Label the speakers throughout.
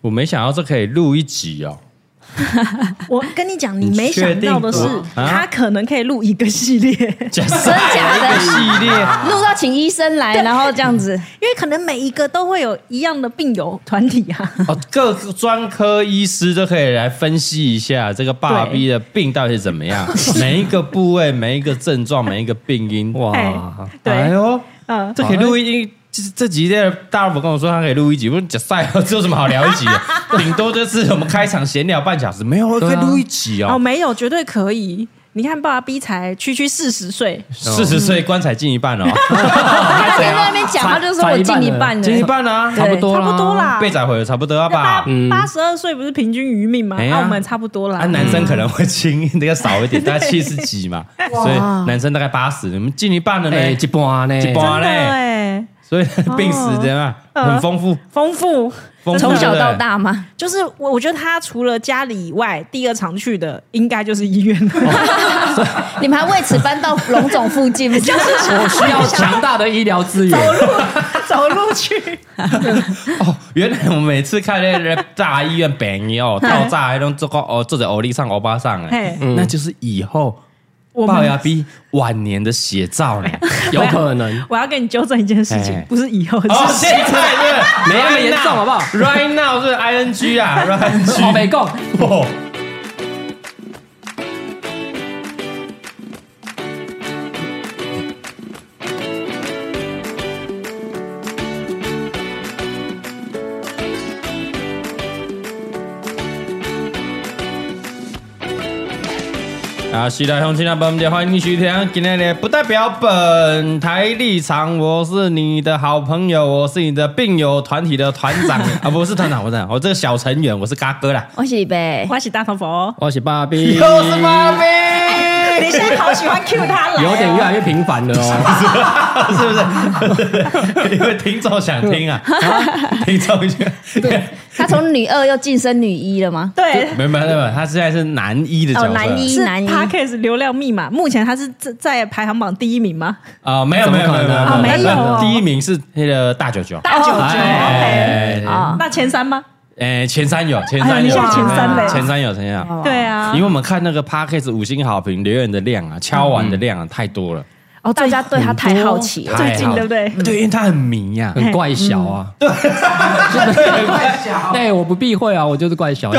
Speaker 1: 我没想到这可以录一集 哦。
Speaker 2: 我跟你讲，你没想到的
Speaker 1: 你
Speaker 2: 是
Speaker 1: 确定，吗啊
Speaker 2: 他可能可以录一个系列，因
Speaker 1: 真假的系列，
Speaker 3: 录到请医生 来，然后这样 子，
Speaker 2: 为可能每一个都会有一样的病友团体啊。
Speaker 1: 哦，各个专科医师都可以来分析一下这个爸逼的病到底是怎么 样，每一个部位、每一个症状、每一个病因。 哇
Speaker 2: 哎， 对
Speaker 1: 哎
Speaker 4: 哦
Speaker 1: 呦，
Speaker 2: 嗯
Speaker 1: 这可以录一。这这集的大老婆跟我说，他可以录一集，我说假赛了，这有什么好聊一集 的？顶多就是我们开场闲聊半小时，没有可以录一集
Speaker 2: 哦，
Speaker 1: 哦。
Speaker 2: 没有，绝对可以。你看，爸爸逼才区区四十岁，
Speaker 1: 四十岁棺材进一 半哦，
Speaker 3: 他在那边讲，他就说我进一半了，
Speaker 1: 啊进一半啊，
Speaker 3: 对
Speaker 1: 多
Speaker 2: 差不多啦
Speaker 1: 被宰毁了差不多了
Speaker 2: 八
Speaker 1: 吧？
Speaker 2: 八十二岁不是平均余命吗？
Speaker 1: 哎呀
Speaker 2: 那我们差不多啦
Speaker 1: 啊，。男生可能会轻，那个少一 点，大概七十几嘛，所以男生大概八十，你们近一半了呢，
Speaker 4: 哎，哦一半呢，
Speaker 1: 一
Speaker 2: 真
Speaker 1: 半呢，
Speaker 2: 的哎，
Speaker 1: 啊所以病史怎样
Speaker 2: 嗯
Speaker 1: 很丰富，
Speaker 2: 丰富。
Speaker 1: 丰富
Speaker 3: 从小到，
Speaker 1: 对
Speaker 3: 大嘛，
Speaker 2: 就是我，我觉得他除了家里以外，第二常去的应该就是医 院了。
Speaker 3: 你们还为此搬到龙总附近，就是
Speaker 4: 我需要强大的医疗资源。
Speaker 2: 走路去，
Speaker 1: 不对哦，原来我们每次看那个大医院病院
Speaker 4: 嗯
Speaker 1: 哦，到炸还能做个哦，做着欧力上欧巴上哎
Speaker 2: 嘿，
Speaker 1: 那就是以后
Speaker 2: 我
Speaker 1: 龅
Speaker 2: 们
Speaker 1: 牙逼晚年的写照呢。
Speaker 4: 有可能，
Speaker 2: 我要跟你纠正一件事情
Speaker 1: 哎，
Speaker 2: 不是以后，
Speaker 1: 哦，
Speaker 2: 是
Speaker 1: 现在对，
Speaker 4: 没那么严重好不好
Speaker 1: ？Right now 是 ing 啊，ing
Speaker 4: 我没够。
Speaker 1: 哦啊，是的，乡亲啊，朋友们，欢迎收听今天的不代表本台立场，我是你的好朋友，我是你的病友团体的团长啊，不是团长，我是团长我这个小成员，我是嘎哥啦。
Speaker 3: 我是呗，
Speaker 2: 欢喜大哦头 佛。
Speaker 4: 我是爸比，
Speaker 1: 又是妈咪，
Speaker 2: 你现在好喜欢 Q 他来哦，
Speaker 4: 有点越来越频繁 了哦。
Speaker 1: 是不是？因 为听众想听啊，听众想。
Speaker 3: 他从女二又晋升女一了吗？
Speaker 2: 对，
Speaker 1: 没有没有没有，他现在是男一的角色。
Speaker 3: 哦，男一
Speaker 2: 是
Speaker 3: 男一，
Speaker 2: Podcast 流量密码，目前他是在在排行榜第一名吗？
Speaker 1: 啊，没有没有没有
Speaker 4: 啊
Speaker 1: 没有
Speaker 2: 没有哦
Speaker 1: 第一名是那个大九九。
Speaker 2: 大九九
Speaker 1: 哦哎
Speaker 2: ，OK，
Speaker 3: 啊，
Speaker 2: 那前三吗？
Speaker 1: 哎，前三有，前
Speaker 2: 哎呀
Speaker 1: 三
Speaker 2: 你
Speaker 1: 有，
Speaker 2: 现在前三嘞
Speaker 1: 前三有，前三有。
Speaker 2: 对啊
Speaker 1: 因为，我们看那个 p a c k a g e 五星好评留言的量啊，敲完的量啊，太多了，
Speaker 3: 哦，大家对他太好奇了，
Speaker 1: 太
Speaker 2: 最近
Speaker 1: 好
Speaker 2: 对不对
Speaker 1: 对，因为他很迷 呀，
Speaker 4: 很怪小啊，对， 对，我不避讳啊，我就是怪小，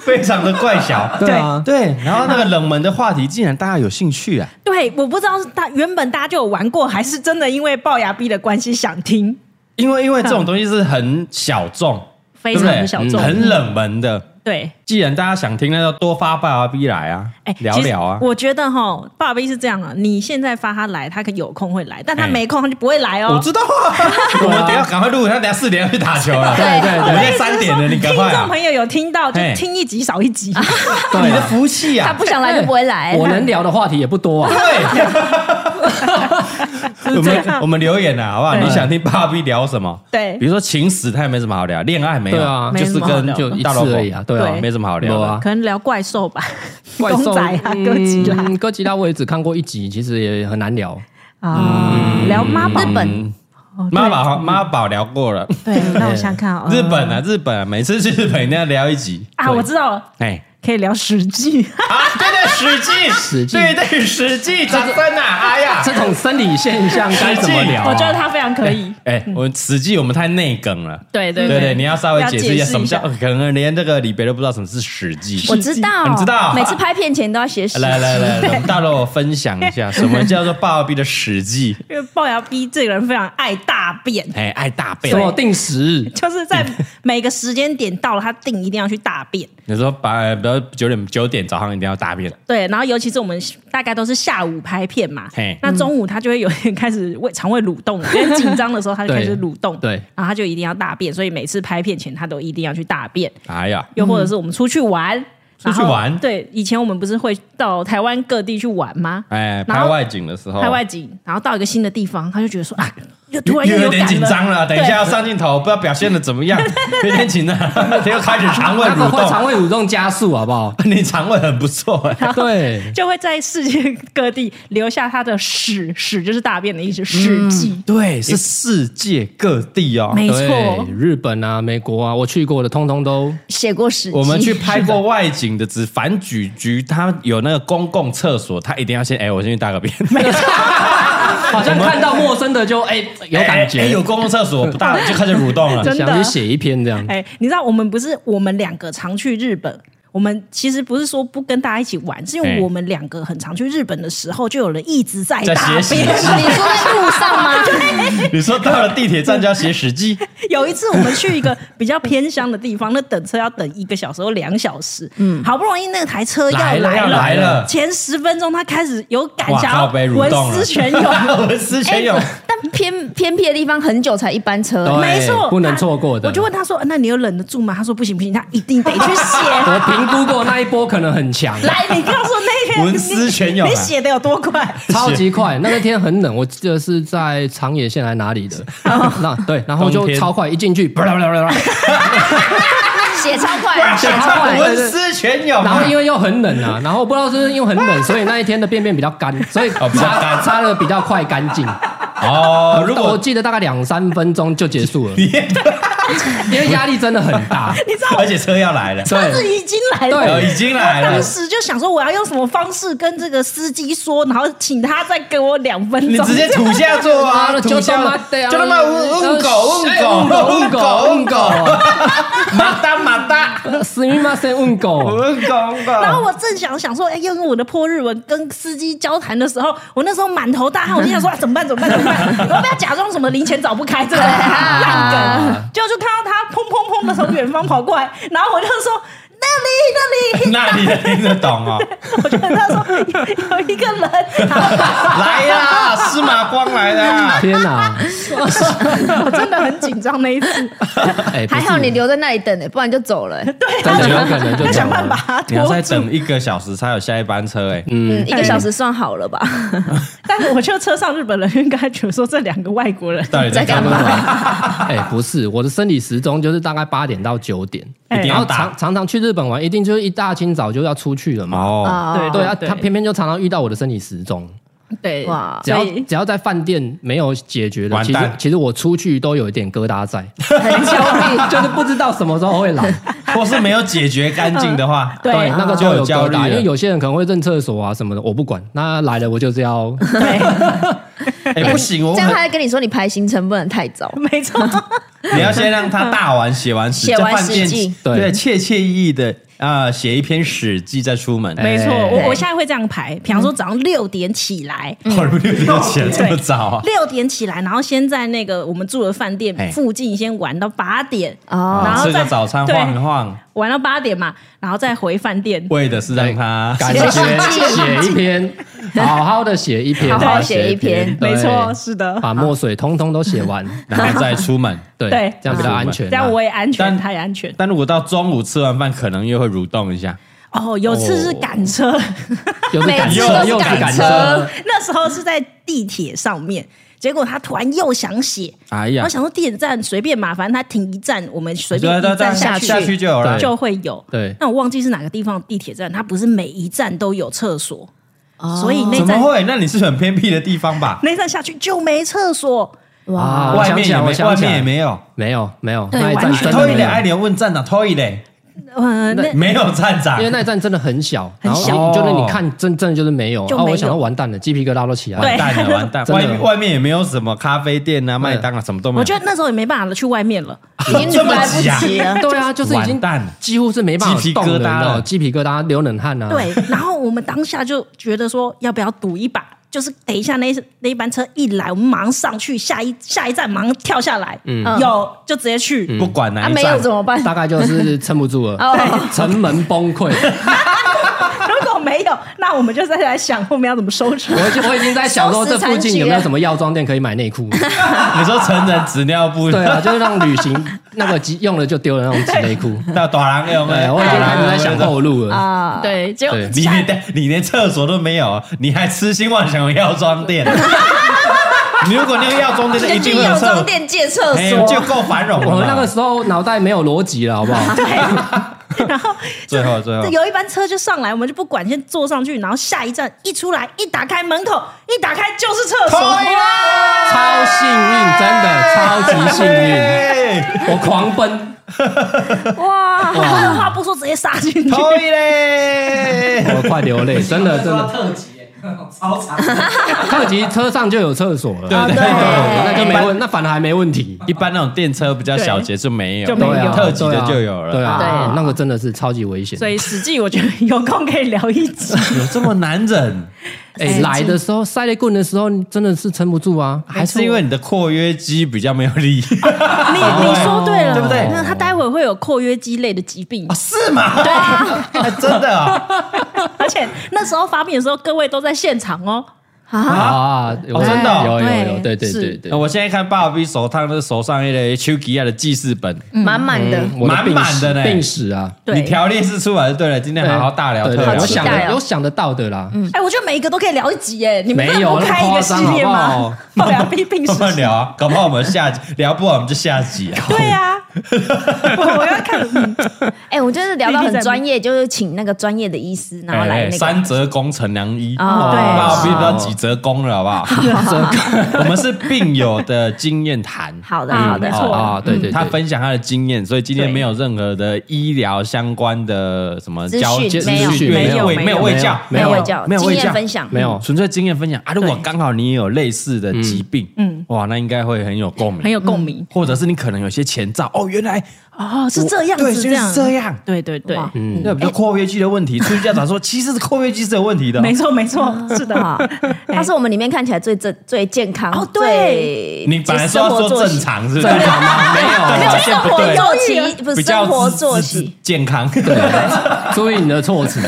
Speaker 1: 非常的怪小。
Speaker 4: 对 啊，
Speaker 1: 对，然后那个冷门的话题，竟然大家有兴趣啊！
Speaker 2: 对，我不知道是他原本大家就有玩过，还是真的因为龅牙逼的关系想听，
Speaker 1: 因为因为这种东西是很小众，
Speaker 2: 嗯非常的小
Speaker 1: 对不
Speaker 2: 众
Speaker 1: 对，很冷门的。
Speaker 2: 对。
Speaker 1: 既然大家想听，那就多发爸爸 B 来啊，
Speaker 2: 哎，
Speaker 1: 聊
Speaker 2: 其实
Speaker 1: 聊啊。
Speaker 2: 我觉得哈，爸爸是这样啊，你现在发他来，他可有空会来，但他
Speaker 1: 哎
Speaker 2: 没空他就不会来
Speaker 1: 我
Speaker 2: 哦。
Speaker 1: 知道 啊，我们等一下赶快录，他等一下四点要去打球啊了。
Speaker 3: 对
Speaker 4: 对
Speaker 1: 我
Speaker 4: 对
Speaker 1: 们现在三点了，你赶
Speaker 2: 听
Speaker 1: 快
Speaker 2: 众
Speaker 1: 啊。
Speaker 2: 朋友有听到就
Speaker 1: 哎
Speaker 2: 听一集少一集，
Speaker 1: 你的福气
Speaker 3: 他
Speaker 1: 啊！
Speaker 3: 不想来就不会来，
Speaker 4: 我能聊的话题也 不多啊。
Speaker 1: 对，我们我们留言啊，好不好？
Speaker 2: 对
Speaker 1: 你想听爸爸 B 聊什么？
Speaker 2: 对
Speaker 1: 比如说情史，他也没什么好聊，恋爱没有，
Speaker 4: 对啊
Speaker 1: 就是跟
Speaker 4: 就一
Speaker 1: 大老
Speaker 4: 次
Speaker 1: 婆
Speaker 4: 而已啊，对啊，
Speaker 2: 对
Speaker 1: 没什么好聊
Speaker 4: 没有
Speaker 1: 的
Speaker 4: 啊。
Speaker 2: 可能聊怪兽吧，
Speaker 4: 怪
Speaker 2: 公
Speaker 4: 兽
Speaker 2: 仔啊，哥吉拉
Speaker 4: 嗯哥吉拉我也只看过一集，其实也很难聊。
Speaker 2: 啊，聊妈宝
Speaker 3: 日本
Speaker 2: 哦对
Speaker 1: 嗯妈宝妈宝聊过了，
Speaker 2: 对，那我想想看啊，呃
Speaker 1: 日本
Speaker 4: 嗯
Speaker 1: 啊，日本啊，每次去日本一定要聊一集。
Speaker 2: 啊，我知道了，
Speaker 1: 哎，
Speaker 2: 可以聊史记，
Speaker 1: 啊，对对，《史记》，
Speaker 4: 史记
Speaker 1: 对对，《史记》掌声呐，哎呀，
Speaker 4: 这种生理现象该怎么聊 啊？
Speaker 2: 我觉得他非常可以。
Speaker 1: 哎，我《史记》我们太内梗了。
Speaker 2: 对对
Speaker 1: 对对，你要稍微解释一下
Speaker 2: 要
Speaker 1: 什么叫，可能连这个李别都不知道什么是《史记》。哦
Speaker 3: 我知道，
Speaker 1: 你知道
Speaker 3: 每次拍片前都要写史记，
Speaker 1: 来来来，我们大罗分享一下什么叫做爸爸逼的《史记》。
Speaker 2: 因为龅牙逼这个人非常爱大便，
Speaker 1: 哎，爱大便
Speaker 4: 什，么定时日
Speaker 2: 就 是在每个时间点到了，他定一定要去大便。
Speaker 1: 你说把，比如九点九点早上一定要大便，
Speaker 2: 对，然后尤其是我们大概都是下午拍片嘛
Speaker 1: 嘿，
Speaker 2: 那中午他就会有点开始胃肠胃蠕动了，因为紧张的时候他就开始
Speaker 4: 对
Speaker 2: 蠕动，
Speaker 4: 对
Speaker 2: 然后他就一定要大便，所以每次拍片前他都一定要去大便，
Speaker 1: 哎呀，
Speaker 2: 又或者是我们出去玩，
Speaker 1: 嗯出去
Speaker 2: 然后
Speaker 1: 玩
Speaker 2: 对，以前我们不是会到台湾各地去玩吗？
Speaker 1: 哎，
Speaker 2: 然
Speaker 1: 拍
Speaker 2: 后
Speaker 1: 外景的时候，
Speaker 2: 拍外景，然后到一个新的地方，他就觉得说啊，又突
Speaker 1: 又
Speaker 2: 然又
Speaker 1: 又有
Speaker 2: 感
Speaker 1: 点紧
Speaker 2: 了
Speaker 1: 张了，等一下要
Speaker 2: 对
Speaker 1: 上镜头，不知道表现的怎么 样，有点紧张，又开始肠胃
Speaker 4: 那个
Speaker 1: 蠕
Speaker 4: 会肠
Speaker 1: 动。
Speaker 4: 胃蠕动加速，好不好？
Speaker 1: 你肠胃很不错哎、
Speaker 4: 对，
Speaker 2: 就会在世界 各地留下他的屎，屎就是大便的
Speaker 1: 嗯
Speaker 2: 意思，屎迹。
Speaker 1: 对，哎是世界各地哦。
Speaker 2: 没
Speaker 4: 对
Speaker 2: 错，，
Speaker 4: 日本啊、美国啊，我去过的，通通都
Speaker 3: 写过史记，
Speaker 1: 我 们去拍过外景的，只反举局，它有那个公共厕所，它一定要先哎、我先去大个 便，
Speaker 4: 好像看到陌生的就哎有感觉，啊
Speaker 1: 哎哎 有公共厕所不大就开始蠕动了。
Speaker 2: 真的
Speaker 4: 想去写一篇
Speaker 1: 嗯
Speaker 4: 这样。
Speaker 2: 哎、你知道我们不是我们两个常去日本，我们其实不是说不跟大家一起玩，是因
Speaker 1: 哎
Speaker 2: 为我们两个很常去日本的时候，就有人一直在
Speaker 1: 在
Speaker 2: 大
Speaker 1: 写
Speaker 2: 便。
Speaker 1: 史
Speaker 3: 你说在路上吗？
Speaker 1: 你说到了地铁站就要写史记，
Speaker 2: 有一次我们去一个比较偏乡的地方，那等车要等一个小时或两小时，嗯，好不容易那台车要
Speaker 4: 来了
Speaker 2: 来
Speaker 1: 要来了
Speaker 2: 前十分钟他开始有感
Speaker 1: 哇，
Speaker 2: 想
Speaker 1: 靠
Speaker 2: 要
Speaker 1: 北蠕
Speaker 2: 文
Speaker 1: 动
Speaker 2: 思泉 涌，
Speaker 1: 了，哎文思泉 涌。
Speaker 3: 哎但偏偏僻的地方很久才一班车，
Speaker 4: 对
Speaker 2: 没错，
Speaker 4: 不能错过的
Speaker 2: 我就问他说：“啊那你有忍得住吗？”他说：“不行不行，他一定得去 写。
Speaker 4: 我评估过那一波可能很 强”，
Speaker 2: 来，你告诉我那天
Speaker 1: 文思泉涌啊
Speaker 2: 你你写的有多快？
Speaker 4: 超级快。那个天很冷，我记得是在长野县还是哪里的，那对，然后
Speaker 1: 冬
Speaker 4: 就
Speaker 1: 天
Speaker 4: 超快，一 进去，
Speaker 3: 写超快，
Speaker 4: 写超快
Speaker 1: 文思泉涌
Speaker 4: 然
Speaker 1: 啊
Speaker 4: 后！因为又很冷啊，然后不知道是不是因为很冷，所以那一天的便便比较干，所以
Speaker 1: 哦比较
Speaker 4: 擦
Speaker 1: 干
Speaker 4: 擦的比较快干净。
Speaker 1: 哦，如
Speaker 4: 我
Speaker 1: 果
Speaker 4: 记得大概两三分钟就结束了，
Speaker 1: 你也
Speaker 4: 因为压力真的很 大。
Speaker 2: 你知道
Speaker 1: 而且车要来了，
Speaker 2: 我是
Speaker 4: 对，
Speaker 2: 已经来了。
Speaker 4: 对
Speaker 1: 呃，已经来了
Speaker 2: 当。时就想说，我要用什么方式跟这个司机说，然后请他再给我两分钟。
Speaker 1: 你直接土下座 啊，哦土下，就他妈问问狗 问狗问狗问狗，啊马达马达
Speaker 4: 呃死命骂声问狗，
Speaker 1: 问狗问
Speaker 2: 然后
Speaker 1: 狗，
Speaker 2: 我正想想说，哎、用我的破日文跟司机交谈的时候，我那时候满头大汗，我就想说、啊、怎么办？怎么办？怎 么办？我要不要假装什么零钱找不开这个烂梗？结果就看到他砰砰砰的从远方跑过来，然后我就说那里那里，
Speaker 1: 那你能听得懂 哦？
Speaker 2: 我就跟他说 有有一个人，然后
Speaker 1: 来呀，司马光来啦！
Speaker 4: 天哪！
Speaker 2: 我真的很紧张那一次，
Speaker 4: 哎，不
Speaker 3: 还
Speaker 4: 是
Speaker 3: 好你留在那里等欸呢，不然就走了。
Speaker 4: 真的有可能就
Speaker 2: 要
Speaker 4: 这
Speaker 2: 想
Speaker 4: 样
Speaker 2: 办法把他
Speaker 1: 你要
Speaker 2: 拖
Speaker 1: 再
Speaker 2: 住。
Speaker 1: 等一个小时才有下一班车哎，
Speaker 3: 嗯，一个小时算好了吧？
Speaker 2: 但是我觉得车上日本人应该觉得说这两个外国人，
Speaker 1: 到底在干嘛？
Speaker 4: 哎、不是，我的生理时钟就是大概八点到九点，
Speaker 2: 哎
Speaker 1: 一定
Speaker 4: 然
Speaker 1: 要
Speaker 4: 后
Speaker 1: 打
Speaker 4: 常常常去日本玩，一定就是一大清早就要出去了嘛。
Speaker 1: 哦，
Speaker 3: 哦
Speaker 4: 对啊，他偏偏就常常遇到我的生理时钟，
Speaker 2: 对
Speaker 3: 哇
Speaker 4: 只要
Speaker 2: 所以
Speaker 4: 只要在饭店没有解决的，
Speaker 1: 完
Speaker 4: 其实
Speaker 1: 蛋
Speaker 4: 其实我出去都有一点疙瘩在，
Speaker 3: 很焦虑。
Speaker 4: 就是不知道什么时候会来。
Speaker 1: 或是没有解决干净的话，
Speaker 2: 对
Speaker 3: 啊
Speaker 4: 对，那个
Speaker 1: 就
Speaker 4: 就
Speaker 1: 有
Speaker 4: 有
Speaker 1: 焦
Speaker 4: 疙
Speaker 1: 虑
Speaker 4: 瘩，
Speaker 1: 了
Speaker 4: 因为有些人可能会认厕所啊什么的，我不管，那来了我就是要
Speaker 2: 对，
Speaker 1: 哎不行，我
Speaker 3: 这样他
Speaker 1: 很
Speaker 3: 还跟你说你排行程不能太早，
Speaker 2: 没 错。
Speaker 1: 你要先让他大完写完史，
Speaker 3: 写完
Speaker 1: 在饭店
Speaker 3: 史记
Speaker 4: 对
Speaker 1: 对，切切意意的啊写一篇史记再出门，
Speaker 4: 哎
Speaker 2: 没错，
Speaker 4: 对
Speaker 2: 我我现在会这样排，比方说早上六点起来，
Speaker 1: 好嗯六点起来这么
Speaker 2: 对
Speaker 1: 早
Speaker 4: 哦
Speaker 1: 啊？
Speaker 2: 六点起来，然后先在那个我们住的饭店
Speaker 1: 哎
Speaker 2: 附近先玩到八点，
Speaker 3: 哦
Speaker 2: 然后
Speaker 1: 吃
Speaker 2: 再
Speaker 1: 个早餐
Speaker 2: 对
Speaker 1: 晃一晃，
Speaker 2: 玩到八点嘛，然后再回饭店。
Speaker 1: 为的是让他
Speaker 4: 感
Speaker 3: 写
Speaker 4: 觉
Speaker 3: 日
Speaker 4: 写一篇，好好的写一篇，
Speaker 3: 好好写一篇
Speaker 4: 对啊
Speaker 2: 没错，是的，
Speaker 4: 把墨水通通都 写完，
Speaker 1: 然后再出门。
Speaker 4: 对
Speaker 2: 对
Speaker 4: 这样比较安全啊。
Speaker 2: 这样我也安全，
Speaker 1: 但
Speaker 2: 他也安全。
Speaker 1: 但如果到中午吃完饭，可能又会蠕动一下。
Speaker 2: 哦，有次是赶车，
Speaker 4: 有
Speaker 3: 每
Speaker 4: 感
Speaker 3: 次
Speaker 4: 又
Speaker 3: 都是
Speaker 4: 又
Speaker 3: 赶
Speaker 4: 赶
Speaker 3: 车
Speaker 4: 车，
Speaker 2: 那时候是在地铁上面，结果他突然又想写，
Speaker 1: 哎
Speaker 2: 然
Speaker 1: 呀
Speaker 2: 后，想说地铁站随便嘛，反正他停一站，我们随
Speaker 1: 对
Speaker 2: 便
Speaker 1: 对
Speaker 2: 一
Speaker 1: 对，
Speaker 2: 站
Speaker 1: 下
Speaker 2: 去
Speaker 1: 下去就有了。
Speaker 2: 就会有。
Speaker 4: 对
Speaker 2: 那我忘记是哪个地方的地铁站，它不是每一站都有厕所，所以那
Speaker 1: 怎么
Speaker 2: 站
Speaker 1: 会？那你是很偏僻的地方吧？
Speaker 2: 那站下去就没厕所。
Speaker 4: 啊我
Speaker 1: 外
Speaker 4: 想
Speaker 1: 面
Speaker 4: 起
Speaker 1: 也
Speaker 4: 来
Speaker 1: 没，
Speaker 4: 我想
Speaker 1: 外
Speaker 4: 起来
Speaker 1: 面也没有。
Speaker 4: 没有没有，
Speaker 2: 对
Speaker 4: 那一站
Speaker 2: 完全
Speaker 4: 真
Speaker 1: 偷
Speaker 4: 的
Speaker 1: 一
Speaker 4: 没
Speaker 1: 点，爱
Speaker 4: 有。
Speaker 1: 莲问站长，偷一点，
Speaker 2: 呃，那
Speaker 1: 没有站长
Speaker 4: 因。为那一站真的很小，然后
Speaker 1: 小
Speaker 4: 你就是你看，真真的就是没有。
Speaker 2: 就
Speaker 4: 啊，
Speaker 2: 没
Speaker 4: 我
Speaker 2: 有
Speaker 4: 想到完蛋了，鸡皮疙瘩都起来
Speaker 2: 对
Speaker 4: 了。
Speaker 1: 完蛋了，完蛋！
Speaker 4: 真的
Speaker 1: 外面外面也没有什么咖啡店啊、麦当劳，什么都没有。
Speaker 2: 我觉得那时候也没办法了，去外面了。
Speaker 3: 已经
Speaker 1: 这么
Speaker 3: 来不
Speaker 1: 急啊
Speaker 3: 及了。
Speaker 4: 对啊，就是已
Speaker 1: 完
Speaker 4: 经
Speaker 1: 蛋了
Speaker 4: 几乎是没办法
Speaker 1: 鸡皮疙
Speaker 4: 动
Speaker 1: 瘩
Speaker 4: 了，你知道
Speaker 1: 了
Speaker 4: 吗鸡皮疙瘩、流冷汗啊。
Speaker 2: 对，然后我们当下就觉得说，要不要赌一把？就是等一下那一那一班车一来，我们马上上去，下一下一站马上跳下来。
Speaker 1: 嗯
Speaker 2: 有就直接去。
Speaker 4: 嗯
Speaker 1: 不管哪
Speaker 3: 啊，
Speaker 1: 一
Speaker 3: 没
Speaker 1: 站
Speaker 3: 有，怎么 办？
Speaker 4: 大概就是撑不住了，
Speaker 3: 哦，
Speaker 4: 城门崩溃。
Speaker 1: 嗯
Speaker 2: 如果没有，那我们就再来想后面要怎么收拾。
Speaker 4: 我就我已经在想说，
Speaker 3: 收拾
Speaker 4: 这附
Speaker 3: 残
Speaker 4: 近
Speaker 2: 啊
Speaker 3: 局
Speaker 4: 有没有
Speaker 3: 了
Speaker 4: 什么药妆店可以买内 裤？
Speaker 1: 你说成人纸尿布，
Speaker 4: 对啊，就是让旅行那个急用了就丢的那种纸内裤。
Speaker 1: 那短廊用
Speaker 4: 对，
Speaker 1: 的，
Speaker 4: 我已经开始在想哦后路了。
Speaker 3: 啊，
Speaker 2: 对，结果
Speaker 4: 对
Speaker 1: 你连你连厕所都没有，你还痴心妄想有药妆店？你如果那个药妆店，那一
Speaker 3: 就
Speaker 1: 定
Speaker 3: 去
Speaker 1: 会有
Speaker 3: 药
Speaker 1: 厕
Speaker 3: 妆
Speaker 1: 所，
Speaker 3: 店借厕
Speaker 1: 哎呦就
Speaker 3: 所，
Speaker 1: 够繁荣了
Speaker 4: 我
Speaker 1: 嘛。
Speaker 4: 们那个时候脑袋没有逻辑了，好不好？
Speaker 2: 然后
Speaker 1: 最后最后
Speaker 2: 这有一班车就上来，我们就不管，先坐上去，然后下一站一出来，一打开门口，一打开就是厕所。
Speaker 4: 超幸运，真的超级幸运，
Speaker 1: 运，
Speaker 4: 我狂奔，
Speaker 2: 哇！二话不说直接杀进去，
Speaker 1: 可以嘞。
Speaker 4: 我快流泪，真的真的。
Speaker 5: 特级，超长，
Speaker 4: 特级车上就有厕所了，
Speaker 1: 对对对
Speaker 4: 那就没问，那反而还没问题。
Speaker 1: 一般那种电车比较小节就没有，
Speaker 2: 就没有
Speaker 4: 对啊，
Speaker 1: 特级
Speaker 4: 对
Speaker 1: 的
Speaker 4: 啊
Speaker 1: 就有了。
Speaker 4: 对啊，
Speaker 3: 对
Speaker 4: 那个真的是超级危险。
Speaker 2: 所以《史记》我觉得有空可以聊一集。
Speaker 1: 有这么难忍？
Speaker 4: 哎，来的时候塞雷棍的时候，你真的是撑不住啊，
Speaker 1: 还是因为你的括约肌比较没有力？
Speaker 2: 你你说对了，
Speaker 1: 对不对
Speaker 2: 那他待会会有括约肌类的疾病，
Speaker 1: 是吗？ 对啊，真的 啊，
Speaker 2: 而且那时候发病的时候，各位都在现场哦。
Speaker 4: 啊，有
Speaker 1: 哦真的哦
Speaker 4: 有有有，
Speaker 3: 对
Speaker 4: 对对
Speaker 2: 是
Speaker 4: 对对。
Speaker 1: 我现在看爸比手烫的手上一个丘吉亚的记事本，
Speaker 3: 满满
Speaker 1: 嗯
Speaker 3: 的。
Speaker 4: 我
Speaker 1: 满
Speaker 4: 病
Speaker 1: 满
Speaker 4: 史
Speaker 1: 的呢
Speaker 4: 病史啊，
Speaker 1: 你
Speaker 2: 对，
Speaker 1: 条列是出来就对了。今天好好大聊特
Speaker 4: 对对
Speaker 1: 聊
Speaker 4: 有
Speaker 3: 好期
Speaker 4: 想
Speaker 3: 待
Speaker 4: 的
Speaker 3: 哦
Speaker 4: 有想得到的啦，
Speaker 2: 哎，我觉得每一个都可以聊一集耶，你们
Speaker 4: 没有
Speaker 2: 不开一个系列
Speaker 4: 那么夸张好
Speaker 2: 吗？后来病病史
Speaker 1: 慢。慢聊啊，搞不 好我们下集聊不完我们就下集啊。
Speaker 2: 对呀，我我要看嗯
Speaker 3: 哎，我就是聊到很专业，就是请那个专业的医师，然后来那个
Speaker 1: 哎三折工乘良医
Speaker 3: 哦
Speaker 2: 对
Speaker 1: 爸比
Speaker 4: 是
Speaker 1: 不要几折工了好不好？ 我们是病友的经验谈。
Speaker 3: 好的好的，
Speaker 1: 哦
Speaker 4: 啊，对对，
Speaker 1: 他
Speaker 4: 对
Speaker 1: 分享他的经验，所以今天
Speaker 2: 对
Speaker 1: 没有任何的医疗相关的什么
Speaker 3: 资
Speaker 1: 教
Speaker 3: 讯
Speaker 1: 资
Speaker 3: 没有
Speaker 1: 讯
Speaker 2: 没有
Speaker 1: 喂
Speaker 2: 没有
Speaker 1: 没有喂教，
Speaker 3: 没有
Speaker 4: 没
Speaker 3: 喂
Speaker 4: 有
Speaker 3: 教，
Speaker 1: 没有
Speaker 3: 经
Speaker 1: 喂
Speaker 3: 验
Speaker 1: 教
Speaker 3: 分享，
Speaker 4: 没有
Speaker 1: 纯粹经验分享啊。如果刚好你也有类似的疾病，嗯
Speaker 2: 嗯，
Speaker 1: 哇，那应该会很有共
Speaker 2: 很
Speaker 1: 鸣，
Speaker 2: 有共鸣
Speaker 1: 或者是你可能有些前兆哦，原来
Speaker 2: 哦，是这样
Speaker 1: 对，
Speaker 2: 子，
Speaker 1: 就
Speaker 2: 这样
Speaker 1: 是这样。
Speaker 2: 对对对，
Speaker 3: 哇
Speaker 4: 嗯
Speaker 1: 那比较括约肌的问题，出去家长说其实是括约肌是有问题的，
Speaker 2: 没错没错，是的。
Speaker 3: 啊， 他是我们里面看起来最正、最健康
Speaker 2: 哦对
Speaker 3: 最
Speaker 1: 你本来说要说正常是不是？
Speaker 4: 正常吗？没
Speaker 1: 对
Speaker 3: 没有
Speaker 1: 发
Speaker 3: 生
Speaker 1: 现不
Speaker 3: 活
Speaker 1: 对
Speaker 3: 作息，不
Speaker 1: 比
Speaker 3: 是
Speaker 1: 较
Speaker 3: 生活
Speaker 1: 自
Speaker 3: 作
Speaker 1: 自
Speaker 3: 息，
Speaker 1: 健康，对，
Speaker 4: 有，注意你的 措辞，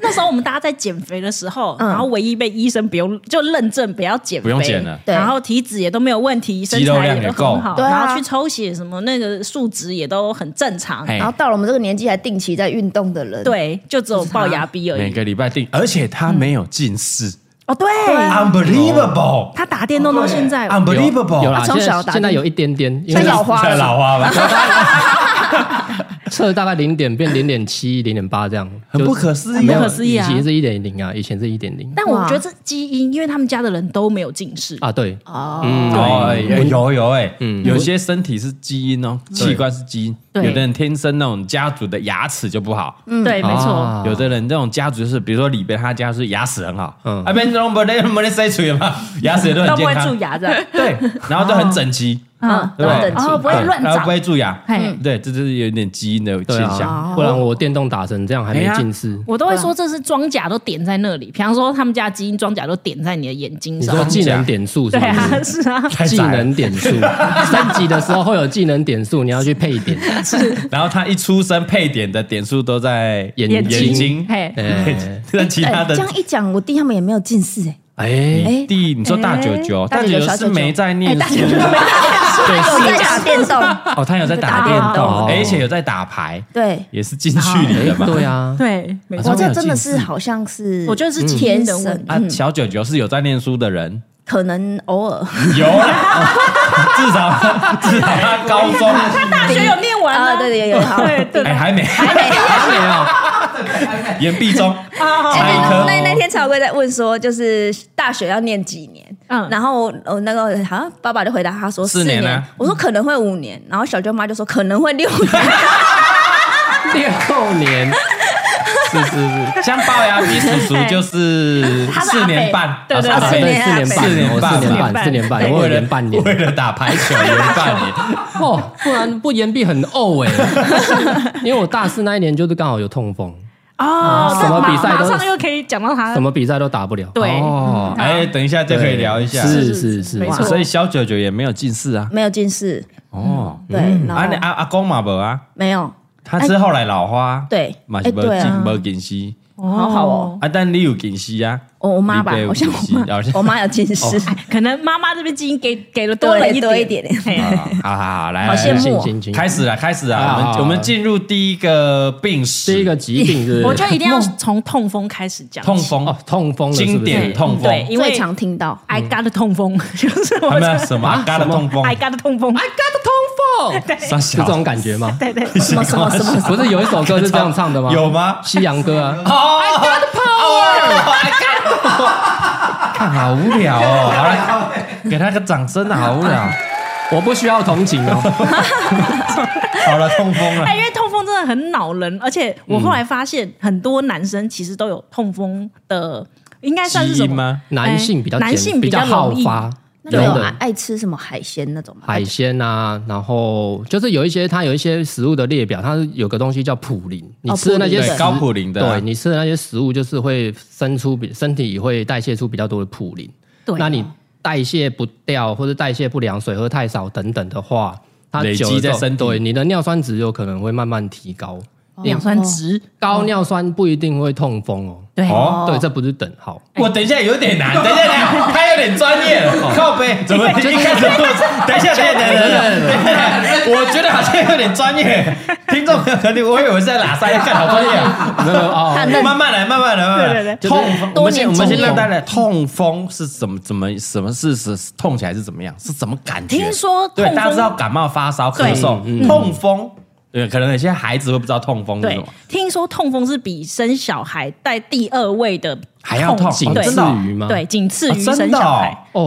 Speaker 2: 那时候我们大家在减肥的时候，然后唯一被医生不用就认证不要减肥，
Speaker 1: 不用减了
Speaker 3: 对
Speaker 2: 然后体脂也都没有问题，身
Speaker 1: 肌肉
Speaker 2: 材
Speaker 1: 量也
Speaker 2: 都
Speaker 1: 够
Speaker 2: 很好，
Speaker 3: 对啊
Speaker 2: 然后去抽血什么那个数值也都很正常，
Speaker 1: 哎
Speaker 3: 然后到了我们这个年纪还定期在运动的人，
Speaker 2: 对，就只有龅牙逼而
Speaker 1: 每
Speaker 2: 已。
Speaker 1: 个礼拜定，而且他没有近视
Speaker 2: 哦，对，
Speaker 1: ，unbelievable。
Speaker 2: 他打电动到现在，
Speaker 1: Unbelievable！
Speaker 4: 有啦，
Speaker 3: 从
Speaker 4: 现
Speaker 3: 小
Speaker 4: 在
Speaker 3: 打
Speaker 4: 现在有一点点，因
Speaker 3: 像
Speaker 4: 为
Speaker 3: 老花
Speaker 1: 太
Speaker 3: 了，
Speaker 1: 老花吧，
Speaker 4: 测大概零点变零点七、零点八这样，
Speaker 1: 很
Speaker 4: 就
Speaker 1: 不可思
Speaker 4: 没
Speaker 1: 议
Speaker 4: 有
Speaker 2: 不可思议啊
Speaker 4: 以前是一点零啊，以前是一点零
Speaker 2: 但我觉得这基因，因为他们家的人都没有近视，
Speaker 4: 啊，对，
Speaker 1: 哦！有有有哎，
Speaker 4: 嗯
Speaker 1: 有些身体是基因哦，器官是基因，有
Speaker 2: 对嗯
Speaker 1: 的人天生那种家族的牙齿就不好，
Speaker 2: 对，没错，
Speaker 4: 啊
Speaker 1: 有的人这种家族就是，比如说里边他家是牙齿很好，啊
Speaker 4: 嗯
Speaker 1: 那边都没得没得塞嘴 嘛，牙齿也都很
Speaker 2: 都不
Speaker 1: 健
Speaker 2: 会蛀
Speaker 1: 康，
Speaker 2: 牙的，
Speaker 1: 对，然后都很整齐，
Speaker 3: 嗯，
Speaker 1: 对
Speaker 3: 对
Speaker 1: 不对？
Speaker 3: 等级
Speaker 2: 哦，不会
Speaker 1: 对
Speaker 2: 乱
Speaker 1: 然后
Speaker 2: 长
Speaker 1: 不，会蛀牙，
Speaker 2: 嘿，
Speaker 1: 对，这就是有点基因的
Speaker 4: 对
Speaker 1: 现象。
Speaker 4: 啊，不然我电动打成这样还没
Speaker 1: 哎呀
Speaker 4: 近视。
Speaker 2: 我都会说这是装甲都点在那里，比方说他们家基因装甲都点在你的眼睛
Speaker 4: 你
Speaker 2: 上
Speaker 4: 说，技能点数是
Speaker 2: 对
Speaker 4: 不
Speaker 2: 啊，
Speaker 4: 是？
Speaker 2: 是啊，
Speaker 1: 太
Speaker 4: 技
Speaker 1: 窄了
Speaker 4: 能点数升级的时候会有技能点数，你要去配点。
Speaker 1: 然后他一出生配点的点数都在
Speaker 4: 眼
Speaker 1: 眼
Speaker 4: 睛
Speaker 1: 睛，
Speaker 2: 嘿，
Speaker 4: 哎
Speaker 1: 那其他
Speaker 3: 哎
Speaker 1: 的
Speaker 3: 这样一讲，我弟他们也没有近视哎，
Speaker 4: 哎，
Speaker 1: 你弟，你说大九九，
Speaker 3: 大
Speaker 1: 大
Speaker 3: 九
Speaker 1: 九
Speaker 3: 九
Speaker 1: 九
Speaker 3: 小
Speaker 1: 是
Speaker 3: 九九
Speaker 1: 没在念书
Speaker 3: 有哦在打电动，
Speaker 1: 哦，他有在打
Speaker 3: 打
Speaker 1: 电
Speaker 3: 电
Speaker 1: 动，哎
Speaker 4: 动
Speaker 1: 而且有在打牌，
Speaker 3: 对，
Speaker 1: 也是进去里的嘛。
Speaker 4: 对啊，
Speaker 2: 对，没
Speaker 3: 哇，
Speaker 1: 他们
Speaker 3: 这
Speaker 1: 有
Speaker 3: 真的
Speaker 1: 近视
Speaker 3: 是好像是，
Speaker 2: 我觉得是基
Speaker 3: 天
Speaker 2: 因的问
Speaker 3: 生
Speaker 2: 题。
Speaker 1: 啊，小九九是有在念书的人，
Speaker 3: 可能偶尔，
Speaker 1: 有 啦，至少至少他高中，
Speaker 2: 大学有念完
Speaker 3: 啊
Speaker 2: 啊，
Speaker 3: 对对有有好
Speaker 2: 对对
Speaker 1: 哎，
Speaker 2: 对，
Speaker 1: 还没还没有，延毕中，差一
Speaker 3: 哎
Speaker 1: 科，
Speaker 3: 那那天曹贵在问说，就是大学要念几年？
Speaker 2: 嗯
Speaker 3: 然后我呃那个好像爸爸就回答他说
Speaker 1: 四年
Speaker 3: 年，
Speaker 1: 啊
Speaker 3: 我说可能会五年，然后小舅妈就说可能会六年，
Speaker 1: 嗯
Speaker 4: 六年，
Speaker 1: 是是是，像龅牙逼叔叔就是
Speaker 2: 他是阿
Speaker 1: 四年
Speaker 2: 北
Speaker 1: 半，
Speaker 2: 对对
Speaker 1: 啊是
Speaker 3: 对
Speaker 1: 阿北
Speaker 4: 对，四
Speaker 3: 四
Speaker 4: 年
Speaker 3: 年
Speaker 4: 半，
Speaker 1: 四年半
Speaker 4: 我四年
Speaker 2: 嘛
Speaker 4: 半，四年
Speaker 2: 对
Speaker 4: 半，
Speaker 1: 哎为
Speaker 4: 我
Speaker 1: 了
Speaker 4: 延半年
Speaker 1: 为了打排球延半年，
Speaker 4: 哦，不然不延毕很呕哎。 因为我大四那一年就是刚好有痛风，
Speaker 2: 哦，
Speaker 4: 什么比赛
Speaker 2: 马
Speaker 4: 都
Speaker 2: 上又可以讲到他
Speaker 4: 什，么比赛都打不了。
Speaker 2: 对，嗯
Speaker 1: 哦，啊哎，等一下就可以聊一下，
Speaker 4: 是是是，
Speaker 2: 没
Speaker 1: 哇
Speaker 2: 错
Speaker 1: 所以小九九也没有近视啊，
Speaker 3: 没有近视，
Speaker 1: 哦，
Speaker 3: 对，然
Speaker 1: 啊，你
Speaker 3: 后
Speaker 1: 阿阿公嘛无啊，
Speaker 3: 没有，
Speaker 1: 他是后来老花，
Speaker 3: 对
Speaker 1: 嘛是
Speaker 3: 哎
Speaker 1: 无
Speaker 3: 对
Speaker 1: 近
Speaker 3: 啊
Speaker 1: 无近视，
Speaker 2: 好好哦。
Speaker 1: 啊，但你有近视啊？
Speaker 3: 我我妈吧
Speaker 1: 你被，
Speaker 3: 我像
Speaker 1: 五级
Speaker 3: 我
Speaker 1: 了
Speaker 3: 妈
Speaker 1: 解，哦
Speaker 3: 我妈有近视，
Speaker 2: 可能妈妈这边基因给给了多了一
Speaker 3: 对多一
Speaker 2: 点
Speaker 3: 点，
Speaker 2: 嘿
Speaker 1: 啊，好好好，来，
Speaker 3: 好
Speaker 1: 来
Speaker 3: 羡慕
Speaker 4: 行
Speaker 3: 哦
Speaker 4: 行行，
Speaker 1: 开始了，开始了，
Speaker 4: 啊
Speaker 1: 我们我们进入第一个病史，
Speaker 4: 第一个疾病是
Speaker 2: 我觉得一定要从痛风开始讲起。
Speaker 1: 痛风
Speaker 4: 哦，痛风了是不是
Speaker 1: 经典痛风，
Speaker 2: 对，因为
Speaker 3: 最常听到。
Speaker 2: I got 的痛风， 就是
Speaker 1: 还
Speaker 2: 我
Speaker 1: 没有什么
Speaker 4: 啊
Speaker 1: 嘎的
Speaker 4: 什么
Speaker 1: 痛风，
Speaker 2: I got 的痛风，
Speaker 4: I got 痛风，
Speaker 1: 三
Speaker 4: 是
Speaker 1: 小
Speaker 4: 这种感觉吗？
Speaker 2: 对对，
Speaker 1: 什么什么什么
Speaker 4: 不是有一首歌是这样唱的吗？哦
Speaker 1: 有吗？
Speaker 4: 西洋歌啊，
Speaker 1: 哦，I got power，I got，看 好无聊哦，好了，给他个掌声啊，好无聊，
Speaker 4: 我不需要同情哦。
Speaker 1: 好了，痛风了
Speaker 2: 哎，。因为痛风真的很恼人，而且我后来发现很多男生其实都有痛风的，应该算是
Speaker 1: 基
Speaker 2: 什
Speaker 1: 因
Speaker 2: 么？
Speaker 1: 吗？
Speaker 4: 男性比较
Speaker 2: 男
Speaker 4: 简
Speaker 2: 性比
Speaker 4: 比
Speaker 2: 较
Speaker 4: 较好发，
Speaker 3: 那
Speaker 4: 有
Speaker 3: 你有
Speaker 4: 的
Speaker 3: 爱爱吃什么海鲜那种吗？
Speaker 4: 海鲜啊，然后就是有一些它有一些食物的列表，它是有个东西叫普林，你吃的那些
Speaker 3: 普林
Speaker 4: 食
Speaker 1: 对高普林的啊
Speaker 4: 对你吃的那些食物就是会生出比身体会代谢出比较多的普林，
Speaker 2: 对
Speaker 4: 那你代谢不掉或者代谢不良、水喝太少等等的话，它
Speaker 1: 累积
Speaker 4: 久了之后
Speaker 1: 在身体
Speaker 4: 对你的尿酸值有可能会慢慢提高，
Speaker 2: 尿酸值
Speaker 4: 高尿酸不一定会痛风哦。
Speaker 2: 对
Speaker 1: 哦，
Speaker 4: 对，这不是等号。
Speaker 1: 我等一下有 点难，等一下，等一下，他有点专业了，靠背，怎么一开始不？等一下，等一下，等一下，等一下，我觉得好像有点专业，听众可能我以为是在哪三要看好专业 啊。
Speaker 4: 没有哦，
Speaker 1: 慢慢来，慢慢来，慢慢来。
Speaker 4: 对对对
Speaker 1: 痛风，我们先我们
Speaker 3: 多年
Speaker 1: 先
Speaker 3: 经验
Speaker 1: 让大家痛风是怎么怎么什么是是痛起来是怎么样，是怎么感觉？
Speaker 2: 听说
Speaker 1: 对
Speaker 2: 痛风嗯
Speaker 1: 大家知道感冒、发烧、咳嗽，痛风，对，可能有些孩子会不知道痛风是什
Speaker 2: 对
Speaker 1: 么，，
Speaker 2: 听说痛风是比生小孩在第二位的
Speaker 1: 还要痛哦
Speaker 4: 仅
Speaker 2: 对
Speaker 4: 次于吗？
Speaker 2: 对，仅次于
Speaker 1: 啊真
Speaker 2: 生
Speaker 1: 的
Speaker 2: 小
Speaker 1: 哦
Speaker 2: 孩。
Speaker 4: 哦，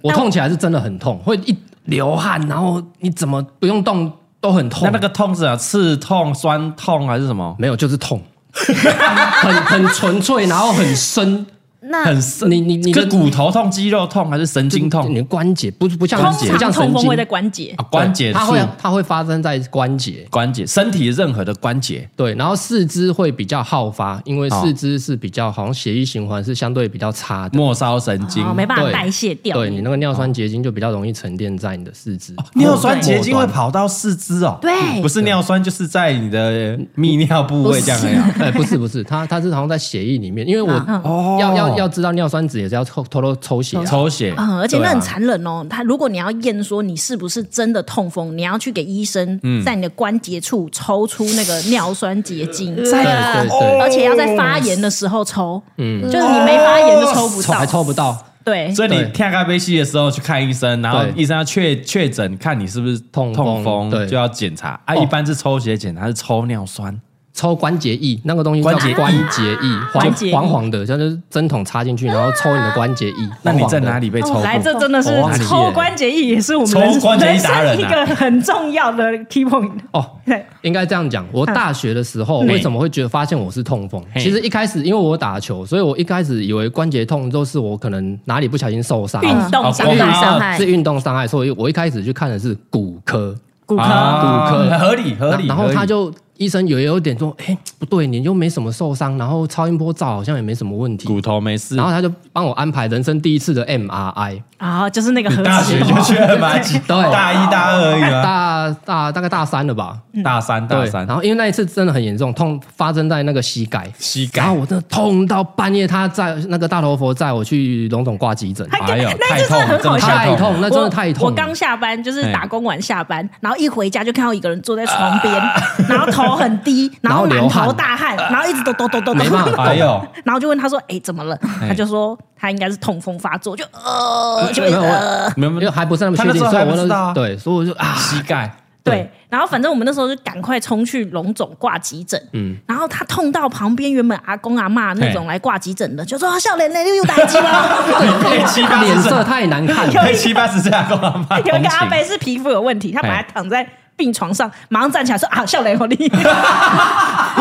Speaker 4: 我
Speaker 2: 但我
Speaker 4: 痛起来是真的很痛，会一流汗，然后你怎么不用动都很痛。
Speaker 1: 那那个痛是什么刺痛、酸痛还是什么？
Speaker 4: 没有，就是痛， 很很纯粹，然后很深，
Speaker 3: 那
Speaker 1: 很深
Speaker 4: 你你你的
Speaker 1: 是骨头痛、肌肉痛还是神经痛
Speaker 4: 你？的关节不是
Speaker 1: 哦
Speaker 4: 不像
Speaker 2: 通
Speaker 4: 不像
Speaker 2: 常
Speaker 4: 神
Speaker 2: 痛风
Speaker 4: 经
Speaker 2: 会在关节
Speaker 1: 啊，关节
Speaker 4: 它
Speaker 1: 处、
Speaker 4: 会它会发生在关节。
Speaker 1: 关节、身体任何的关节。
Speaker 4: 对，然后四肢会比较好发，因为
Speaker 1: 哦
Speaker 4: 四肢是比较好像血液循环是相对比较差的，
Speaker 1: 末梢神经，
Speaker 2: 哦，没办法
Speaker 4: 对
Speaker 2: 代谢掉。
Speaker 4: 对你那个尿酸结晶就比较容易沉淀在你的四肢。
Speaker 1: 哦尿酸结晶会
Speaker 4: 末端
Speaker 1: 跑到四肢哦，
Speaker 3: 对
Speaker 1: 不是尿酸就是在你的泌尿部位这样而已啊
Speaker 4: 哎，不是不是，它它是好像在血液里面，因为我
Speaker 1: 哦
Speaker 4: 要要要知道尿酸值也是要抽偷偷抽血啊，
Speaker 1: 抽血，
Speaker 2: 嗯，而且
Speaker 1: 对
Speaker 2: 那
Speaker 1: 啊
Speaker 2: 很残忍哦。他如果你要验说你是不是真的痛风，你要去给医生
Speaker 1: 嗯
Speaker 2: 在你的关节处抽出那个尿酸结晶，
Speaker 4: 对
Speaker 1: 哎
Speaker 4: 对嗯
Speaker 1: 哦
Speaker 4: 对，
Speaker 2: 而且要在发炎的时候抽，嗯，就是你没发炎就抽不
Speaker 4: 抽
Speaker 2: 到
Speaker 4: 还，抽不到
Speaker 2: 对，
Speaker 1: 所以你
Speaker 4: 对
Speaker 1: 跳咖啡戏的时候去看医生，然后
Speaker 4: 对
Speaker 1: 医生要确确诊，看你是不是
Speaker 4: 痛风
Speaker 1: 痛风，
Speaker 4: 对
Speaker 1: 就要检查啊。
Speaker 4: 哦
Speaker 1: 一般是抽血检查，是抽尿酸，
Speaker 4: 抽关节液，那个东西叫
Speaker 1: 关节液
Speaker 4: 关节液，
Speaker 2: 关
Speaker 4: 黄
Speaker 2: 节液
Speaker 4: 黄黄的，像就是针筒插进去，然后抽你的关节液。
Speaker 1: 那你
Speaker 4: 黄黄
Speaker 1: 在
Speaker 4: 的
Speaker 1: 哪？里被抽过？
Speaker 2: 哦来，这真的是
Speaker 4: 我忘记了
Speaker 2: 抽关节液，也是我们人
Speaker 1: 抽关节液达人啊啊
Speaker 2: 人生一个很重要的 key point。
Speaker 4: 哦，
Speaker 2: 对，
Speaker 4: 应该这样讲。我大学的时候
Speaker 1: 嗯
Speaker 4: 为什么会觉得发现我是痛风？
Speaker 1: 嘿
Speaker 4: 其实一开始因为我打球，所以我一开始以为关节痛都是我可能哪里不小心受伤，啊
Speaker 2: 运动
Speaker 1: 哦
Speaker 2: 伤
Speaker 1: 国
Speaker 3: 运动
Speaker 1: 高
Speaker 2: 害
Speaker 3: 伤害
Speaker 4: 是运动伤害，所以我一开始去看的是骨科。
Speaker 2: 骨科，
Speaker 1: 啊
Speaker 4: 骨科
Speaker 1: 合理合理。
Speaker 4: 然后
Speaker 1: 合理
Speaker 4: 他就医生有有点说，哎、不对，你又没什么受伤，然后超音波照好像也没什么问题，
Speaker 1: 骨头没事，
Speaker 4: 然后他就帮我安排人生第一次的 MRI，
Speaker 2: 啊，就是那个核
Speaker 1: 你大学
Speaker 2: 磁
Speaker 1: 就去了 吧？几
Speaker 4: 对
Speaker 1: 大一大二而已啊，
Speaker 4: 大大大概大三了吧，
Speaker 1: 大三大
Speaker 4: 对，
Speaker 1: 三
Speaker 4: 然，后因为那一次真的很严重，痛发生在那个膝盖，
Speaker 1: 膝
Speaker 4: 然后
Speaker 1: 盖，
Speaker 4: 我真的痛到半夜，他在那个大头佛载我去龙总挂急诊，
Speaker 1: 哎呦，
Speaker 2: 那
Speaker 1: 太
Speaker 2: 一次真的
Speaker 1: 痛了，真的
Speaker 2: 很好笑
Speaker 1: 太
Speaker 4: 太
Speaker 1: 痛
Speaker 4: 痛，
Speaker 1: 了。
Speaker 4: 那真的太痛
Speaker 2: 我我
Speaker 4: 了。
Speaker 2: 刚下班，就是
Speaker 1: 哎
Speaker 2: 打工完下班，然后一回家就看到一个人坐在床边， 然后头很 低，然后
Speaker 4: 啊然后
Speaker 2: 满
Speaker 4: 流汗
Speaker 2: 头大汗，然后一直抖抖抖抖抖，
Speaker 4: 没办法
Speaker 1: 哎呦，
Speaker 2: 然后就问他说：“哎，怎么了？”
Speaker 1: 哎
Speaker 2: 他就说他应该是痛风发作，就呃，就一直
Speaker 4: 哎没有
Speaker 2: 呃，
Speaker 1: 没有
Speaker 4: 因
Speaker 1: 没
Speaker 4: 为
Speaker 1: 有，
Speaker 4: 还不是那么确
Speaker 1: 他
Speaker 4: 定，
Speaker 1: 那时候
Speaker 4: 所以
Speaker 1: 还不
Speaker 4: 我
Speaker 1: 知道啊
Speaker 4: 就对，所以我就啊，
Speaker 1: 膝盖
Speaker 2: 对。然后反正我们那时候就赶快冲去龙总挂急诊，嗯，然后他痛到旁边原本阿公阿妈那种
Speaker 1: 哎
Speaker 2: 来挂急诊的，就说啊：“笑脸呢又打击 了。
Speaker 1: 配 七八
Speaker 4: 脸
Speaker 1: 十岁
Speaker 4: 色，太难 看了。
Speaker 1: 配哎七八十岁阿公阿妈”
Speaker 2: 有一
Speaker 1: 同
Speaker 2: 个阿
Speaker 1: 情
Speaker 2: 伯。是皮肤有问题，他本来
Speaker 1: 哎
Speaker 2: 躺在病床上，马上站起来说：“啊，笑脸好厉害。”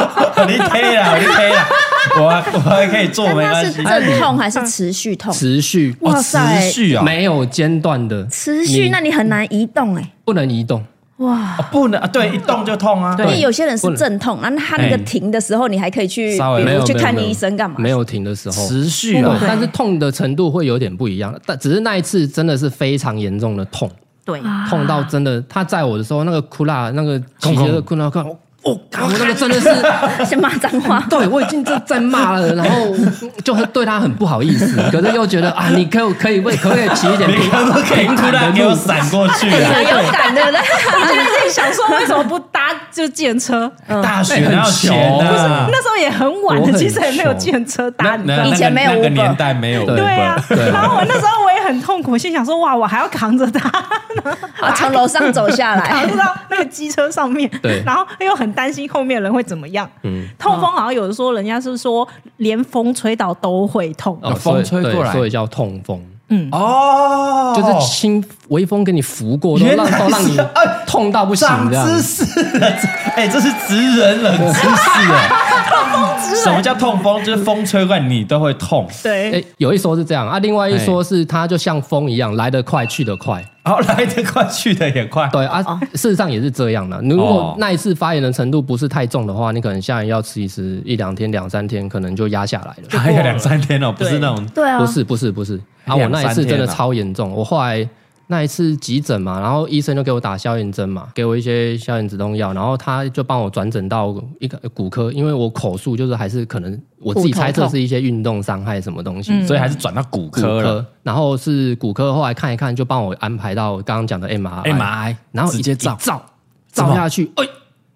Speaker 1: 你可以啦，你可以啦，我我还可以做，
Speaker 3: 但
Speaker 1: 没
Speaker 3: 它
Speaker 1: 关
Speaker 3: 是
Speaker 1: 系。
Speaker 4: 哎
Speaker 3: 阵痛还是持续痛？
Speaker 4: 持续，
Speaker 3: 哦
Speaker 4: 哦
Speaker 3: 哇塞
Speaker 1: 持续啊，
Speaker 4: 没有间断的，
Speaker 3: 持续，那你很难移动哎。
Speaker 4: 不能移动。
Speaker 3: 哇，
Speaker 1: 哦不能啊，对，一动就痛啊。
Speaker 3: 因为
Speaker 4: 对哎
Speaker 3: 有些人是阵痛，那他那个停的时候，你还可以去，
Speaker 1: 稍微
Speaker 3: 比
Speaker 4: 没有
Speaker 3: 如去
Speaker 4: 没有
Speaker 3: 看
Speaker 4: 没有
Speaker 3: 医生干嘛？哦
Speaker 4: 没有停的时候，
Speaker 1: 持续
Speaker 4: 对
Speaker 1: 啊，
Speaker 4: 但是痛的程度会有点不一样。但只是那一次真的是非常严重的痛，
Speaker 2: 对，
Speaker 4: 痛到真的，他在我的时候，那个哭啦，那个
Speaker 1: 空
Speaker 4: 起
Speaker 1: 空
Speaker 4: 的哭啦，看我哦，干我那个真的是。。
Speaker 3: 先骂脏话
Speaker 4: 对，我已经在在骂了，然后就很对他很不好意思，可是又觉得啊，你可可以为可不可以骑一点
Speaker 1: 你
Speaker 4: 平
Speaker 1: 可不可以
Speaker 4: 平
Speaker 1: 突
Speaker 4: 坦的
Speaker 1: 然给我
Speaker 4: 路？
Speaker 1: 闪过去 啊？
Speaker 3: 很勇 敢的，
Speaker 2: 我就在想说，为什么不搭就建车？
Speaker 1: 大学哪有钱
Speaker 4: 不是
Speaker 1: 啊？
Speaker 2: 那时候也很晚
Speaker 4: 啊
Speaker 2: 了，
Speaker 4: 我很
Speaker 2: 其实也没有建车搭你知道
Speaker 1: 那
Speaker 2: 吗。
Speaker 3: 以前没有
Speaker 1: 那个
Speaker 3: Uber
Speaker 1: 年代没有 Uber，
Speaker 2: 对啊，
Speaker 4: 对
Speaker 2: 然后我那时候我也很痛苦，心想说哇，我还要扛着 它，
Speaker 3: 啊，从楼上走下来
Speaker 2: 扛，着到那个机车上面，
Speaker 4: 对嗯
Speaker 2: 然后又很担心后面人会怎么样。痛风好像有的说人家是说连风吹倒都会痛，
Speaker 4: 哦
Speaker 1: 风吹过来
Speaker 4: 所以对所以叫痛风，
Speaker 1: 哦，
Speaker 4: 就是轻微风给你拂过，都
Speaker 1: 原
Speaker 4: 让
Speaker 1: 来
Speaker 4: 都让你
Speaker 1: 是哎
Speaker 4: 痛到不行
Speaker 1: 长
Speaker 4: 这样。
Speaker 1: 知识了，哎、这是直人冷知识哎、
Speaker 4: 啊
Speaker 1: 什么叫痛风？就是风吹过来你都会痛。
Speaker 2: 对，
Speaker 4: 哎，有一说是这样啊，另外一说是它就像风一样来得快去得快，
Speaker 1: 然后来得快，去得也快。
Speaker 4: 对啊，事实上也是这样的。如
Speaker 1: 哦
Speaker 4: 果那一次发炎的程度不是太重的话，你可能下来要吃一吃一两天、两三天，可能就压下来了。
Speaker 1: 还有两三天哦，不是那种
Speaker 3: 对啊
Speaker 4: 不，是不是不是啊！我
Speaker 1: 两
Speaker 4: 那一
Speaker 1: 三
Speaker 4: 次真的
Speaker 1: 天啊
Speaker 4: 超严重，我后来那一次急诊嘛，然后医生就给我打消炎针嘛，给我一些消炎止痛药，然后他就帮我转诊到一个骨科，因为我口述就是还是可能我自己
Speaker 3: 骨头痛
Speaker 4: 猜测是一些运动伤害什么东西，
Speaker 2: 嗯
Speaker 1: 所以还是转到骨
Speaker 4: 嗯骨
Speaker 1: 科了。
Speaker 4: 科，然后是骨科，后来看一看就帮我安排到刚刚讲的 MRI，
Speaker 1: MRI
Speaker 4: 哎然后一
Speaker 1: 哎直接照
Speaker 4: 一照照下去，哎。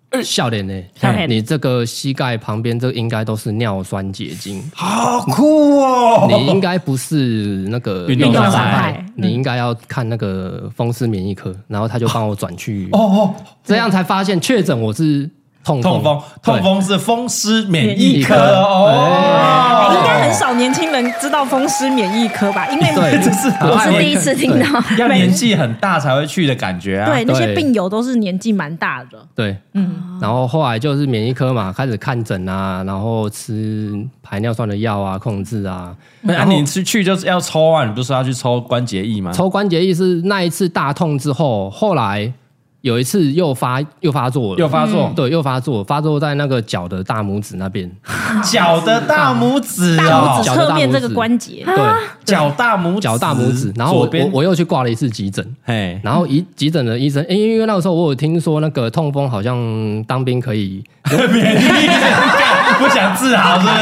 Speaker 4: 哎笑脸呢？
Speaker 2: 笑脸
Speaker 4: 你这个膝盖旁边这应该都是尿酸结晶，
Speaker 1: 啊好酷哦！
Speaker 4: 你应该不是那个
Speaker 1: 运动伤害
Speaker 2: 嗯
Speaker 4: 你应该要看那个风湿免疫科，然后他就帮我转去，
Speaker 1: 哦哦，
Speaker 4: 这样才发现确诊我是痛
Speaker 1: 痛风，痛
Speaker 4: 对哎
Speaker 1: 风是风湿免
Speaker 4: 免
Speaker 1: 疫
Speaker 4: 疫
Speaker 1: 科
Speaker 4: 科
Speaker 1: 哦，
Speaker 2: 应该很少年轻人知道风湿免疫科吧？因为
Speaker 4: 哦 对，啊
Speaker 1: 这是
Speaker 4: 很
Speaker 3: 我
Speaker 4: 爱
Speaker 3: 是第一次听到。
Speaker 1: 要年纪很大才会去的感觉啊。
Speaker 2: 对那些
Speaker 4: 对
Speaker 2: 病友都是年纪蛮大的，
Speaker 4: 对，嗯，然后后来就是免疫科嘛，开始看诊啊，然后吃排尿酸的药啊，控制啊，
Speaker 1: 那、啊、你去去就是要抽啊，你不是要去抽关节液吗？
Speaker 4: 抽关节液是那一次大痛之后，后来有一次又发又发作了，
Speaker 1: 又发作
Speaker 4: 嗯对，又发作，发作在那个脚的大拇指那边，
Speaker 1: 脚的大拇指
Speaker 2: 大
Speaker 1: 哦，
Speaker 2: 拇指
Speaker 4: 脚的大
Speaker 2: 侧面
Speaker 4: 拇
Speaker 2: 这个
Speaker 4: 指
Speaker 2: 关节，
Speaker 4: 对，
Speaker 1: 脚大拇指，
Speaker 4: 脚大拇指，然
Speaker 1: 嗯
Speaker 4: 后
Speaker 1: 左
Speaker 4: 我我
Speaker 1: 边，
Speaker 4: 我又去挂了一次急诊。
Speaker 1: 嘿，
Speaker 4: 然后急急诊的医生，诶因为那个时候我有听说那个痛风好像当兵可以，
Speaker 1: 不想治好是不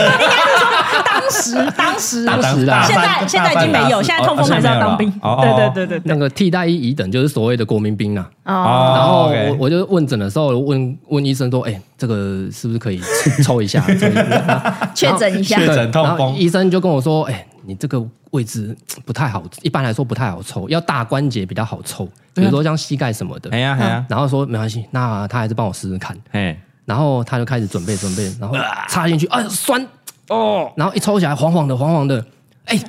Speaker 1: 是？
Speaker 2: 当时当时
Speaker 4: 当时啊
Speaker 2: 现在现在已经没有，哦现在痛风还是要当兵。对对
Speaker 1: 对。
Speaker 2: 对对
Speaker 4: 那
Speaker 2: 对，
Speaker 4: 个替代役乙等就是所谓的国民兵啊。
Speaker 3: 哦，
Speaker 4: 然
Speaker 1: 然
Speaker 4: 后我我就问诊的时候问问医生说，哎、这个是不是可以抽一下？抽一下
Speaker 3: 确诊一下
Speaker 1: 确，
Speaker 4: 对
Speaker 1: 诊痛
Speaker 4: 然后
Speaker 1: 风
Speaker 4: 医生就跟我说，哎、你这个位置不太好，一般来说不太好抽，要大关节比较好抽，比如说像膝盖什么的。
Speaker 1: 哎呀哎呀，
Speaker 4: 然后说没关系，那他还是帮我试试看。
Speaker 1: 嘿，
Speaker 4: 然后他就开始准备准备，然后
Speaker 1: 啊
Speaker 4: 插进去，哎呦酸哦，然后一抽起来黄黄的黄黄的，哎，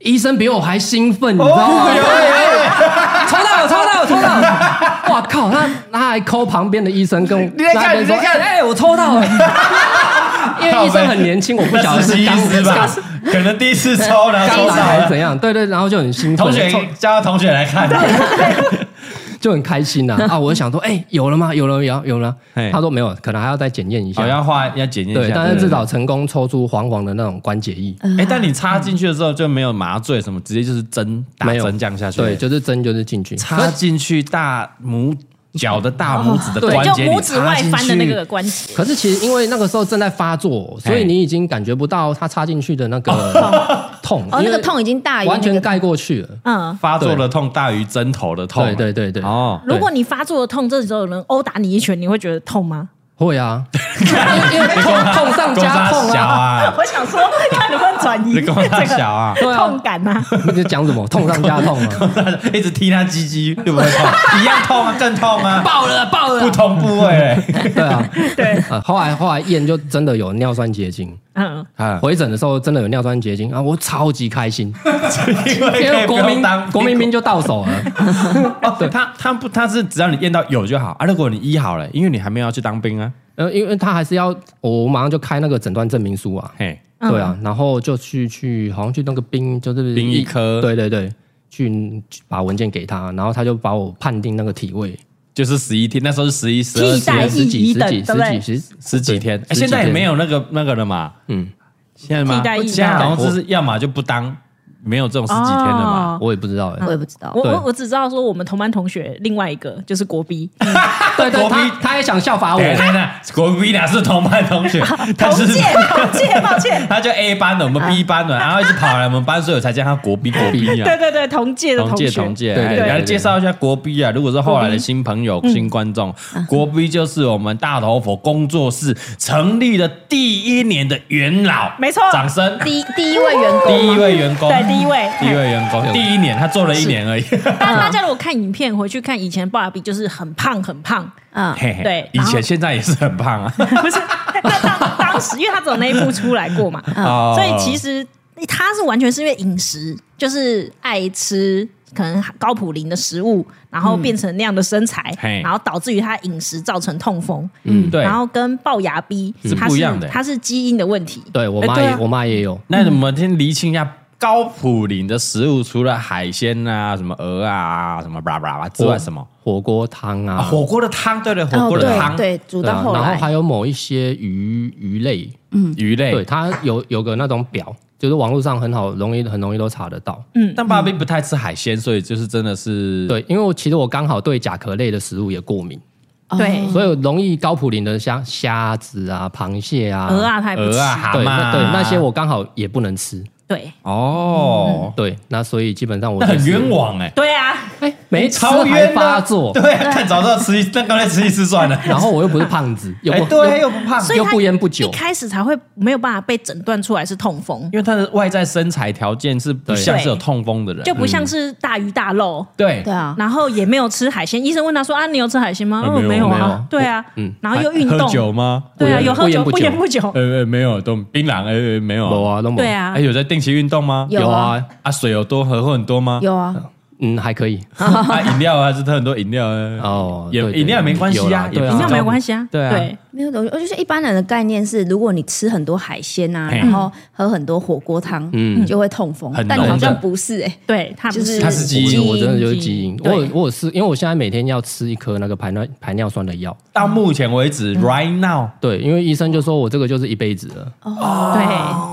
Speaker 4: 医生比我还兴奋，
Speaker 1: 哦
Speaker 4: 你知道吗？ 抽到了，抽到了，抽到了！哇靠，他他还抠旁边的医生跟
Speaker 1: 你在看
Speaker 4: 那边说
Speaker 1: 你在看
Speaker 4: 哎，我 抽到了，因为医生很年轻，我不晓
Speaker 1: 那
Speaker 4: 得
Speaker 1: 实
Speaker 4: 是
Speaker 1: 习
Speaker 4: 刚
Speaker 1: 医师吧， 可能第一次抽，然后
Speaker 4: 刚
Speaker 1: 抽
Speaker 4: 来
Speaker 1: 到
Speaker 4: 还是
Speaker 1: 了
Speaker 4: 怎。样？对对，然后就很兴奋，
Speaker 1: 同学
Speaker 4: 抽
Speaker 1: 叫同学来看，
Speaker 4: 就很开心呐 啊！我就想说，哎，有了吗？有了，有有了
Speaker 1: 嘿。
Speaker 4: 他说没有，可能还要再检验一
Speaker 1: 好
Speaker 4: 下。
Speaker 1: 要画要检验一
Speaker 4: 对，
Speaker 1: 下，
Speaker 4: 但是至少成功抽出黄黄的那种关节液。
Speaker 1: 哎，但你插进去的时候就没有麻醉什么，直接就是针打
Speaker 4: 没有
Speaker 1: 针这样下去，
Speaker 4: 对，就是针就是进去。
Speaker 1: 插进去大拇脚的大拇指的
Speaker 4: 对
Speaker 1: 关
Speaker 2: 就
Speaker 1: 节，
Speaker 2: 拇指外翻的那个关节。
Speaker 4: 可是其实因为那个时候正在发作，所以你已经感觉不到它插进去的 那个痛，
Speaker 3: 哦，
Speaker 4: 因为
Speaker 3: 那个痛已经大于
Speaker 4: 完
Speaker 3: 那
Speaker 4: 全
Speaker 3: 个
Speaker 4: 盖过去了。
Speaker 2: 嗯，
Speaker 1: 发作的痛大于针头的痛，
Speaker 4: 对对对对，
Speaker 1: 哦，
Speaker 2: 如果你发作的痛，这时候有人殴打你一拳，你会觉得痛吗？
Speaker 4: 会啊，因为痛痛上
Speaker 1: 公
Speaker 4: 加
Speaker 1: 差
Speaker 4: 痛
Speaker 1: 小
Speaker 4: 啊。
Speaker 1: 啊，
Speaker 2: 我想说，看能不能转移
Speaker 1: 你
Speaker 2: 这
Speaker 1: 公差
Speaker 2: 个
Speaker 1: 小啊，
Speaker 4: 对
Speaker 2: 痛
Speaker 4: 啊，
Speaker 2: 感啊。
Speaker 4: 你在讲什么？痛上加痛啊！
Speaker 1: 一直踢他鸡鸡，会不会痛？一样痛啊，更痛啊，
Speaker 4: 爆了爆
Speaker 1: 不！同部位，
Speaker 4: 对啊，
Speaker 2: 对，
Speaker 4: 啊，后来后来验就真的有尿酸结晶，
Speaker 2: 嗯，
Speaker 1: 啊，
Speaker 4: 回诊的时候真的有尿酸结晶啊，我超级 开心，
Speaker 1: 因为
Speaker 4: 因
Speaker 1: 可
Speaker 4: 为
Speaker 1: 以不
Speaker 4: 国
Speaker 1: 用
Speaker 4: 民
Speaker 1: 当
Speaker 4: 国民兵就到手了。
Speaker 1: 哦，他他不他是只要你验到有就好啊，如果你医好了，因为你还没有要去当兵啊，
Speaker 4: 呃，因为他还是要我马上就开那个诊断证明书啊，
Speaker 1: 嘿，
Speaker 4: 对啊，然后就去去，好像去那个兵，就是
Speaker 1: 兵役科
Speaker 4: 对对对，去把文件给他，然后他就把我判定那个体位，
Speaker 1: 就是十一天，那时候是十一、十二、
Speaker 2: 替代
Speaker 1: 十
Speaker 4: 十
Speaker 2: 役
Speaker 4: 几十
Speaker 2: 等
Speaker 4: 几
Speaker 2: 对不对
Speaker 4: 十几十
Speaker 1: 十几天，哎
Speaker 4: 十几
Speaker 1: 现在也
Speaker 4: 天
Speaker 1: 没有那个那个了嘛，
Speaker 4: 嗯，
Speaker 1: 现在吗
Speaker 2: 替代？役
Speaker 1: 现在好像就是要么就不当，没有这种十几天的嘛。
Speaker 2: 哦
Speaker 4: 我也不知道哎、
Speaker 3: 我也不知道
Speaker 2: 我。
Speaker 1: 对
Speaker 2: 我我只知道说我们同班同学另外一个就是国 逼，
Speaker 4: 对对，
Speaker 1: 国
Speaker 4: 他
Speaker 1: 宾
Speaker 4: 他也想效法我，
Speaker 1: 对对对，国 B 俩是同班同 学，他是
Speaker 2: 抱 歉抱 歉，
Speaker 1: 他就 A 班的，我们 B 班的，然后一直跑来我们班，所以我才叫他国 B 国 B 啊
Speaker 2: 啊 对。对对，同届的
Speaker 1: 同届
Speaker 2: 学，
Speaker 1: 同届，
Speaker 4: 对
Speaker 1: 哎
Speaker 4: 对对
Speaker 1: 来
Speaker 4: 对
Speaker 1: 介绍一下国 B 啊。如果是后来的新朋友、新观众，
Speaker 2: 嗯
Speaker 1: 国 B 就是我们大头佛工作室成立的第一年的元老，
Speaker 2: 没错
Speaker 1: 掌声。
Speaker 3: 第一第一位员工
Speaker 1: 第一位员工，
Speaker 2: 对 第一位嗯
Speaker 1: 第一位员工，第一年他做了一年而已。
Speaker 2: 但大家如果看影片回去看以前鲍亚比就是很胖很胖，
Speaker 3: 啊，
Speaker 1: 嘿嘿
Speaker 2: 对
Speaker 1: 以
Speaker 2: 然后
Speaker 1: 前现在也是很胖啊。
Speaker 2: 不是那当当时因为他只有那一部出来过 嘛，
Speaker 1: 哦
Speaker 2: 所以其实他是完全是因为饮食，就是爱吃可能高普林的食物，然后变成那样的身材，
Speaker 1: 嗯嘿
Speaker 2: 然后导致于他饮食造成痛风。
Speaker 1: 嗯对
Speaker 2: 然后跟龅牙逼
Speaker 1: 是
Speaker 2: 它
Speaker 1: 不一样的
Speaker 2: 它是基因的问题。
Speaker 4: 对我妈
Speaker 2: 哎对
Speaker 4: 也、
Speaker 2: 啊
Speaker 4: 我妈也有，
Speaker 1: 那我们先厘清一下。高普林的食物除了海鲜啊、什么鹅啊、什么巴拉巴拉之外，什么
Speaker 4: 火锅汤啊，
Speaker 2: 嗯
Speaker 1: 啊？火锅的汤，对对，火
Speaker 3: 哦
Speaker 1: 锅的汤，嗯
Speaker 3: 对对，煮
Speaker 4: 对啊
Speaker 3: 到后
Speaker 4: 然后
Speaker 3: 来
Speaker 4: 还有某一些鱼鱼类，
Speaker 2: 嗯
Speaker 1: 鱼类，
Speaker 4: 对，它有有个那种表，就是网络上很好容易很容易都查得到。
Speaker 1: 但
Speaker 4: 嗯
Speaker 1: 爸比不太吃海鲜，所以就是真的是
Speaker 4: 对，因为我其实我刚好对甲壳类的食物也过敏，
Speaker 2: 对，
Speaker 1: 嗯
Speaker 4: 所以我容易高普林的像虾子啊、螃蟹啊、
Speaker 2: 鹅啊，它也不吃
Speaker 1: 鹅。啊、蛤
Speaker 4: 对
Speaker 1: 蟆
Speaker 4: 那
Speaker 1: 啊
Speaker 4: 对那些我刚好也不能吃。
Speaker 2: 对嗯
Speaker 1: 哦，
Speaker 4: 对，那所以基本上我
Speaker 1: 那很
Speaker 4: 就是
Speaker 1: 冤，枉哎，
Speaker 2: 对啊，
Speaker 4: 哎，没吃
Speaker 1: 超
Speaker 4: 还
Speaker 1: 冤
Speaker 4: 发
Speaker 1: 啊
Speaker 4: 作，
Speaker 1: 对，看早知道吃一，那干脆吃一次算 了。
Speaker 4: 然后我又不是胖子，又
Speaker 1: 哎，
Speaker 4: 不
Speaker 1: 对，又不胖，
Speaker 2: 所以
Speaker 4: 又
Speaker 2: 它
Speaker 4: 不烟不酒
Speaker 2: 一开始才会没有办法被诊断出来是痛风，
Speaker 1: 因为他的外在身材条件是不像是有痛风的人，
Speaker 2: 就不像是大鱼大肉。
Speaker 1: 对
Speaker 3: 对啊，
Speaker 2: 然后也没有吃海鲜，医生问他说：“啊，你有吃海鲜吗？”
Speaker 1: 嗯呃
Speaker 2: 哦，
Speaker 1: 没有
Speaker 2: 有
Speaker 1: 没
Speaker 2: 啊
Speaker 1: 有，
Speaker 2: 对啊，
Speaker 4: 嗯
Speaker 2: 然后又运
Speaker 1: 喝
Speaker 2: 动，
Speaker 1: 酒吗？
Speaker 2: 对啊，
Speaker 4: 不
Speaker 2: 有喝酒，
Speaker 4: 不
Speaker 2: 不
Speaker 4: 烟
Speaker 2: 烟不酒，
Speaker 1: 呃呃，没有，都槟榔，呃呃，没有
Speaker 4: 有
Speaker 1: 啊。
Speaker 4: 啊，都没
Speaker 2: 对，啊
Speaker 1: 哎，，有在定期运动吗？
Speaker 3: 有
Speaker 4: 有
Speaker 3: 啊
Speaker 4: 啊，
Speaker 1: 啊，水有多喝喝很多吗？
Speaker 3: 有啊，
Speaker 4: 嗯，还可以
Speaker 1: 啊，饮料啊，是喝很多饮料啊。
Speaker 4: 哦，
Speaker 1: 也
Speaker 4: 对对
Speaker 1: 饮料也没关系啊
Speaker 4: 有啦
Speaker 1: 也不
Speaker 4: 对啊
Speaker 2: 饮料没关系啊，
Speaker 1: 对啊
Speaker 2: 对
Speaker 3: 没有东西。我就是一般人的概念是，如果你吃很多海鲜啊，
Speaker 4: 哎
Speaker 1: 嘿
Speaker 3: 然后喝很多火锅汤，嗯，就会痛风
Speaker 1: 很。
Speaker 3: 但你
Speaker 1: 浓
Speaker 3: 好像
Speaker 1: 的
Speaker 3: 不是哎，
Speaker 2: 对，他不
Speaker 3: 就是
Speaker 1: 它是基
Speaker 4: 我
Speaker 1: 因
Speaker 4: 我真的就是基因，我
Speaker 2: 对
Speaker 4: 有我有是因为我现在每天要吃一颗那个排尿排尿酸的药，
Speaker 1: 到目前为止，right
Speaker 2: 嗯
Speaker 1: now，
Speaker 4: 对，因为医生就说我这个就是一辈子了，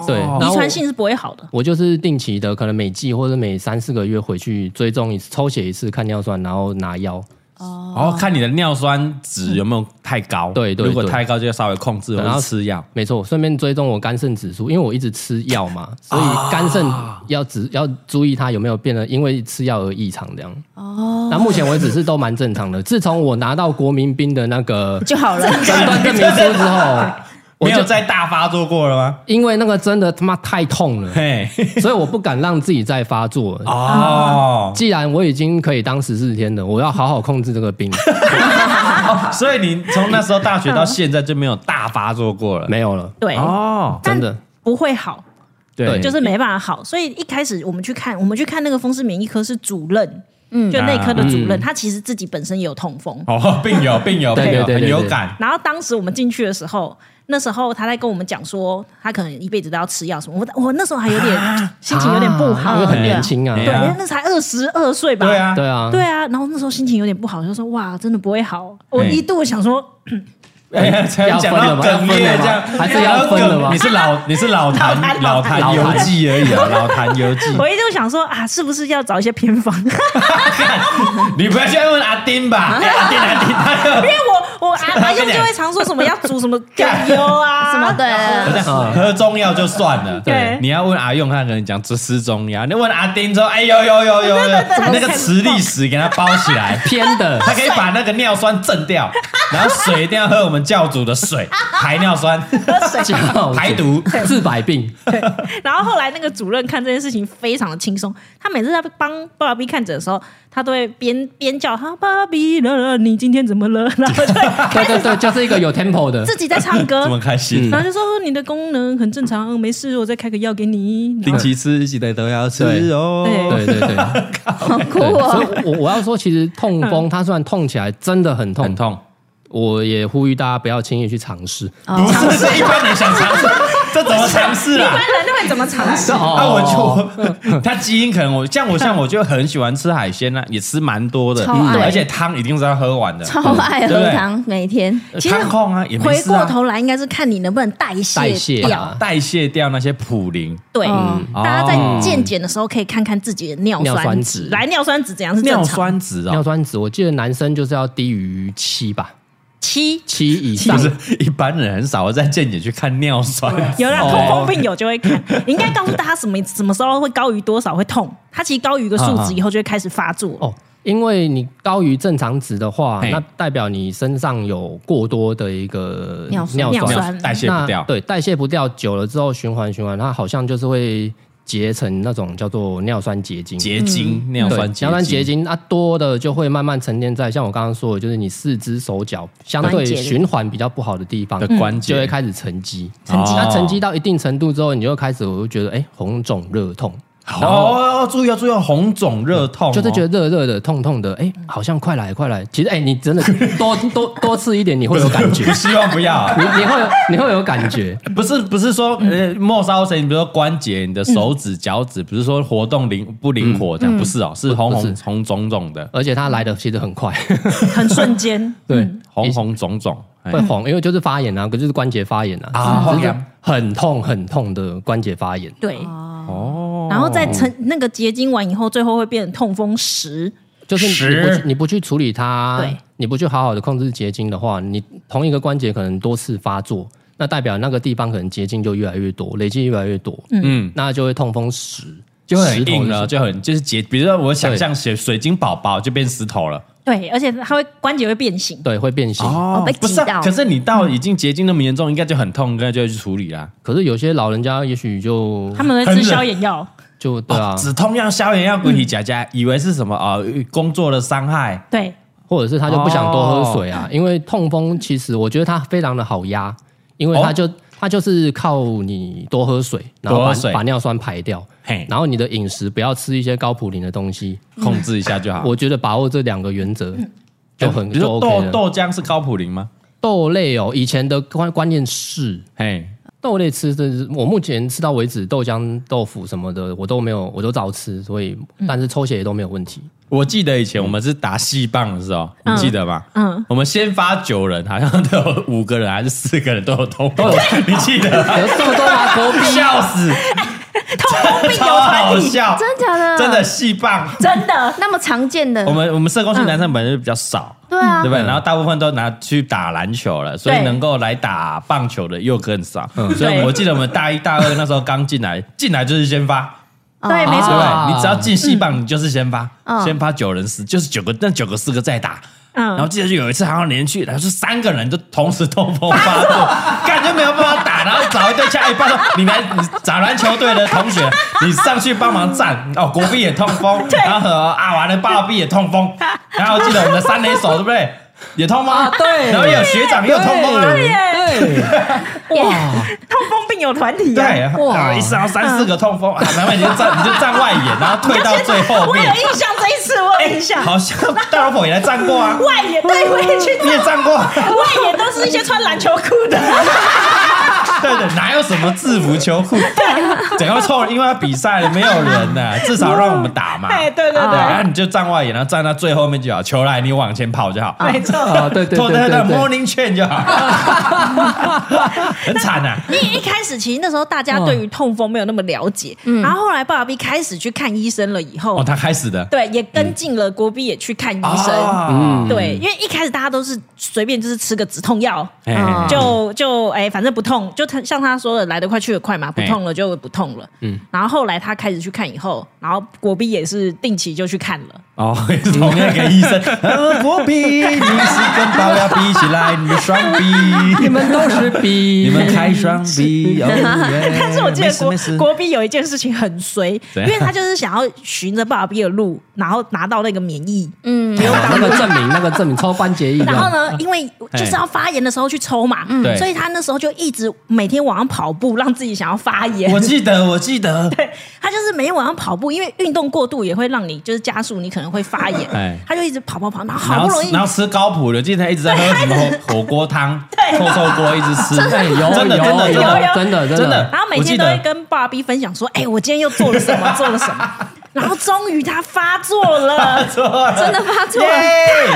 Speaker 2: 对，
Speaker 4: 对，
Speaker 1: 哦
Speaker 4: 然
Speaker 2: 遗
Speaker 4: 后
Speaker 2: 传性是不会好的，
Speaker 4: 我就是定期的，可能每季或者每三四个月回去追踪一次，抽血一次，看尿酸，然后拿药，
Speaker 1: 然
Speaker 2: 哦
Speaker 1: 后哦看你的尿酸值有没有太高。
Speaker 4: 对对
Speaker 1: 如果
Speaker 4: 对
Speaker 1: 太高就要稍微控制，然
Speaker 4: 然
Speaker 1: 后
Speaker 4: 后
Speaker 1: 吃药。
Speaker 4: 没错，顺便追踪我肝肾指数，因为我一直吃药嘛，
Speaker 1: 啊
Speaker 4: 所以肝肾要只要注意它有没有变得因为吃药而异常这样。哦，那目前为止是都蛮正常的。自从我拿到国民兵的那个
Speaker 3: 就好 了。
Speaker 4: 诊断证明书之后，我
Speaker 1: 没有
Speaker 4: 就
Speaker 1: 再大发作过了吗？
Speaker 4: 因为那个真的他妈太 痛了，
Speaker 1: 嘿，
Speaker 4: 所以我不敢让自己再发作了。
Speaker 1: 哦，
Speaker 4: 既然我已经可以当十四天了，我要好好控制这个病，
Speaker 2: 啊
Speaker 1: 哦所以你从那时候大学
Speaker 2: 嗯
Speaker 1: 到现在就没有大发作过了。
Speaker 4: 没有了，
Speaker 2: 对，
Speaker 1: 哦，
Speaker 4: 真的。
Speaker 2: 不会好，
Speaker 1: 对，
Speaker 4: 对
Speaker 2: 就是没办法好。所以一开始我们去看，我们去看那个风湿免疫科是主任，嗯，就内科
Speaker 4: 啊
Speaker 2: 的主任，他其实自己本身也有痛风。
Speaker 1: 哦，病友，病友，
Speaker 4: 对
Speaker 1: 病友，
Speaker 4: 对对对
Speaker 1: 很有
Speaker 4: 对
Speaker 1: 感。
Speaker 2: 然后当时我们进去的时候，那时候他在跟我们讲说，他可能一辈子都要吃药什么。我我那时候还有点心情有点不好，
Speaker 4: 因为很
Speaker 1: 对
Speaker 4: 年啊轻啊。
Speaker 1: 对
Speaker 2: 对，
Speaker 1: 啊
Speaker 2: 因为那才二十二岁吧，
Speaker 1: 对啊，
Speaker 4: 对啊，
Speaker 2: 对啊，然后那时候心情有点不好，就说哇，真的不会好。我一度想说，
Speaker 1: 哎，才
Speaker 4: 要
Speaker 1: 讲
Speaker 4: 分了
Speaker 1: 到
Speaker 4: 吗
Speaker 1: 哽
Speaker 4: 要分
Speaker 1: 咽
Speaker 4: 了吗
Speaker 1: 这样，
Speaker 4: 还是要分了吗
Speaker 1: 你是老，你是老坛老
Speaker 2: 老
Speaker 1: 坛
Speaker 2: 坛
Speaker 4: 老
Speaker 1: 游
Speaker 4: 坛
Speaker 1: 记而已啊，老坛游记。
Speaker 2: 我一度想说啊，是不是要找一些偏方？
Speaker 1: 你不要去问阿丁吧，哎阿丁阿丁，他
Speaker 2: 因为我 我阿阿用就会常说什么要煮什么 酱油啊，
Speaker 3: 什么 对，
Speaker 4: 啊，
Speaker 1: 喝中药就算了，
Speaker 2: 对
Speaker 1: 你要问阿用，他可能讲吃吃中药；你问阿丁说，哎呦呦呦呦呦， 那个磁力石给他包起 来，
Speaker 4: 偏的，
Speaker 1: 他可以把那个尿酸震掉，然后水一定要喝我们教主的 水，排尿酸，
Speaker 4: 叫
Speaker 1: 排毒
Speaker 4: 治百病，
Speaker 2: 然后后来那个主任看这件事情非常的轻松，他每次在帮鲍尔比看诊的时候，他都会边边叫他鲍尔比了了，你今天怎么了？ 然后 就会
Speaker 4: 对对对，就是一个有 tempo 的，
Speaker 2: 自己在唱
Speaker 1: 这么
Speaker 2: 歌，
Speaker 1: 开
Speaker 4: 嗯
Speaker 1: 心。
Speaker 2: 然后就说哦你的功能很正常，嗯没事，我再开个药给你。然
Speaker 1: 定
Speaker 2: 后
Speaker 1: 期吃，记得都要吃哦。
Speaker 2: 对
Speaker 4: 对对对，对
Speaker 3: 好酷
Speaker 4: 所
Speaker 3: 哦。
Speaker 4: 以我我要说，其实痛
Speaker 2: 嗯
Speaker 4: 风它虽然痛起来真的很痛，
Speaker 1: 很痛，
Speaker 2: 啊
Speaker 4: 我也呼吁大家不要轻易去尝试，
Speaker 3: 哦
Speaker 2: 哦
Speaker 1: 嗯 不是是一般人想尝试，这怎么尝试啊？
Speaker 2: 人都会怎么尝试？
Speaker 1: 那我
Speaker 4: 哦
Speaker 1: 就它基因可能我像我像我就很喜欢吃海鲜啊，也吃蛮多的，
Speaker 3: 超爱
Speaker 1: 而且汤一定是要喝完的，
Speaker 3: 超
Speaker 1: 对
Speaker 3: 爱
Speaker 1: 不
Speaker 3: 喝
Speaker 1: 对
Speaker 3: 汤，每天。
Speaker 2: 其实
Speaker 1: 汤控啊也没
Speaker 2: 回
Speaker 1: 事
Speaker 2: 过
Speaker 1: 啊，
Speaker 2: 头来，应该是看你能不能代
Speaker 4: 代
Speaker 2: 谢
Speaker 4: 谢
Speaker 2: 掉。
Speaker 4: 啊
Speaker 1: 代谢掉那些普林。
Speaker 2: 对，
Speaker 3: 嗯
Speaker 2: 大家在健检的时候可以看看自己的尿
Speaker 4: 尿
Speaker 2: 酸
Speaker 4: 酸
Speaker 2: 值，
Speaker 4: 值
Speaker 2: 来尿酸值怎样是
Speaker 1: 尿
Speaker 2: 正常？
Speaker 1: 酸值
Speaker 4: 尿
Speaker 1: 哦，
Speaker 4: 酸值，我记得男生就是要低于七吧，
Speaker 2: 七
Speaker 4: 七以
Speaker 1: 不
Speaker 4: 上。
Speaker 1: 是一般人很少会在健检去看尿酸。
Speaker 2: 有啦，
Speaker 1: 哦
Speaker 2: 痛风病友就会看。你应该告诉大家什么什么时候会高于多少会痛，它其实高于一个数值以后就会开始发作。
Speaker 4: 哦，因为你高于正常值的话，
Speaker 1: 嘿
Speaker 4: 那代表你身上有过多的一个
Speaker 3: 尿酸
Speaker 4: 尿
Speaker 2: 尿
Speaker 4: 酸
Speaker 2: 酸
Speaker 1: 代谢不
Speaker 4: 那
Speaker 1: 掉，
Speaker 4: 对，代谢不掉，久了之后循环循环，它好像就是会结成那种叫做尿酸结晶。
Speaker 1: 结
Speaker 2: 嗯
Speaker 1: 晶、尿
Speaker 4: 对
Speaker 1: 酸
Speaker 4: 尿酸结
Speaker 1: 晶。
Speaker 4: 晶啊，多的就会慢慢沉淀在像我刚刚说的，就是你四肢手脚相
Speaker 3: 关
Speaker 4: 对
Speaker 3: 节的
Speaker 4: 循环比较不好的地方
Speaker 1: 的关节
Speaker 4: 嗯
Speaker 1: 哦
Speaker 4: 就会开始沉积。
Speaker 1: 沉积
Speaker 4: 那沉积到一定程度之后，你就会开始我就觉得哎、红肿热痛，
Speaker 1: 哦，注意要注意哦，红肿热痛哦，
Speaker 4: 就是觉得热热的痛痛的，哎、好像快来快来。其实哎、你 真的多多多吃一点，你会有感觉
Speaker 1: 不，希望不要啊。
Speaker 4: 你你会有你会有感觉。
Speaker 1: 不是不是说呃末梢神，比如说关节、你的手指、脚趾，不是说活动灵不灵活这样，不是哦，是红红
Speaker 4: 不是
Speaker 1: 红肿肿的，
Speaker 4: 而且它来的其实很快，
Speaker 2: 很瞬间，
Speaker 4: 对，
Speaker 1: 红红肿肿，哎
Speaker 4: 会红，因为就是发炎啊，就是关节发炎啊，
Speaker 1: 啊，
Speaker 4: 就是
Speaker 1: 痒
Speaker 4: 很痛很痛的关节发炎。
Speaker 2: 对，
Speaker 1: 哦
Speaker 2: 然后再成那个结晶完以后，最后会变成痛风石。
Speaker 4: 就是你不
Speaker 1: 十
Speaker 4: 去你不去处理它
Speaker 2: 对，
Speaker 4: 你不去好好的控制结晶的话，你同一个关节可能多次发作，那代表那个地方可能结晶就越来越多，累积越来越多，
Speaker 1: 嗯，
Speaker 4: 那就会痛风石，
Speaker 1: 就很硬
Speaker 4: 石头
Speaker 1: 了，
Speaker 4: 的
Speaker 1: 就很就是结，比如说我想象写水晶宝宝就变石头了，
Speaker 2: 对，而且它会关节会变形。
Speaker 4: 对，会变形。
Speaker 1: 哦
Speaker 3: 被
Speaker 1: 不是
Speaker 3: 挤
Speaker 1: 啊，
Speaker 3: 到
Speaker 1: 可是你到已经结晶那么严重，应该就很痛，应该就会去处理啦。
Speaker 4: 可是有些老人家也许就
Speaker 2: 他们会吃消炎药，
Speaker 4: 就对啊，
Speaker 1: 止痛药、消炎药、滚体夹夹，以为是什么啊？工作的伤害，
Speaker 2: 对，
Speaker 4: 或者是他就不想多喝水
Speaker 1: 哦
Speaker 4: 啊，因为痛风其实我觉得它非常的好压，因为它就它就是靠你多喝水，然
Speaker 1: 哦
Speaker 4: 后
Speaker 1: 多喝
Speaker 4: 把
Speaker 1: 水嗯
Speaker 4: 把尿酸排掉，
Speaker 1: 嘿，
Speaker 4: 然后你的饮食不要吃一些高嘌呤的东西，
Speaker 1: 控制一下就好。哎
Speaker 4: 我觉得把握这两个原则就很
Speaker 1: 比如
Speaker 4: 就
Speaker 1: 嗯说
Speaker 4: OK
Speaker 1: 豆
Speaker 4: 了。
Speaker 1: 豆浆是高普林吗？
Speaker 4: 豆类哦，以前的观观念是
Speaker 1: 嘿，
Speaker 4: 豆类吃的是，我目前吃到为止，豆浆、豆腐什么的我都没有，我都照吃，所以
Speaker 1: 嗯
Speaker 4: 但是抽血也都没有问题。
Speaker 1: 我记得以前我们是打细棒的时候，你记得吗？
Speaker 2: 嗯，
Speaker 1: 我们先发九人，好像都有五个人还是四个人都有痛风， 你记得吗？
Speaker 4: 有这么多吗？国宾
Speaker 1: 笑 死，
Speaker 2: 痛风病
Speaker 1: 超
Speaker 2: 友团
Speaker 1: 好
Speaker 2: 体
Speaker 1: 笑，
Speaker 3: 真假的？
Speaker 1: 真的细棒。
Speaker 2: 真的
Speaker 3: 那么常见的
Speaker 1: 我？们嗯我们社工系男生本来就比较少，
Speaker 3: 对啊
Speaker 4: 嗯
Speaker 1: 对不，对？然后大部分都拿去打篮球了，所以能够来打棒球的又更少。
Speaker 4: 嗯
Speaker 1: 所以我记得我们大一大二那时候刚进来，进来就是先发，哦
Speaker 3: 哦
Speaker 2: 对，没
Speaker 1: 对不
Speaker 2: 错，
Speaker 4: 啊
Speaker 1: 对？你只要进戏棒，你就是先发，
Speaker 3: 嗯
Speaker 1: 先发九人十，就是九个，那九个四个再打。
Speaker 2: 嗯
Speaker 1: 然后记得就有一次好像连续，然后是三个人都同时痛风发 作，感觉没有办法打，然后找一对下一棒说：“你来，你找篮球队的同 学，你上去帮忙站。”哦，国碧也痛风，然后啊，完了，巴比也痛风，然后记得我们的三垒手对不对？也痛吗？
Speaker 4: 对
Speaker 1: 然后有学长也有痛风啊，
Speaker 4: 对，哇，
Speaker 2: 痛风病友团体啊。
Speaker 1: 对，哇，一上三四个痛风啊，然后你就站，你就站外野，然后退到最后
Speaker 2: 嗯我有
Speaker 1: 面。
Speaker 2: 印象，这一次我有印象，
Speaker 1: 好像大老婆也来站过啊，
Speaker 2: 外野对， 我 也去
Speaker 1: 你也站过，
Speaker 2: 外野都是一些穿篮球裤 的，
Speaker 1: 对对，哪有什么制服球裤？ 整个凑，因为要比赛了，没有人呢、至少让我们打嘛。
Speaker 2: 哎，对对
Speaker 1: 对，啊然后
Speaker 2: 对，
Speaker 1: 你就站外野，然后站到最后面就好，球来你往前跑就好，
Speaker 2: 没错。
Speaker 4: 啊，对对
Speaker 1: 拖
Speaker 4: 对
Speaker 1: 着
Speaker 4: 对
Speaker 1: 那
Speaker 4: 对
Speaker 1: morning chain 就好， 很惨啊。
Speaker 2: 因为一开始其实那时候大家对于痛风没有那么了解，然后后来爸爸 B 开始去看医生了以后，
Speaker 1: 哦，他开始的，
Speaker 2: 对，也跟进了国 B 也去看医生。嗯
Speaker 1: 啊，
Speaker 2: 对，因为一开始大家都是随便就是吃个止痛药，
Speaker 1: 哎
Speaker 3: 嗯
Speaker 2: 就就哎、反正不痛，就他像他说的，来得快去得
Speaker 1: 哎
Speaker 2: 快嘛，不痛了就不痛了。嗯，然后后来他开始去看以后，然后国 B 也是定期就去看了，
Speaker 1: 哦，同那个医生，呃国比，你是跟龅牙比起来，你的双
Speaker 4: 你
Speaker 1: 臂，
Speaker 4: 们都是
Speaker 1: 你
Speaker 4: 逼，
Speaker 1: 们开双臂，哦耶
Speaker 2: 但是我记得
Speaker 1: 没事
Speaker 2: 国
Speaker 1: 没事
Speaker 2: 国 B 有一件事情很衰，
Speaker 1: 怎
Speaker 2: 因
Speaker 1: 样
Speaker 2: 为他就是想要循着爸爸 B 的路，然后拿到那个免疫，
Speaker 3: 嗯，
Speaker 4: 啊那个证明，那个证明抽关节液的，
Speaker 2: 然后呢，因为就是要发炎的时候去抽嘛，
Speaker 1: 哎
Speaker 2: 嗯
Speaker 1: 对
Speaker 2: 所以他那时候就一直每天晚上跑步，让自己想要发炎。
Speaker 1: 我记得，我记得，
Speaker 2: 他就是每天晚上跑步，因为运动过度也会让你就是加速你可能能会发炎
Speaker 1: 哎，
Speaker 2: 他就一直跑跑跑，然后
Speaker 1: 然
Speaker 2: 好
Speaker 1: 后
Speaker 2: 不容
Speaker 1: 吃
Speaker 2: 易
Speaker 1: 然后吃高普的，今天一直在喝什么火火锅汤、臭臭锅，一直吃，
Speaker 4: 对哎有
Speaker 1: 真的
Speaker 4: 有
Speaker 1: 真的真
Speaker 4: 有
Speaker 1: 的
Speaker 4: 真的
Speaker 1: 真
Speaker 4: 真
Speaker 1: 的
Speaker 4: 的，
Speaker 2: 然后每
Speaker 1: 我记
Speaker 2: 天都会
Speaker 1: 得
Speaker 2: 跟爸比分享说：“哎、我今天又做了什么，做了什么。”然后终于他发作了，
Speaker 3: 真的发作了。
Speaker 2: 他很
Speaker 1: 耶，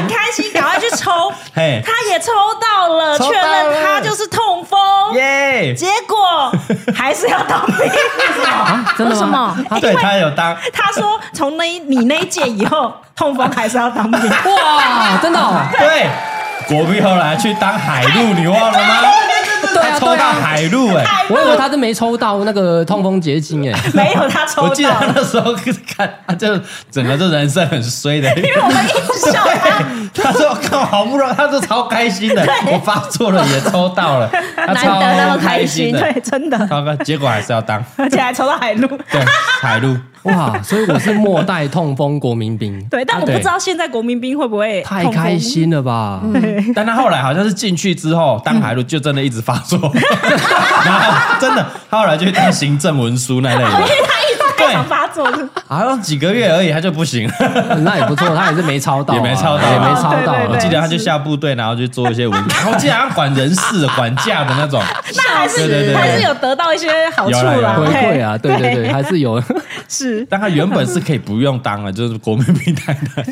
Speaker 2: 开心，赶快去抽，
Speaker 1: 嘿
Speaker 2: 他也抽到了，
Speaker 1: 抽
Speaker 2: 确
Speaker 1: 到了
Speaker 2: 认他就是痛风，
Speaker 1: 耶，
Speaker 2: 结果还是要当兵。
Speaker 4: 啊真的吗？
Speaker 1: 对他有当，
Speaker 2: 他说：“从那一你那一届以后，痛风还是要当兵。”
Speaker 4: 哇，真的哦，
Speaker 1: 对，国碧后来去当海陆，你忘了吗？
Speaker 4: 对
Speaker 1: 他
Speaker 4: 啊
Speaker 1: 抽
Speaker 4: 对
Speaker 1: 到
Speaker 4: 啊，
Speaker 1: 海陆哎。
Speaker 4: 我以为他是没抽到那个痛风结晶哎，
Speaker 2: 没有他抽
Speaker 1: 我记得
Speaker 2: 到，
Speaker 1: 那时候看，他就整个这人生很衰的。因为
Speaker 2: 我们一直笑他。
Speaker 1: 他说：“靠，好不容易，他都超开心的，我发作了也抽到了，他超
Speaker 3: 难得那么
Speaker 1: 开
Speaker 3: 开
Speaker 1: 心
Speaker 3: 心
Speaker 1: 的，
Speaker 2: 对，真的，
Speaker 1: 超开，结果还是要当
Speaker 2: 而且还抽到海陆。
Speaker 1: 对海陆。
Speaker 4: 哇，所以我是末代痛风国民兵，
Speaker 2: 对，但我不知道现在国民兵会不会
Speaker 4: 太
Speaker 2: 痛风
Speaker 4: 开。心了吧？
Speaker 1: 但他后来好像是进去之后当海陆，就真的一直发作，然后真的他后来就去当行政文书那类的，
Speaker 2: 太常发作了，
Speaker 1: 好像几个月而已，他就不行了。”
Speaker 4: 那也不错，他也是没抽到啊，
Speaker 1: 也没抽到
Speaker 4: 也没抽到
Speaker 2: 对对
Speaker 4: 啊
Speaker 1: 我
Speaker 2: 对。
Speaker 1: 记得他就下部队，然后去做一些文，然后记得他管人事、管架的那种，
Speaker 2: 那还
Speaker 1: 对对对
Speaker 2: 是还是有得到一些好处
Speaker 1: 有啦
Speaker 2: 啦，
Speaker 1: 有
Speaker 4: 回
Speaker 1: 啦
Speaker 4: 馈啊，对对对，还是有。
Speaker 2: 是
Speaker 1: 但他原本是可以不用当了，就是国民兵太太。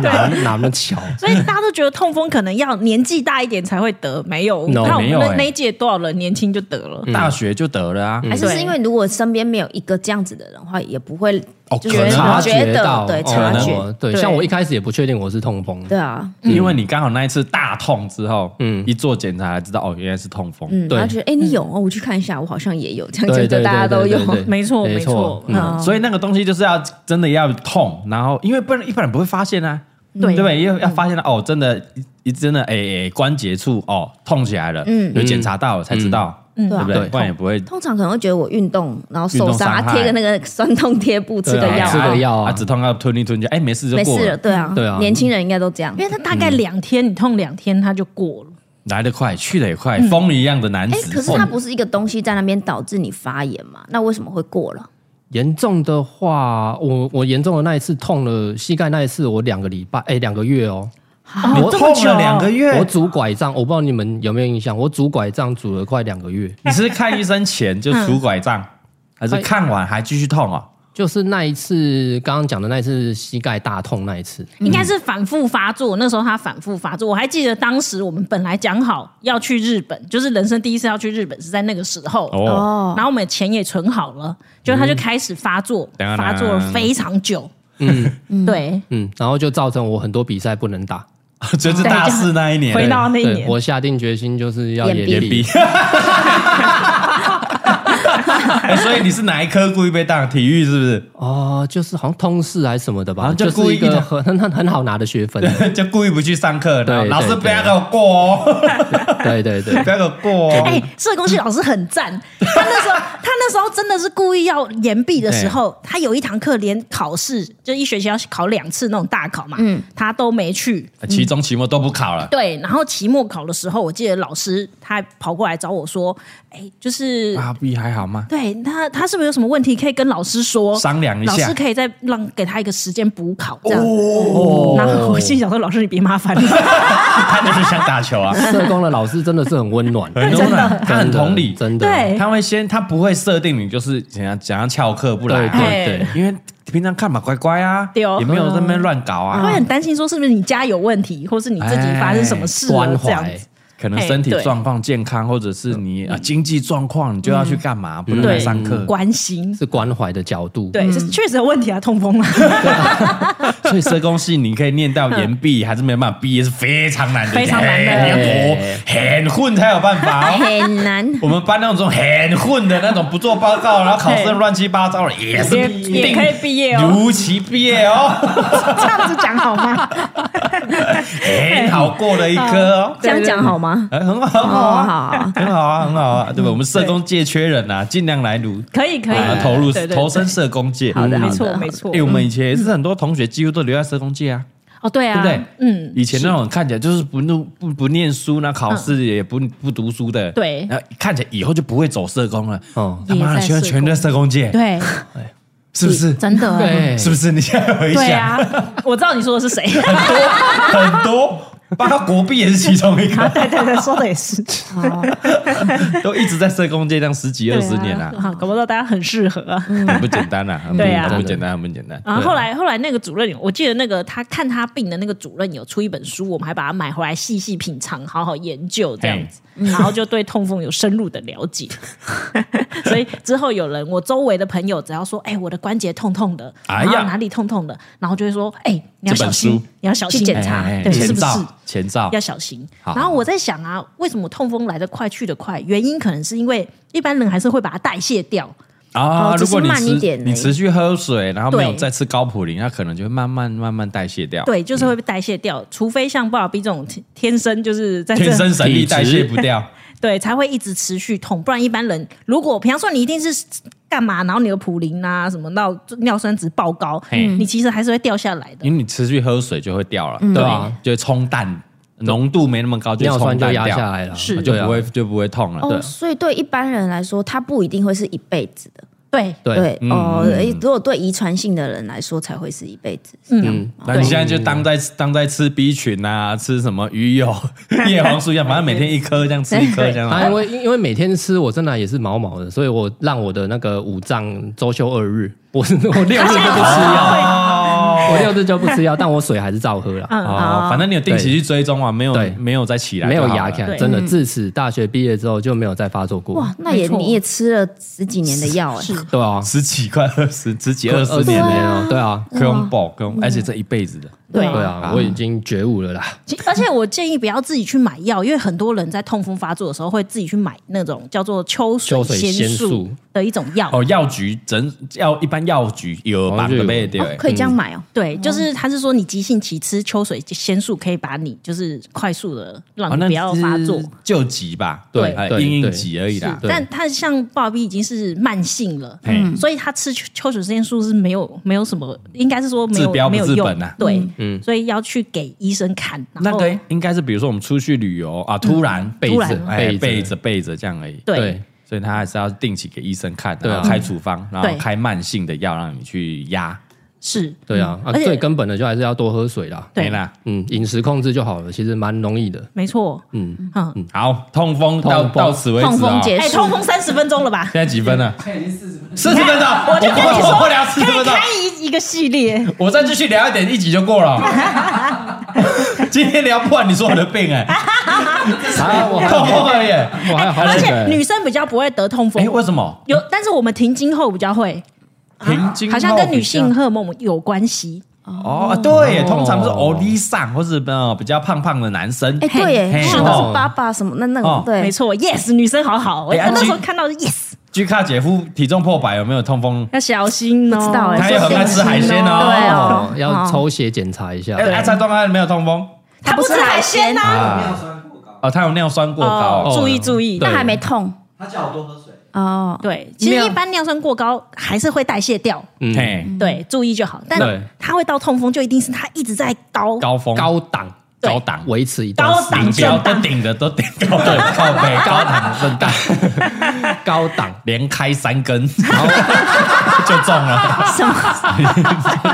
Speaker 4: 哪哪么巧？
Speaker 2: 所以大家都觉得痛风可能要年纪大一点才会得，没有，你
Speaker 4: No，
Speaker 2: 看我
Speaker 1: 没
Speaker 2: 们
Speaker 1: 有
Speaker 2: 那
Speaker 1: 欸嗯
Speaker 2: 那一届多少人年轻就得了，
Speaker 1: 大学就得了啊，
Speaker 3: 还是是
Speaker 2: 对
Speaker 3: 因为如果身边没有一个这样子的人的话，也不会
Speaker 1: 哦
Speaker 3: 就是
Speaker 1: 可能
Speaker 4: 察
Speaker 3: 觉
Speaker 4: 觉
Speaker 3: 得
Speaker 4: 到，
Speaker 3: 对
Speaker 4: 哦
Speaker 3: 察
Speaker 1: 可
Speaker 3: 觉
Speaker 4: 哦对，
Speaker 2: 对
Speaker 4: 像我一开始也不确定我是痛风，
Speaker 3: 对啊，
Speaker 1: 因为你刚好那一次大痛之后，嗯
Speaker 4: 嗯，
Speaker 1: 一做检查才知道哦，原来是痛风。
Speaker 3: 嗯，
Speaker 4: 对
Speaker 3: 然后觉得哎你有哦，我去看一下，我好像也有，这样
Speaker 4: 对
Speaker 3: 就
Speaker 4: 对
Speaker 3: 就大家
Speaker 4: 对
Speaker 3: 都
Speaker 4: 对
Speaker 3: 有
Speaker 4: 对。对
Speaker 2: 没错
Speaker 4: 没
Speaker 2: 没错
Speaker 4: 嗯，
Speaker 3: 嗯
Speaker 1: 所以那个东西就是要真的要痛，然后因为不然一般人不会发现啊，
Speaker 2: 对
Speaker 1: 对不对？要要发现了哦，真的，一真的哎哎关节处哦痛起来了，
Speaker 3: 嗯
Speaker 1: 有检查到才知道，
Speaker 2: 嗯
Speaker 1: 对不
Speaker 4: 对
Speaker 1: 对？
Speaker 4: 啊
Speaker 1: 不然也不会
Speaker 3: 通常可能会觉得我运动然后受
Speaker 1: 运动伤
Speaker 3: 伤，
Speaker 1: 害
Speaker 3: 啊贴个那个酸痛贴布，吃
Speaker 4: 对啊
Speaker 3: 个
Speaker 1: 哎
Speaker 3: 药
Speaker 4: 吃
Speaker 3: 啊
Speaker 4: 个，药啊
Speaker 1: 止痛药吞一吞就哎没事就
Speaker 3: 没
Speaker 1: 过
Speaker 3: 事了，
Speaker 1: 了，
Speaker 3: 对啊，
Speaker 4: 对啊
Speaker 3: 年轻人应该都这样
Speaker 2: 因。为他大概两天，你痛两天他就过了，
Speaker 1: 来得快去得也快，风一样的男
Speaker 3: 哎，
Speaker 1: 子。哦
Speaker 3: 可是它不是一个东西在那边导致你发炎嘛？那为什么会过了？
Speaker 4: 严重的话，我我严重的那一次痛了膝盖那一次，我两个礼拜哎两个月哦，
Speaker 2: 哦
Speaker 1: 我
Speaker 2: 这么
Speaker 1: 痛
Speaker 2: 久
Speaker 1: 了两个月
Speaker 4: 我，拄拐杖，我不知道你们有没有印象，我拄拐杖拄了快两个月，
Speaker 1: 你是看医生前就拄拐杖，还是看完还继续痛哦？
Speaker 4: 就是那一次刚刚讲的那一次膝盖大痛那一次，
Speaker 2: 应该是反复发作。那时候他反复发作，我还记得当时我们本来讲好要去日本，就是人生第一次要去日本是在那个时候，
Speaker 1: 哦，
Speaker 3: 哦，
Speaker 2: 然后我们钱也存好了，就他就开始发作，
Speaker 1: 嗯
Speaker 2: 发作了非常久。嗯，对，
Speaker 4: 嗯，然后就造成我很多比赛不能打，
Speaker 1: 就是大四那一年，
Speaker 2: 回到那一
Speaker 4: 对
Speaker 2: 年，
Speaker 4: 我下定决心就是要
Speaker 3: 眼
Speaker 4: 野
Speaker 3: 闭
Speaker 4: 比，
Speaker 1: 哎所以你是哪一科故意被当？体育是不是？
Speaker 4: 哦，就是好像通识还是什么的
Speaker 1: 啊
Speaker 4: 吧，
Speaker 1: 就故
Speaker 4: 是
Speaker 1: 意
Speaker 4: 一个
Speaker 1: 的
Speaker 4: 很很很好拿的学分，
Speaker 1: 就故意不去上课，然后
Speaker 4: 对
Speaker 1: 老师
Speaker 4: 对
Speaker 1: 不要给我过哦，
Speaker 4: 对对对
Speaker 1: 不，要给我过
Speaker 2: 哎、
Speaker 1: 哦。
Speaker 2: 社工系老师很赞，他那时候 他那时候真的是故意要延毕的时候，他有一堂课连考试就一学期要考两次那种大考嘛，嗯，他都没去。
Speaker 1: 啊期中、期末都不考了，
Speaker 2: 对，然后期末考的时候，我记得老师他还跑过来找我说：“哎、就是、
Speaker 4: 嗯
Speaker 1: 阿 B 还好吗？
Speaker 2: 对他他是不是有什么问题可以跟老师说？
Speaker 1: 商量一
Speaker 2: 老
Speaker 1: 下
Speaker 2: 师。可以再让给他一个时间补考这样。”
Speaker 1: 哦
Speaker 2: 然后我心想说：“老师，你别麻烦了。
Speaker 1: 他就是想打球啊，
Speaker 4: 社工的老师真的是很温暖，
Speaker 1: 很温暖，他很同理，
Speaker 4: 真的。
Speaker 2: 对
Speaker 1: 他会先，他不会设定你就是怎样怎样翘课不来啊，
Speaker 4: 对对对，
Speaker 1: 因为平常看嘛乖乖啊，
Speaker 2: 对哦嗯
Speaker 1: 也没有在那边乱搞”
Speaker 2: 他会
Speaker 1: 啊，
Speaker 2: 很担心说：“是不是你家有问题，或是你自己发生什么事了
Speaker 1: 哎
Speaker 4: 关？”
Speaker 2: 这样
Speaker 4: 怀
Speaker 2: 子。
Speaker 1: 可能身体状况健康，或者是你啊经济状况，你就要去干嘛，不能来
Speaker 2: 嗯对
Speaker 1: 上课。
Speaker 2: 关心。
Speaker 4: 是关怀的角度，
Speaker 2: 对，
Speaker 1: 嗯
Speaker 2: 是确实有问题啊，痛风了，
Speaker 1: 所以社工系你可以念到研 毕，还是没办法毕业，是非常难的，
Speaker 2: 非常难的
Speaker 1: 嘿你要多很混才有办法哦。
Speaker 3: 很 难。
Speaker 1: 我们班那种很混的那种，不做报告，然后考试乱七八糟的，也是
Speaker 2: 也
Speaker 1: 一
Speaker 2: 也可以
Speaker 1: 定
Speaker 2: 毕业哦。
Speaker 1: 如期毕业哦，
Speaker 2: 这样子讲好吗？
Speaker 1: 很好过的一科哦。
Speaker 3: 这样讲好吗？
Speaker 1: 哎，很好，很
Speaker 3: 哦，
Speaker 1: 好
Speaker 3: 好
Speaker 1: 啊，
Speaker 3: 好，
Speaker 1: 很好啊，很好啊，
Speaker 2: 嗯
Speaker 1: 对吧？我们社工界缺人啊，尽量来读，
Speaker 2: 可以可以
Speaker 1: 啊，投入
Speaker 2: 对对对
Speaker 1: 投身社工界。
Speaker 3: 好
Speaker 2: 没
Speaker 3: 的好
Speaker 2: 错
Speaker 3: 的
Speaker 2: 没错
Speaker 1: 哎，。我们以前也是很多同学几乎都留在社工界啊，
Speaker 2: 哦，对
Speaker 1: 对
Speaker 2: 啊，
Speaker 1: 不对？
Speaker 2: 嗯，
Speaker 1: 以前那种看起来就是不努不不念书，那考试也不不读书的，
Speaker 2: 嗯对
Speaker 1: 然后看起来以后就不会走社工了。
Speaker 4: 哦
Speaker 1: 他妈的，
Speaker 3: 也
Speaker 1: 全
Speaker 3: 在社工
Speaker 1: 全在社工界，
Speaker 2: 对，
Speaker 1: 是不是？哎
Speaker 2: 真 的
Speaker 4: 对，
Speaker 1: 是不是？你现在回
Speaker 2: 对
Speaker 1: 想，
Speaker 2: 啊，我知道你说的是谁。
Speaker 1: 很多八国币也是其中一
Speaker 2: 啊，
Speaker 1: 个，
Speaker 2: 对对对，说的也是，
Speaker 1: 都一直在社工界这样十几二十年了、
Speaker 2: 啊，搞不到大家很适合啊。
Speaker 1: 很不简单啦，很不
Speaker 2: 对啊
Speaker 1: 很不简单，很不简单。
Speaker 2: 然后
Speaker 1: 对啊
Speaker 2: 后来后来那个主任，我记得那个他看他病的那个主任有出一本书，我们还把它买回来细细品尝，好好研究这样子，然后就对痛风有深入的了 解。所以之后有人，我周围的朋友只要说，哎、我的关节痛痛的，
Speaker 1: 哎
Speaker 2: 然
Speaker 1: 呀
Speaker 2: 后哪里痛痛的，然后就会说，哎、你要
Speaker 1: 这
Speaker 2: 小
Speaker 1: 本
Speaker 2: 心
Speaker 1: 书，
Speaker 2: 你要小心
Speaker 3: 去检查
Speaker 1: 哎哎哎
Speaker 2: 对，是
Speaker 1: 前
Speaker 2: 不是
Speaker 1: 兆？前兆
Speaker 2: 要小心。
Speaker 1: 好
Speaker 2: 然后我在想啊，为什么痛风来得快去得快？原因可能是因为一般人还是会把它代谢掉。
Speaker 1: 啊！
Speaker 3: 哦只
Speaker 1: 如
Speaker 3: 是
Speaker 1: 果你
Speaker 3: 慢一
Speaker 1: 持
Speaker 3: 点而已
Speaker 1: 你持续喝水，然后没
Speaker 2: 对
Speaker 1: 有再吃高普林，那可能就会慢慢慢慢代谢掉。，
Speaker 2: 对，就是会被代谢掉，除非像鲍尔比这种天天生就是在这
Speaker 1: 天生神力
Speaker 4: 体质
Speaker 1: 代谢不 掉。
Speaker 2: 对才会一直持续痛，不然一般人如果比方说你一定是干嘛，然后你的普林啊什么到尿酸值爆高，
Speaker 1: 嘿
Speaker 2: 你其实还是会掉下来的。
Speaker 1: 因为你持续喝水就会掉
Speaker 3: 嗯
Speaker 1: 了，对
Speaker 4: 啊，
Speaker 1: 就会冲淡，浓度没那么高，就
Speaker 4: 尿
Speaker 1: 冲
Speaker 4: 酸就
Speaker 1: 淡
Speaker 4: 压
Speaker 1: 掉
Speaker 4: 下，来了，
Speaker 2: 是
Speaker 1: 就
Speaker 4: 对啊
Speaker 1: 不会就不会痛了。
Speaker 3: 哦，所以对一般人来说，他不一定会是一辈子的。
Speaker 2: 对，
Speaker 4: 对，
Speaker 1: 嗯
Speaker 3: 对哦，如果对遗传性的人来说，才会是一辈子。
Speaker 2: 嗯，
Speaker 1: 那你现在就当在当在吃 B 群啊，吃什么鱼 油、叶黄素一样，反正每天一颗这样吃一颗这 样
Speaker 4: 啊，因
Speaker 1: 啊。
Speaker 4: 为因为每天吃我真的也是毛毛的，所以我让我的那个五脏周休二日，我是我六日就不吃 药，
Speaker 1: 哦
Speaker 4: 我六日就不吃药，但我水还是照喝
Speaker 2: 啊嗯
Speaker 4: 了，
Speaker 1: 哦，反正你有定期去追踪啊，没有
Speaker 4: 对
Speaker 1: 没有再起来
Speaker 4: 没
Speaker 1: 就好
Speaker 4: 有
Speaker 1: 了，
Speaker 4: 牙起来，
Speaker 2: 对嗯
Speaker 4: 真的自此大学毕业之后就没有再发作过
Speaker 3: 哇，，那也
Speaker 2: 没错
Speaker 3: 你也吃了十几年的药哎，
Speaker 4: 对啊，
Speaker 1: 十几块二十十几二十年
Speaker 4: 没
Speaker 1: 的
Speaker 4: 有，对啊，
Speaker 1: 恐怖恐
Speaker 2: 嗯
Speaker 1: 怖，而且这一辈子的，
Speaker 2: 对
Speaker 3: 哦
Speaker 4: 对啊，我已经觉悟了啦，
Speaker 2: 其而且我建议不要自己去买药，因为很多人在痛风发作的时候会自己去买那种叫做秋水
Speaker 4: 秋水
Speaker 2: 仙
Speaker 4: 仙
Speaker 2: 素
Speaker 4: 素
Speaker 2: 的一种药。
Speaker 1: 哦，药局整药一般药局有绑的被对
Speaker 3: 哦，可以这样买哦。
Speaker 2: 对，就是他是说你急性期吃秋水仙素可以把你就是快速的
Speaker 1: 哦
Speaker 2: 让你不要发作。
Speaker 1: 救急吧，
Speaker 4: 对
Speaker 1: 哎
Speaker 4: 对
Speaker 1: 应应
Speaker 4: 对
Speaker 1: 急而已啦。
Speaker 4: 对
Speaker 2: 但他像鲍比已经是慢性了，
Speaker 1: 嘿
Speaker 2: 所以他吃秋秋水仙素是没有没有什么，应该是说没
Speaker 1: 治标
Speaker 2: 有
Speaker 1: 不
Speaker 2: 没有
Speaker 1: 治
Speaker 2: 用
Speaker 1: 本啊
Speaker 2: 对，所以要去给医生看。
Speaker 1: 那
Speaker 2: 然后
Speaker 1: 个应该是比如说我们出去旅游啊，突然
Speaker 4: 背
Speaker 2: 嗯突
Speaker 4: 着
Speaker 2: 然
Speaker 1: 哎背
Speaker 4: 背
Speaker 1: 着
Speaker 4: 着，
Speaker 1: 背着这样而已。
Speaker 2: 对，
Speaker 1: 所以他还是要定期给医生看，
Speaker 4: 对啊
Speaker 1: 然后开处方，然后
Speaker 2: 对
Speaker 1: 开慢性的药让你去压。
Speaker 2: 是，
Speaker 4: 对啊，啊
Speaker 2: 嗯而且
Speaker 4: 最根本的就还是要多喝水啦，
Speaker 2: 对
Speaker 1: 没啦，
Speaker 4: 嗯，饮食控制就好了，其实蛮容易的，
Speaker 2: 没错，
Speaker 4: 嗯，
Speaker 2: 嗯，
Speaker 1: 好，痛风到
Speaker 4: 痛风
Speaker 1: 到此为止啊
Speaker 3: 痛风结束
Speaker 2: 哎，痛风三十分钟了吧？
Speaker 1: 现在几分了？
Speaker 5: 现在已经四十分钟，
Speaker 1: 四十分钟，我
Speaker 2: 我就跟你说
Speaker 1: 我不聊四
Speaker 2: 可
Speaker 1: 十分
Speaker 2: 以
Speaker 1: 钟
Speaker 2: 开，一一个系 列，
Speaker 1: 我再继续聊一点，一集就过 了。今天聊不完，你说我的病哎，
Speaker 4: 啊， 我
Speaker 1: 痛风而已。
Speaker 4: 我还有好
Speaker 2: 哎而
Speaker 4: 几
Speaker 2: 且
Speaker 4: 个，
Speaker 2: 女生比较不会得痛风
Speaker 1: 哎，，为什么？
Speaker 2: 有，但是我们停经后比较会，
Speaker 1: 平均
Speaker 2: 好像跟
Speaker 1: 后
Speaker 2: 女
Speaker 1: 比较
Speaker 2: 性荷尔蒙有关系。
Speaker 1: 哦，对耶，通常是欧力上或是呃比较胖胖的男生。
Speaker 3: 哎，对耶，
Speaker 1: 嘿
Speaker 3: 是
Speaker 1: 哦
Speaker 3: 都是爸爸什么那那
Speaker 1: 哦
Speaker 3: 种对
Speaker 2: 没，错，yes，女生好好，我
Speaker 1: 哎啊
Speaker 2: 那时候
Speaker 1: 其
Speaker 2: 看到 yes，
Speaker 1: 居卡姐夫体重破百有没有痛风？
Speaker 2: 要小心哦。
Speaker 3: 不知道哎
Speaker 1: 他也很爱吃海鲜哦。
Speaker 3: 对
Speaker 4: 哦
Speaker 3: 哦，
Speaker 4: 要抽血检查一下，
Speaker 1: 哎，阿蔡东安没有痛风
Speaker 2: 他不吃海鲜啊呐、
Speaker 5: 尿酸过高，
Speaker 1: 哦，他有尿酸过高
Speaker 2: 哦，
Speaker 1: 哦。
Speaker 2: 注意注意。
Speaker 4: 对
Speaker 3: 那还没痛
Speaker 5: 他叫我多喝水。
Speaker 3: 哦。
Speaker 2: 对，其实一般尿酸过高还是会代谢掉，
Speaker 4: 嗯
Speaker 1: 嘿，
Speaker 2: 对，注意就好。但
Speaker 4: 对
Speaker 2: 它会到痛风，就一定是它一直在高
Speaker 1: 高峰
Speaker 4: 高档
Speaker 2: 对
Speaker 4: 高档维持一段
Speaker 2: 高档
Speaker 1: 顶
Speaker 2: 震
Speaker 1: 标
Speaker 2: 荡
Speaker 1: 都顶的都顶高的 靠背高档震荡，
Speaker 4: 高档，
Speaker 1: 连开三根， 然后就中了。
Speaker 3: 什么？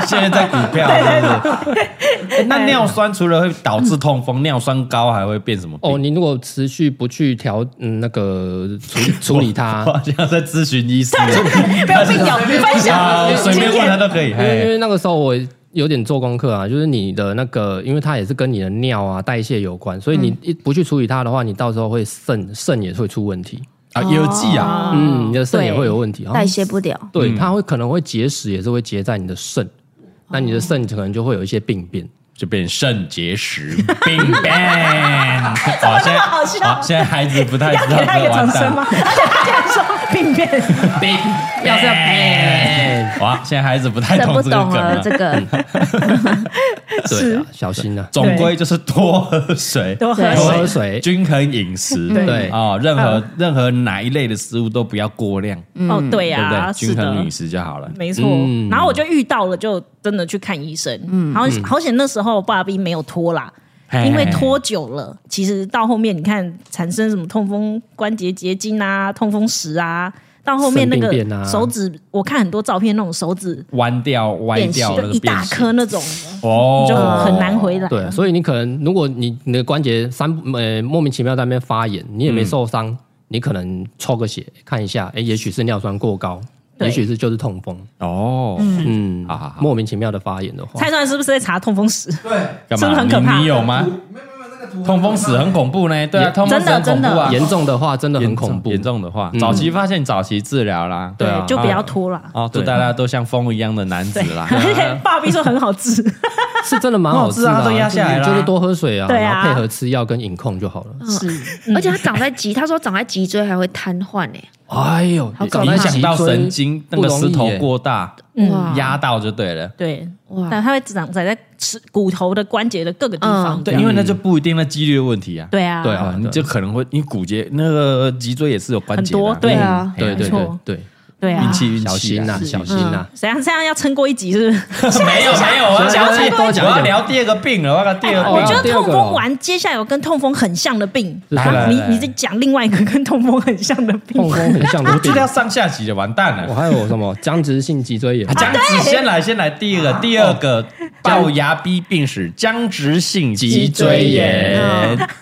Speaker 1: 现在在股票是不是？哎那尿酸除了会导致痛风，尿酸高还会变什么病？
Speaker 4: 哦，你如果持续不去调嗯那个处处理它
Speaker 1: 我，好像在咨询医师，
Speaker 2: 没有病友分
Speaker 1: 啊，
Speaker 2: 享
Speaker 1: 随
Speaker 2: 经
Speaker 1: 便问他
Speaker 2: 验，
Speaker 1: 都可以。
Speaker 4: 因为因
Speaker 1: 嘿
Speaker 4: 为那个时候我有点做功课啊，就是你的那个，因为它也是跟你的尿啊代谢有关，所以你一不去处理它的话，你到时候会肾肾也会出问题，
Speaker 2: 哦
Speaker 1: 啊，有记啊，
Speaker 4: 嗯，你的肾也
Speaker 2: 对
Speaker 4: 会有问题，然后
Speaker 3: 代谢不了，
Speaker 4: 对，它会可能会结石，也是会结在你的肾，那
Speaker 2: 哦
Speaker 4: 你的肾可能就会有一些病变。
Speaker 1: 就变肾结石病 变。好，现在
Speaker 2: 好笑
Speaker 1: 好现在孩子不太
Speaker 2: 要
Speaker 1: 知
Speaker 2: 给
Speaker 1: 道
Speaker 2: 他一
Speaker 1: 这
Speaker 2: 个
Speaker 1: 完
Speaker 2: 掌声
Speaker 1: 蛋
Speaker 2: 吗？而且他竟然说病变，
Speaker 4: 病 要是要病，
Speaker 1: 哇，现在孩子不太
Speaker 3: 真
Speaker 1: 懂
Speaker 3: 不
Speaker 1: 这个
Speaker 3: 懂
Speaker 1: 梗
Speaker 3: 了
Speaker 1: 了
Speaker 3: 这。个。
Speaker 4: 对啊，小心啊，
Speaker 1: 总归就是多喝水，
Speaker 2: 多喝
Speaker 3: 对
Speaker 4: 多
Speaker 2: 水
Speaker 4: 喝。水，
Speaker 1: 均衡饮食。
Speaker 2: 对嗯
Speaker 4: 对
Speaker 1: 哦，任何任何哪一类的食物都不要过量，
Speaker 2: 哦，对
Speaker 1: 对不
Speaker 2: 呀、
Speaker 1: 对？
Speaker 2: 是
Speaker 1: 均
Speaker 2: 的
Speaker 1: 衡。饮食就好了。
Speaker 2: 没错，
Speaker 4: 嗯
Speaker 2: 然后我就遇到了，就真的去看医生。嗯，好好险那时候爸比没有拖啦，
Speaker 1: 嘿
Speaker 2: 因为拖久了，其实到后面你看产生什么痛风关节结晶啊、痛风石啊，到后面那
Speaker 4: 生病变
Speaker 2: 个
Speaker 4: 啊
Speaker 2: 手指，我看很多照片，那种手指
Speaker 1: 弯掉、歪掉
Speaker 2: 就
Speaker 1: 了，
Speaker 2: 一大颗那种，
Speaker 1: 哦，
Speaker 2: 就很难回来。
Speaker 4: 对，啊所以你可能如果你你的关节三呃莫名其妙在那边发炎，你也没受伤，你可能抽个血看一下，哎，也许是尿酸过高，
Speaker 2: 对
Speaker 4: 也许是就是痛风，
Speaker 1: 哦，
Speaker 4: 嗯，
Speaker 1: 好好好
Speaker 4: 莫名其妙的发炎的话
Speaker 2: 蔡，传是不是在查痛风史？
Speaker 5: 对，
Speaker 1: 干
Speaker 2: 是
Speaker 1: 嘛？
Speaker 2: 不是很可怕
Speaker 1: 你你有吗？
Speaker 5: 图没有没有没有那个图
Speaker 1: 痛风史很恐怖呢，对啊，
Speaker 4: 也
Speaker 1: 痛风史很恐怖啊，
Speaker 4: 严重的话真的
Speaker 1: 严
Speaker 4: 很
Speaker 1: 重
Speaker 4: 恐怖，
Speaker 1: 严重的话，
Speaker 4: 嗯
Speaker 1: 早期发现，早期治疗啦，
Speaker 4: 对啊
Speaker 2: 就不要拖了。
Speaker 1: 哦，祝
Speaker 4: 对
Speaker 1: 大家都像风一样的男子
Speaker 2: 对，
Speaker 1: 啦。 啊
Speaker 2: 而且爸比说很好治，
Speaker 4: 是真的蛮好吃的、
Speaker 1: 很好吃啊它都压下来啦
Speaker 4: 就是多喝水啊，
Speaker 2: 对啊
Speaker 4: 然后配合吃药跟饮控就好了。
Speaker 6: 是，而且它长在脊，他说长在脊椎还会瘫痪呢。
Speaker 4: 哎呦，
Speaker 6: 好搞
Speaker 4: 搞
Speaker 1: 影
Speaker 4: 到
Speaker 1: 响到
Speaker 4: 脊椎
Speaker 1: 神经，那个
Speaker 4: 不容易
Speaker 1: 石头
Speaker 4: 耶
Speaker 1: 过大
Speaker 6: 哇
Speaker 3: 啊
Speaker 1: 压到就对了。
Speaker 2: 对，但
Speaker 6: 哇，
Speaker 2: 它会长在在吃骨头的关节的各个地方。
Speaker 6: 嗯
Speaker 1: 对，因为那就不一定那几率的问题啊。
Speaker 2: 对啊，
Speaker 4: 对啊
Speaker 1: 啊，你就可能会，你骨节那个脊椎也是有关节的啊，
Speaker 2: 很多对
Speaker 1: 嗯
Speaker 6: 啊
Speaker 4: 对
Speaker 1: 嘿
Speaker 4: 对
Speaker 2: 没
Speaker 4: 对
Speaker 2: 错
Speaker 4: 对，
Speaker 2: 对啊
Speaker 1: 运，气运气啊，
Speaker 4: 小心呐、
Speaker 1: 是
Speaker 4: 小心呐、
Speaker 2: 怎样这样要撑过一集是不是？
Speaker 1: 没有没有，我要想起我要聊第二个病了，我要聊第二
Speaker 4: 哎
Speaker 1: 个
Speaker 2: 我
Speaker 1: 病
Speaker 2: 觉
Speaker 4: 哦
Speaker 2: 得
Speaker 4: 第二
Speaker 2: 痛
Speaker 4: 个
Speaker 2: 风完，接下来有跟痛风很像的病，
Speaker 4: 来
Speaker 2: 然后
Speaker 1: 来
Speaker 2: 你
Speaker 1: 来
Speaker 2: 你再讲另外一个跟痛风很像的病
Speaker 4: 痛。风很像
Speaker 1: 我
Speaker 2: 嗯
Speaker 4: 的
Speaker 1: 觉
Speaker 4: 病
Speaker 1: 得。要上下集就完蛋了。
Speaker 4: 我
Speaker 1: 啊
Speaker 4: 还有什么僵直性脊椎炎？
Speaker 1: 僵直先来，先来第二个，第二个龅牙逼病史，僵直性脊椎炎。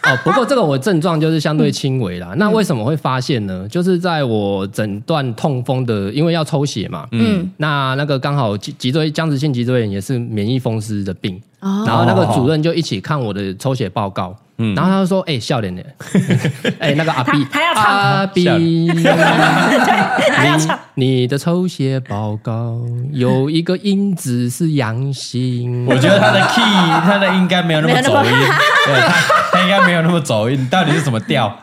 Speaker 4: 哦，不过这个我症状就是相对轻微啦。那为什么会发现呢？就是在我诊断痛风的，因为要抽血嘛，嗯，那那个刚好脊脊椎僵直性脊椎炎也是免疫风湿的病，
Speaker 2: 哦
Speaker 4: 然后那个主任就一起看我的抽血报告，嗯，然后他就说，哎、笑 脸的，哎、那个阿 B，
Speaker 2: 他他要唱
Speaker 4: 阿 B，
Speaker 1: 笑
Speaker 4: 你你的抽血报告有一个因子是阳性，
Speaker 1: 我觉得他的 key，他的应该没有那么走音，对他他应该没有那么走音。你到底是什么 调？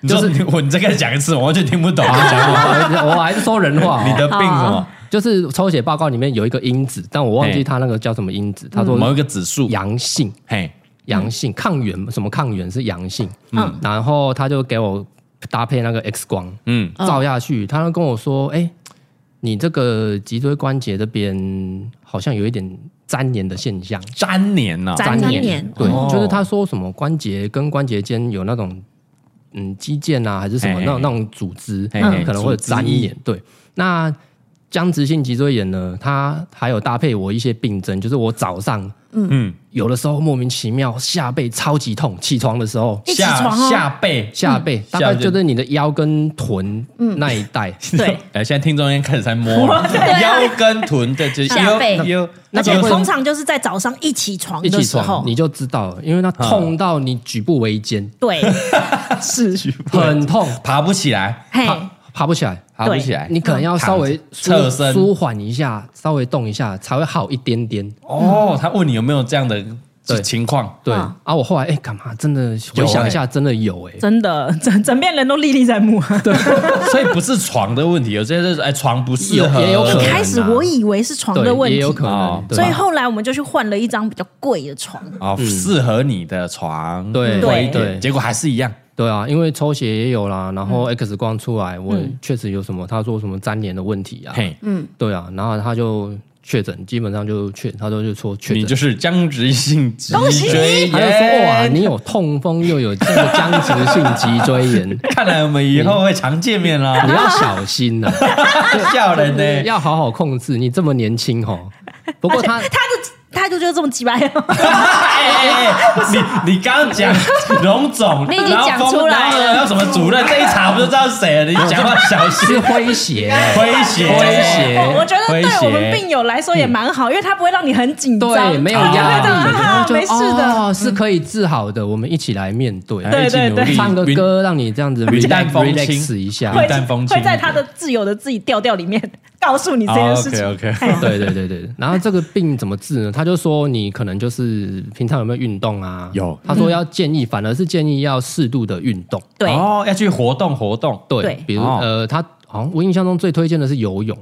Speaker 1: 你说你我你再跟他讲一次，我完全听不
Speaker 4: 啊
Speaker 1: 懂你在讲什么。
Speaker 4: 我我还是说人话、哦，
Speaker 1: 你的病什么？
Speaker 4: 就是抽血报告里面有一个因子，但我忘
Speaker 1: 嘿嗯
Speaker 4: 记它那个叫什么因子。他
Speaker 1: 某
Speaker 4: 说
Speaker 1: 一个指数？
Speaker 4: 阳性，
Speaker 1: 嘿，
Speaker 4: 阳性抗原什么抗原是阳性，
Speaker 2: 嗯
Speaker 4: 嗯，然后他就给我搭配那个 X 光
Speaker 1: 嗯，
Speaker 4: 照下去，他就跟我说，哎，你这个脊椎关节这边好像有一点粘连的现象，
Speaker 1: 粘连啊呐，
Speaker 6: 粘粘连
Speaker 4: 对
Speaker 1: 哦，
Speaker 4: 就是他说什么关节跟关节间有那种嗯肌腱啊，还是什么
Speaker 1: 嘿
Speaker 4: 那种那种组织，
Speaker 1: 嘿嘿
Speaker 4: 可能会有粘
Speaker 1: 组
Speaker 4: 连。对，那僵直性脊椎炎呢，它还有搭配我一些病症，就是我早上
Speaker 1: 嗯，
Speaker 4: 有的时候莫名其妙下背超级痛，起床的时候。
Speaker 2: 一起
Speaker 1: 下
Speaker 2: 床哦
Speaker 1: 下背。嗯
Speaker 4: 下背大
Speaker 1: 下
Speaker 4: 概
Speaker 1: 背
Speaker 4: 就是你的腰跟臀那一带，
Speaker 2: 对，
Speaker 1: 哎，现在听众应该开始在摸了，腰跟臀的这
Speaker 6: 下背
Speaker 1: 腰，
Speaker 2: 而
Speaker 1: 那
Speaker 2: 且
Speaker 1: 就
Speaker 2: 通常就是在早上一起床
Speaker 4: 一
Speaker 2: 的
Speaker 4: 起
Speaker 2: 时候
Speaker 4: 床，你就知道了，因为它
Speaker 1: 嗯
Speaker 4: 痛到你举步维艰，
Speaker 2: 对，是，
Speaker 4: 很痛，
Speaker 1: 爬不起来，
Speaker 2: 嘿，
Speaker 4: 爬爬不起来，
Speaker 1: 爬不起来。
Speaker 4: 你可能要稍微舒
Speaker 1: 侧身
Speaker 4: 舒缓一下，稍微动一下才会好一点点。
Speaker 1: 哦，他问你有没有这样的
Speaker 4: 对
Speaker 1: 情况？
Speaker 4: 对啊，我后来哎，干嘛？真的回想一下，真的有哎，
Speaker 2: 真的，整整片人都历历在目。啊对，
Speaker 1: 所以不是床的问题，有些是哎床不适合，
Speaker 4: 有也有可能
Speaker 2: 开始我以为是床的问
Speaker 4: 对，也
Speaker 2: 题，
Speaker 4: 有可能
Speaker 1: 哦，
Speaker 4: 对
Speaker 2: 所以
Speaker 4: 吧
Speaker 2: 后来我们就去换了一张比较贵的床。
Speaker 1: 哦，适合你的床，
Speaker 4: 对
Speaker 1: 贵一
Speaker 4: 对
Speaker 1: 点，结果还是一样。
Speaker 4: 对啊，因为抽血也有啦，然
Speaker 2: 嗯
Speaker 4: 后 X 光出来，我确实有什么，他说什么粘连的问题啊，
Speaker 1: 嘿，
Speaker 2: 嗯
Speaker 4: 对啊，然后他就确诊，基本上就确，他都就说确
Speaker 1: 你
Speaker 4: 诊
Speaker 1: 就。是僵直性脊椎炎。
Speaker 4: 他就说哇，你有痛风又有这个僵直性脊 椎炎，你
Speaker 1: 看来我们以后会常见面啦，
Speaker 4: 要小心啊呐、
Speaker 1: 笑人呢。
Speaker 4: 要好好控制。你这么年 轻哦，不过他
Speaker 2: 他的态 度就是这么鸡 掰，
Speaker 1: 哎哎哎， 你你刚刚讲龙总，
Speaker 6: 你已经
Speaker 1: 然后
Speaker 6: 讲
Speaker 1: 风
Speaker 6: 出来
Speaker 1: 然后然后什么主任这一查我不知道谁了，你讲话小
Speaker 4: 是
Speaker 1: 心，
Speaker 4: 诙谐，
Speaker 1: 诙谐
Speaker 4: 诙谐
Speaker 2: 我我觉得对我们
Speaker 1: 诙谐
Speaker 2: 病友来说也蛮好，因为他不会让你很紧张，
Speaker 4: 对，没有
Speaker 2: 就
Speaker 4: 压
Speaker 2: 会
Speaker 4: 力，
Speaker 2: 这样啊
Speaker 4: 然后 就
Speaker 2: 没事的。
Speaker 4: 哦，是可以治好的，我们一起来面对，
Speaker 1: 哎一起
Speaker 2: 对对
Speaker 1: 努
Speaker 2: 对
Speaker 1: 力
Speaker 4: 唱个歌让你这样子
Speaker 1: 云
Speaker 4: relax
Speaker 1: 淡风轻
Speaker 4: relax 一下，
Speaker 1: 云
Speaker 2: 会
Speaker 1: 淡风轻
Speaker 2: 会在他的自由的自己调调里面告诉你这
Speaker 1: 哦
Speaker 2: 件事情。
Speaker 1: OK，
Speaker 4: 对对对对。然后这个病怎么治呢？他就说你可能就是平常有没有运动啊？
Speaker 1: 有
Speaker 4: 他说要建议，反而是建议要适度的运动。
Speaker 2: 对，
Speaker 1: 哦，要去活动活动，
Speaker 4: 对
Speaker 2: 对，
Speaker 4: 比如
Speaker 1: 哦
Speaker 4: 呃，他好像我印象中最推荐的是游泳，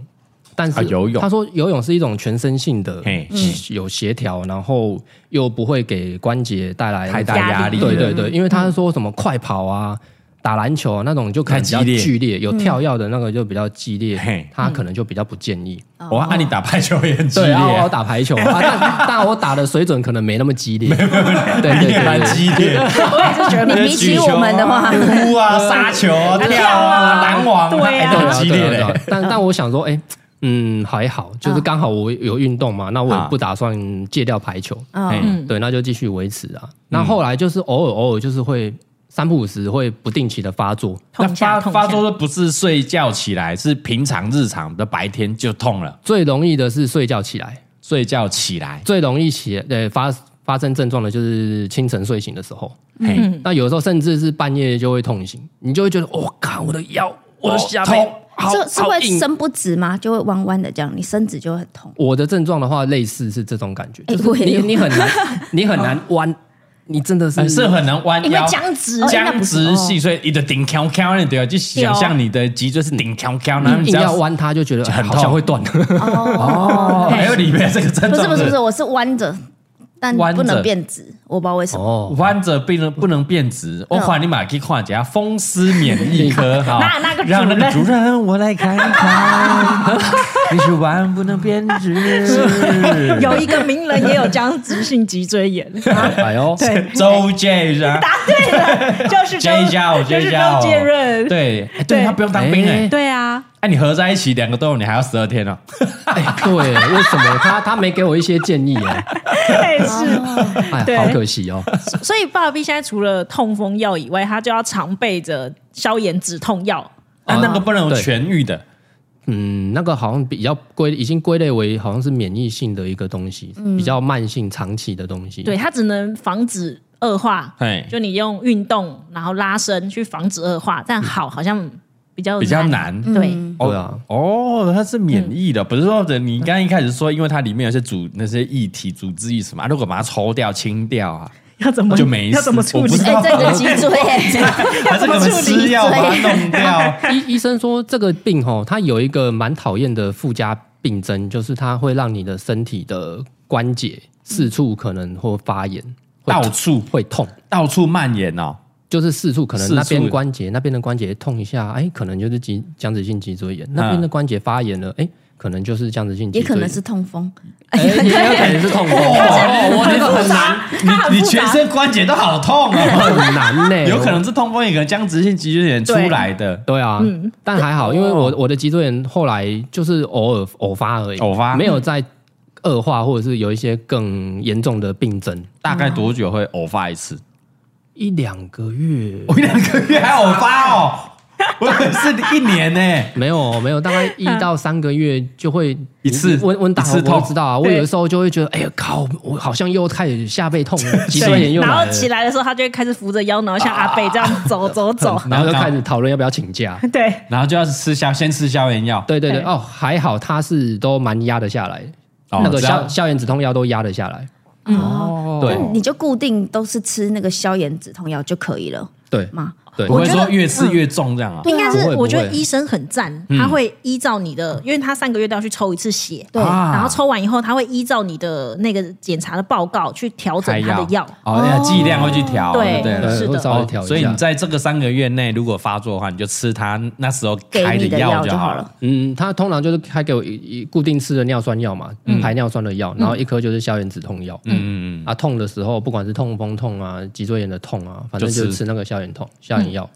Speaker 4: 但
Speaker 1: 啊
Speaker 4: 是
Speaker 1: 游泳
Speaker 4: 他说游泳是一种全身性的
Speaker 1: 嘿，嗯
Speaker 4: 有协调，然后又不会给关节带来
Speaker 1: 太大
Speaker 2: 压
Speaker 1: 力
Speaker 4: 对对
Speaker 1: 了
Speaker 4: 对，因为他说什么快跑啊。打篮球啊那种就可能比较
Speaker 1: 太激烈
Speaker 4: 剧烈，有跳跃的那个就比较激
Speaker 1: 嘿嗯
Speaker 4: 烈，他可能就比较不建议。
Speaker 1: 我啊按你打排球也很激
Speaker 4: 对
Speaker 1: 烈
Speaker 4: 啊，我
Speaker 1: 啊
Speaker 4: 我，打排球啊，但但我打的水准可能没那么 激烈，对对
Speaker 1: 你 也
Speaker 4: 对
Speaker 1: 蛮
Speaker 4: 对
Speaker 1: 激烈。
Speaker 3: 你比起我们的话，
Speaker 1: 扑啊、杀球啊、跳 啊、拦网啊，
Speaker 2: 对啊
Speaker 1: 哎都很
Speaker 4: 对啊，
Speaker 1: 激
Speaker 4: 对
Speaker 1: 烈
Speaker 4: 啊对啊
Speaker 1: 的。
Speaker 4: 但但我想说，哎，嗯，还好，就是刚好我有运动嘛，那我也不打算戒掉排球，
Speaker 1: 哎
Speaker 3: 嗯，
Speaker 4: 对，那就继续维持啊。
Speaker 1: 嗯
Speaker 4: 那后来就是偶尔偶尔就是会三不五时会不定期的发作，
Speaker 1: 那
Speaker 2: 痛一
Speaker 1: 发
Speaker 2: 下痛一
Speaker 1: 发
Speaker 2: 下。
Speaker 1: 作的不是睡觉起来，是平常日常的白天就痛了，
Speaker 4: 最容易的是睡觉起来，
Speaker 1: 睡觉起来，
Speaker 4: 最容易起呃发发生症状的就是清晨睡醒的时候，
Speaker 3: 嗯
Speaker 1: 嘿，
Speaker 4: 那有时候甚至是半夜就会痛醒，你就会觉得我靠、我的腰，我的下背
Speaker 1: 痛
Speaker 4: 好
Speaker 3: 是是
Speaker 4: 好
Speaker 3: 会
Speaker 4: 硬。哦
Speaker 3: 伸不直吗？就会弯弯的这样，你伸直就会很痛。
Speaker 4: 我的症状的话，类似是这种感觉，
Speaker 3: 哎
Speaker 4: 就
Speaker 3: 我
Speaker 4: 是
Speaker 3: 也
Speaker 4: 你你
Speaker 3: 有哦
Speaker 4: 很难 你很难弯，你真的
Speaker 1: 很
Speaker 4: 是
Speaker 1: 哎是很难弯
Speaker 3: 嗯因为
Speaker 1: 腰。
Speaker 3: 僵直，哦
Speaker 1: 僵直细所以你的顶翘翘那对啊，就想象你的脊椎是顶翘翘，
Speaker 3: 嗯
Speaker 1: 然后你
Speaker 4: 硬
Speaker 1: 只
Speaker 4: 要
Speaker 1: 要，
Speaker 4: 弯它就觉得
Speaker 1: 很
Speaker 4: 哎
Speaker 1: 痛
Speaker 4: 好像会断。
Speaker 3: 哦，
Speaker 1: 还有里面这个症状，
Speaker 3: 不是不是不是，，我是弯着，但
Speaker 1: 弯着
Speaker 3: 不能变直，我不知道为什么。
Speaker 4: 哦，
Speaker 1: 弯着不能不能变直，
Speaker 3: 嗯
Speaker 1: 我喊你马去看一下风湿免疫 科哈，
Speaker 2: 那那个主任
Speaker 1: 让那个主任我来看一看， 你是弯不能变直，
Speaker 2: 有一个名人也有僵直性脊椎 炎，
Speaker 4: 哎呦，
Speaker 2: 对，
Speaker 1: 周杰伦，
Speaker 2: 答对 了，就是周
Speaker 1: 这一家我
Speaker 2: 就
Speaker 1: 这
Speaker 2: 是
Speaker 1: 一家
Speaker 2: 周
Speaker 1: 我
Speaker 2: 杰伦，
Speaker 1: 对，哎对
Speaker 2: 对
Speaker 1: 他不用当兵哎
Speaker 4: 哎，
Speaker 2: 对啊，
Speaker 1: 哎你合在一起两个都有，你还要十二天哦，
Speaker 4: 哎对，为什么他他没给我一些建议啊？
Speaker 2: 对是。
Speaker 4: 哎，
Speaker 2: 对
Speaker 4: 好可惜哦。
Speaker 2: 所以爸比现在除了痛风药以外，他就要常备着消炎止痛药。
Speaker 1: 但啊那个不能有
Speaker 4: 对
Speaker 1: 痊愈的，
Speaker 4: 嗯，那个好像比较归，已经归类为好像是免疫性的一个东西，
Speaker 3: 嗯
Speaker 4: 比较慢性、长期的东西。
Speaker 2: 对，它只能防止恶化
Speaker 1: 嘿。
Speaker 2: 就你用运动，然后拉伸去防止恶化，但好好像比较
Speaker 1: 比较。难。
Speaker 2: 对，
Speaker 3: 嗯
Speaker 4: 对啊，嗯
Speaker 1: 哦，它是免疫的，不是说你刚刚一开始说，因为它里面有些组那些液体、组织液什么，啊如果把它抽掉、清掉 啊，
Speaker 2: 要怎么
Speaker 1: 就没
Speaker 2: 要怎么
Speaker 1: 事
Speaker 2: 处
Speaker 1: 我不
Speaker 2: 理
Speaker 1: 知？
Speaker 3: 哎，这个脊椎哎，
Speaker 1: 还是
Speaker 2: 怎么
Speaker 1: 你们
Speaker 2: 处理
Speaker 1: 吃 药把它弄掉？
Speaker 4: 医医生说这个病吼，它有一个蛮讨厌的附加病症，就是它会让你的身体的关节四处可能会发炎，会
Speaker 1: 到处
Speaker 4: 会痛，
Speaker 1: 到处蔓延哦。
Speaker 4: 就是四处可
Speaker 1: 四
Speaker 4: 能
Speaker 1: 处
Speaker 4: 那边关节那边的关节痛一下，哎，可能就是脊僵直性脊椎炎；那边的关节发炎了，哎，可能就是僵直性脊
Speaker 3: 也
Speaker 4: 椎炎，
Speaker 3: 可能是痛风。
Speaker 4: 哎，也有可能是 痛 风。
Speaker 1: 哦，我这个很难，你你全身关节都好痛哦，
Speaker 4: 很难呢、
Speaker 1: 有可能是痛风，也可能僵直性脊椎炎出来的。
Speaker 4: 对啊，
Speaker 1: 嗯
Speaker 4: 但还好，因为我我的脊椎炎后来就是偶尔偶发而已，
Speaker 1: 哦偶发
Speaker 4: 没有再恶化或者是有一些更严重的病症，
Speaker 1: 大概多久会偶发一次？
Speaker 4: 一两个月
Speaker 1: 我一两个月还偶发哦，我以为是一年呢。
Speaker 4: 没有没有，大概一 到三个月就会
Speaker 1: 一次
Speaker 4: 温温打
Speaker 1: 一次
Speaker 4: 我
Speaker 1: 痛
Speaker 4: 都知道啊，我有的时候就会觉得，哎呀靠，我好像又开始下背痛， 脊椎炎又
Speaker 2: 然
Speaker 4: 来
Speaker 2: 后
Speaker 4: 了，
Speaker 2: 起来的时候，他就会开始扶着腰，然后像阿贝这样走走走。
Speaker 4: 然后就开始讨论要不要请假。
Speaker 2: 对，
Speaker 1: 然后就要吃消，先吃消炎药。
Speaker 4: 对对对，哦，还好他是都蛮压得下来，
Speaker 1: 哦
Speaker 4: 那个
Speaker 1: 只要
Speaker 4: 消消炎止痛药都压得下来。
Speaker 1: 哦，对，
Speaker 3: 你就固定都是吃那个消炎止痛药就可以了
Speaker 4: 对
Speaker 1: 哦
Speaker 3: 嘛。
Speaker 4: 对，
Speaker 1: 不会
Speaker 2: 我觉
Speaker 1: 说
Speaker 2: 得嗯
Speaker 1: 越吃越重这样啊。
Speaker 2: 应该
Speaker 4: 不会
Speaker 2: 是
Speaker 4: 不会
Speaker 2: 我觉得医生很赞，他会依照你的，因为他三个月都要去抽一次血，
Speaker 3: 对
Speaker 1: 啊
Speaker 2: 然后抽完以后，他会依照你的那个检查的报告去调整
Speaker 1: 开
Speaker 2: 他的药。
Speaker 1: 哦，那剂量会去调，啊对
Speaker 2: 对
Speaker 1: 不对
Speaker 4: 对
Speaker 1: 了？
Speaker 2: 是的
Speaker 4: 会呃稍微调一下。
Speaker 1: 哦所以你在这个三个月内如果发作的话，你就吃他那时候
Speaker 3: 给
Speaker 1: 开
Speaker 3: 你的
Speaker 1: 药
Speaker 3: 药
Speaker 1: 就
Speaker 3: 就好
Speaker 1: 了
Speaker 3: 了。
Speaker 4: 嗯，他通常就是开给我一一固定吃的尿酸药嘛，排尿酸的药，然后一颗就是消炎止痛药。
Speaker 1: 嗯，
Speaker 4: 嗯啊，痛的时候不管是痛风痛啊、脊椎炎的痛啊，反正
Speaker 1: 就吃
Speaker 4: 就是吃那个消炎痛消炎药，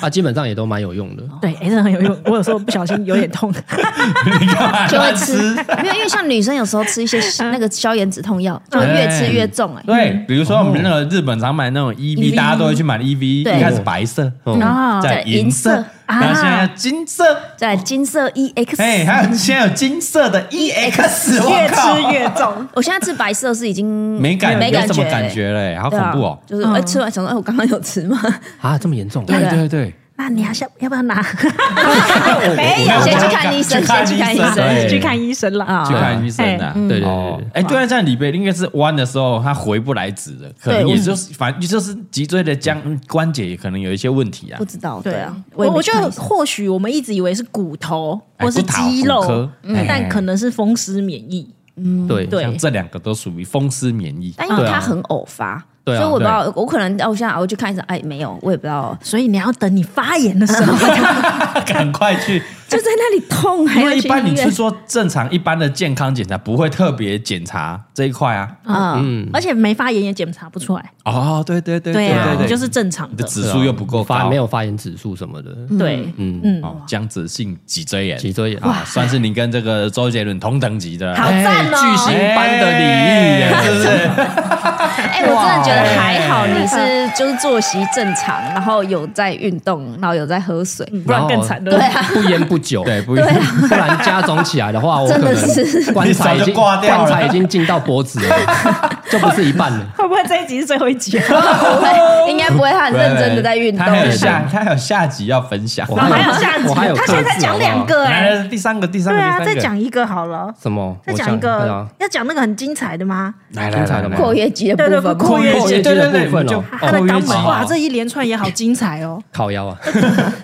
Speaker 4: 啊，基本上也都蛮有用的。
Speaker 2: 对，哎，这很有用。我有时候不小心有点痛，
Speaker 1: 你干嘛
Speaker 3: 就会
Speaker 1: 乱
Speaker 3: 吃，没有，因为像女生有时候吃一 些那个消炎止痛药，就会越吃越重哎、
Speaker 1: 对，比如说我们那个日本常买那种 EV，
Speaker 3: EV
Speaker 1: 大家都会去买 EV，
Speaker 3: 对
Speaker 1: 一开始白色，
Speaker 3: 啊
Speaker 1: 在银色
Speaker 3: 再银色，
Speaker 1: 然后现在金色，
Speaker 3: 在金色 E EX，、
Speaker 1: 哎，还有现在有金色的 EX，
Speaker 2: 越
Speaker 1: 我靠
Speaker 2: 吃越重。
Speaker 3: 我现在吃白色是已经
Speaker 1: 没感
Speaker 3: 没
Speaker 1: 有
Speaker 3: 感
Speaker 1: 什
Speaker 3: 觉
Speaker 1: 么
Speaker 3: 欸，
Speaker 1: 感觉嘞，好
Speaker 3: 对
Speaker 1: 恐
Speaker 3: 啊
Speaker 1: 怖哦！
Speaker 3: 就是哎、吃完想说，哎、我刚刚有吃吗？
Speaker 4: 啊，这么严重？
Speaker 3: 对啊
Speaker 1: 对对，
Speaker 2: 那你要下要不要 拿？
Speaker 3: 没有，先去看医生，
Speaker 1: 去
Speaker 3: 先
Speaker 1: 看
Speaker 3: 去看
Speaker 1: 医
Speaker 3: 医
Speaker 1: 生
Speaker 3: 生。
Speaker 1: 对
Speaker 2: 去看医生了
Speaker 1: 去
Speaker 3: 啊，
Speaker 1: 看医生的。
Speaker 4: 对对对
Speaker 1: 哦
Speaker 4: 对，
Speaker 1: 哎，对啊，这样里边应该是弯的时候，它回不来直的，可能
Speaker 3: 对
Speaker 1: 也就是反正就是脊椎的僵关节也可能有一些问题啊
Speaker 3: 不。知道，对啊，
Speaker 2: 我
Speaker 3: 也没
Speaker 2: 我觉
Speaker 3: 看
Speaker 2: 得
Speaker 3: 医生
Speaker 2: 或许我们一直以为是骨头
Speaker 1: 哎
Speaker 2: 或是
Speaker 1: 骨头
Speaker 2: 肌
Speaker 1: 骨
Speaker 2: 肉
Speaker 1: 科，嗯
Speaker 2: 但可能是风湿免疫。
Speaker 4: 对
Speaker 2: 对
Speaker 1: 像这两个都属于风湿免疫，
Speaker 3: 但因为
Speaker 4: 对啊
Speaker 3: 它很偶发，
Speaker 1: 对啊
Speaker 3: 所以我不知
Speaker 1: 对
Speaker 3: 道，我可能哦，我现在我去看医生，哎，没有，我也不知道。
Speaker 2: 所以你要等你发炎的时候，
Speaker 1: 赶快去，
Speaker 3: 就在那里痛，还
Speaker 1: 因
Speaker 3: 要
Speaker 1: 为一
Speaker 3: 去
Speaker 1: 般你
Speaker 3: 医
Speaker 1: 去
Speaker 3: 院。
Speaker 1: 做正常一般的健康检查，不会特别检查这一块啊。
Speaker 3: 嗯，
Speaker 4: 嗯，
Speaker 2: 而且没发炎也检查不出来。
Speaker 1: 哦，对对对
Speaker 2: 对啊，
Speaker 1: 对，
Speaker 2: 就是正常
Speaker 1: 你的
Speaker 2: 的。
Speaker 1: 指数又不够
Speaker 4: 发
Speaker 1: 高，
Speaker 4: 没有发炎指数什么的，
Speaker 2: 对，
Speaker 1: 嗯嗯，哦，僵直性脊椎炎，
Speaker 4: 脊椎炎哎
Speaker 1: 啊，算是你跟这个周杰伦同等级的，
Speaker 2: 好赞哦
Speaker 4: 巨星般的礼遇耶，
Speaker 1: 哎是不是？
Speaker 3: 哎，我真的觉得还好，
Speaker 1: 哎
Speaker 3: 你是就是作息正常，然后有在运动，然后有在喝水。
Speaker 1: 嗯
Speaker 2: 不然更惨的。
Speaker 4: 对啊，不烟不酒，
Speaker 1: 对，不一
Speaker 4: 不
Speaker 1: 定。
Speaker 4: 然加总起来的话，我可
Speaker 3: 真的是
Speaker 4: 能棺材
Speaker 1: 你早
Speaker 4: 已
Speaker 1: 就
Speaker 4: 经
Speaker 1: 挂掉了
Speaker 4: 棺材已经进到脖子了，就不是一半了。
Speaker 2: 会不会这一集是最后一集？啊
Speaker 3: 不会， 应该不会，他很认真的在运动
Speaker 1: 他。还有下，他还有下集要分享。
Speaker 4: 我
Speaker 2: 然后还有下集啊
Speaker 4: 我还有，
Speaker 2: 他现在在讲两个
Speaker 1: 来
Speaker 2: 哎。
Speaker 1: 来，第三个，第三
Speaker 2: 对
Speaker 1: 个，
Speaker 2: 啊，
Speaker 1: 第
Speaker 2: 再
Speaker 1: 三个，
Speaker 2: 讲一个好了，
Speaker 4: 什么？
Speaker 2: 再
Speaker 4: 我
Speaker 2: 讲一
Speaker 4: 对啊
Speaker 2: 个，要讲那个很精彩的吗？
Speaker 1: 来来来来，
Speaker 3: 括约肌的
Speaker 2: 对对
Speaker 3: 部分，
Speaker 2: 括
Speaker 3: 括
Speaker 2: 约
Speaker 1: 约
Speaker 4: 肌
Speaker 1: 肌对对对，
Speaker 4: 的部分哦
Speaker 1: 就
Speaker 2: 啊他的
Speaker 1: 括约
Speaker 2: 肛
Speaker 1: 肌
Speaker 2: 门，哇，这一连串也好精彩 哦。
Speaker 4: 靠 腰啊，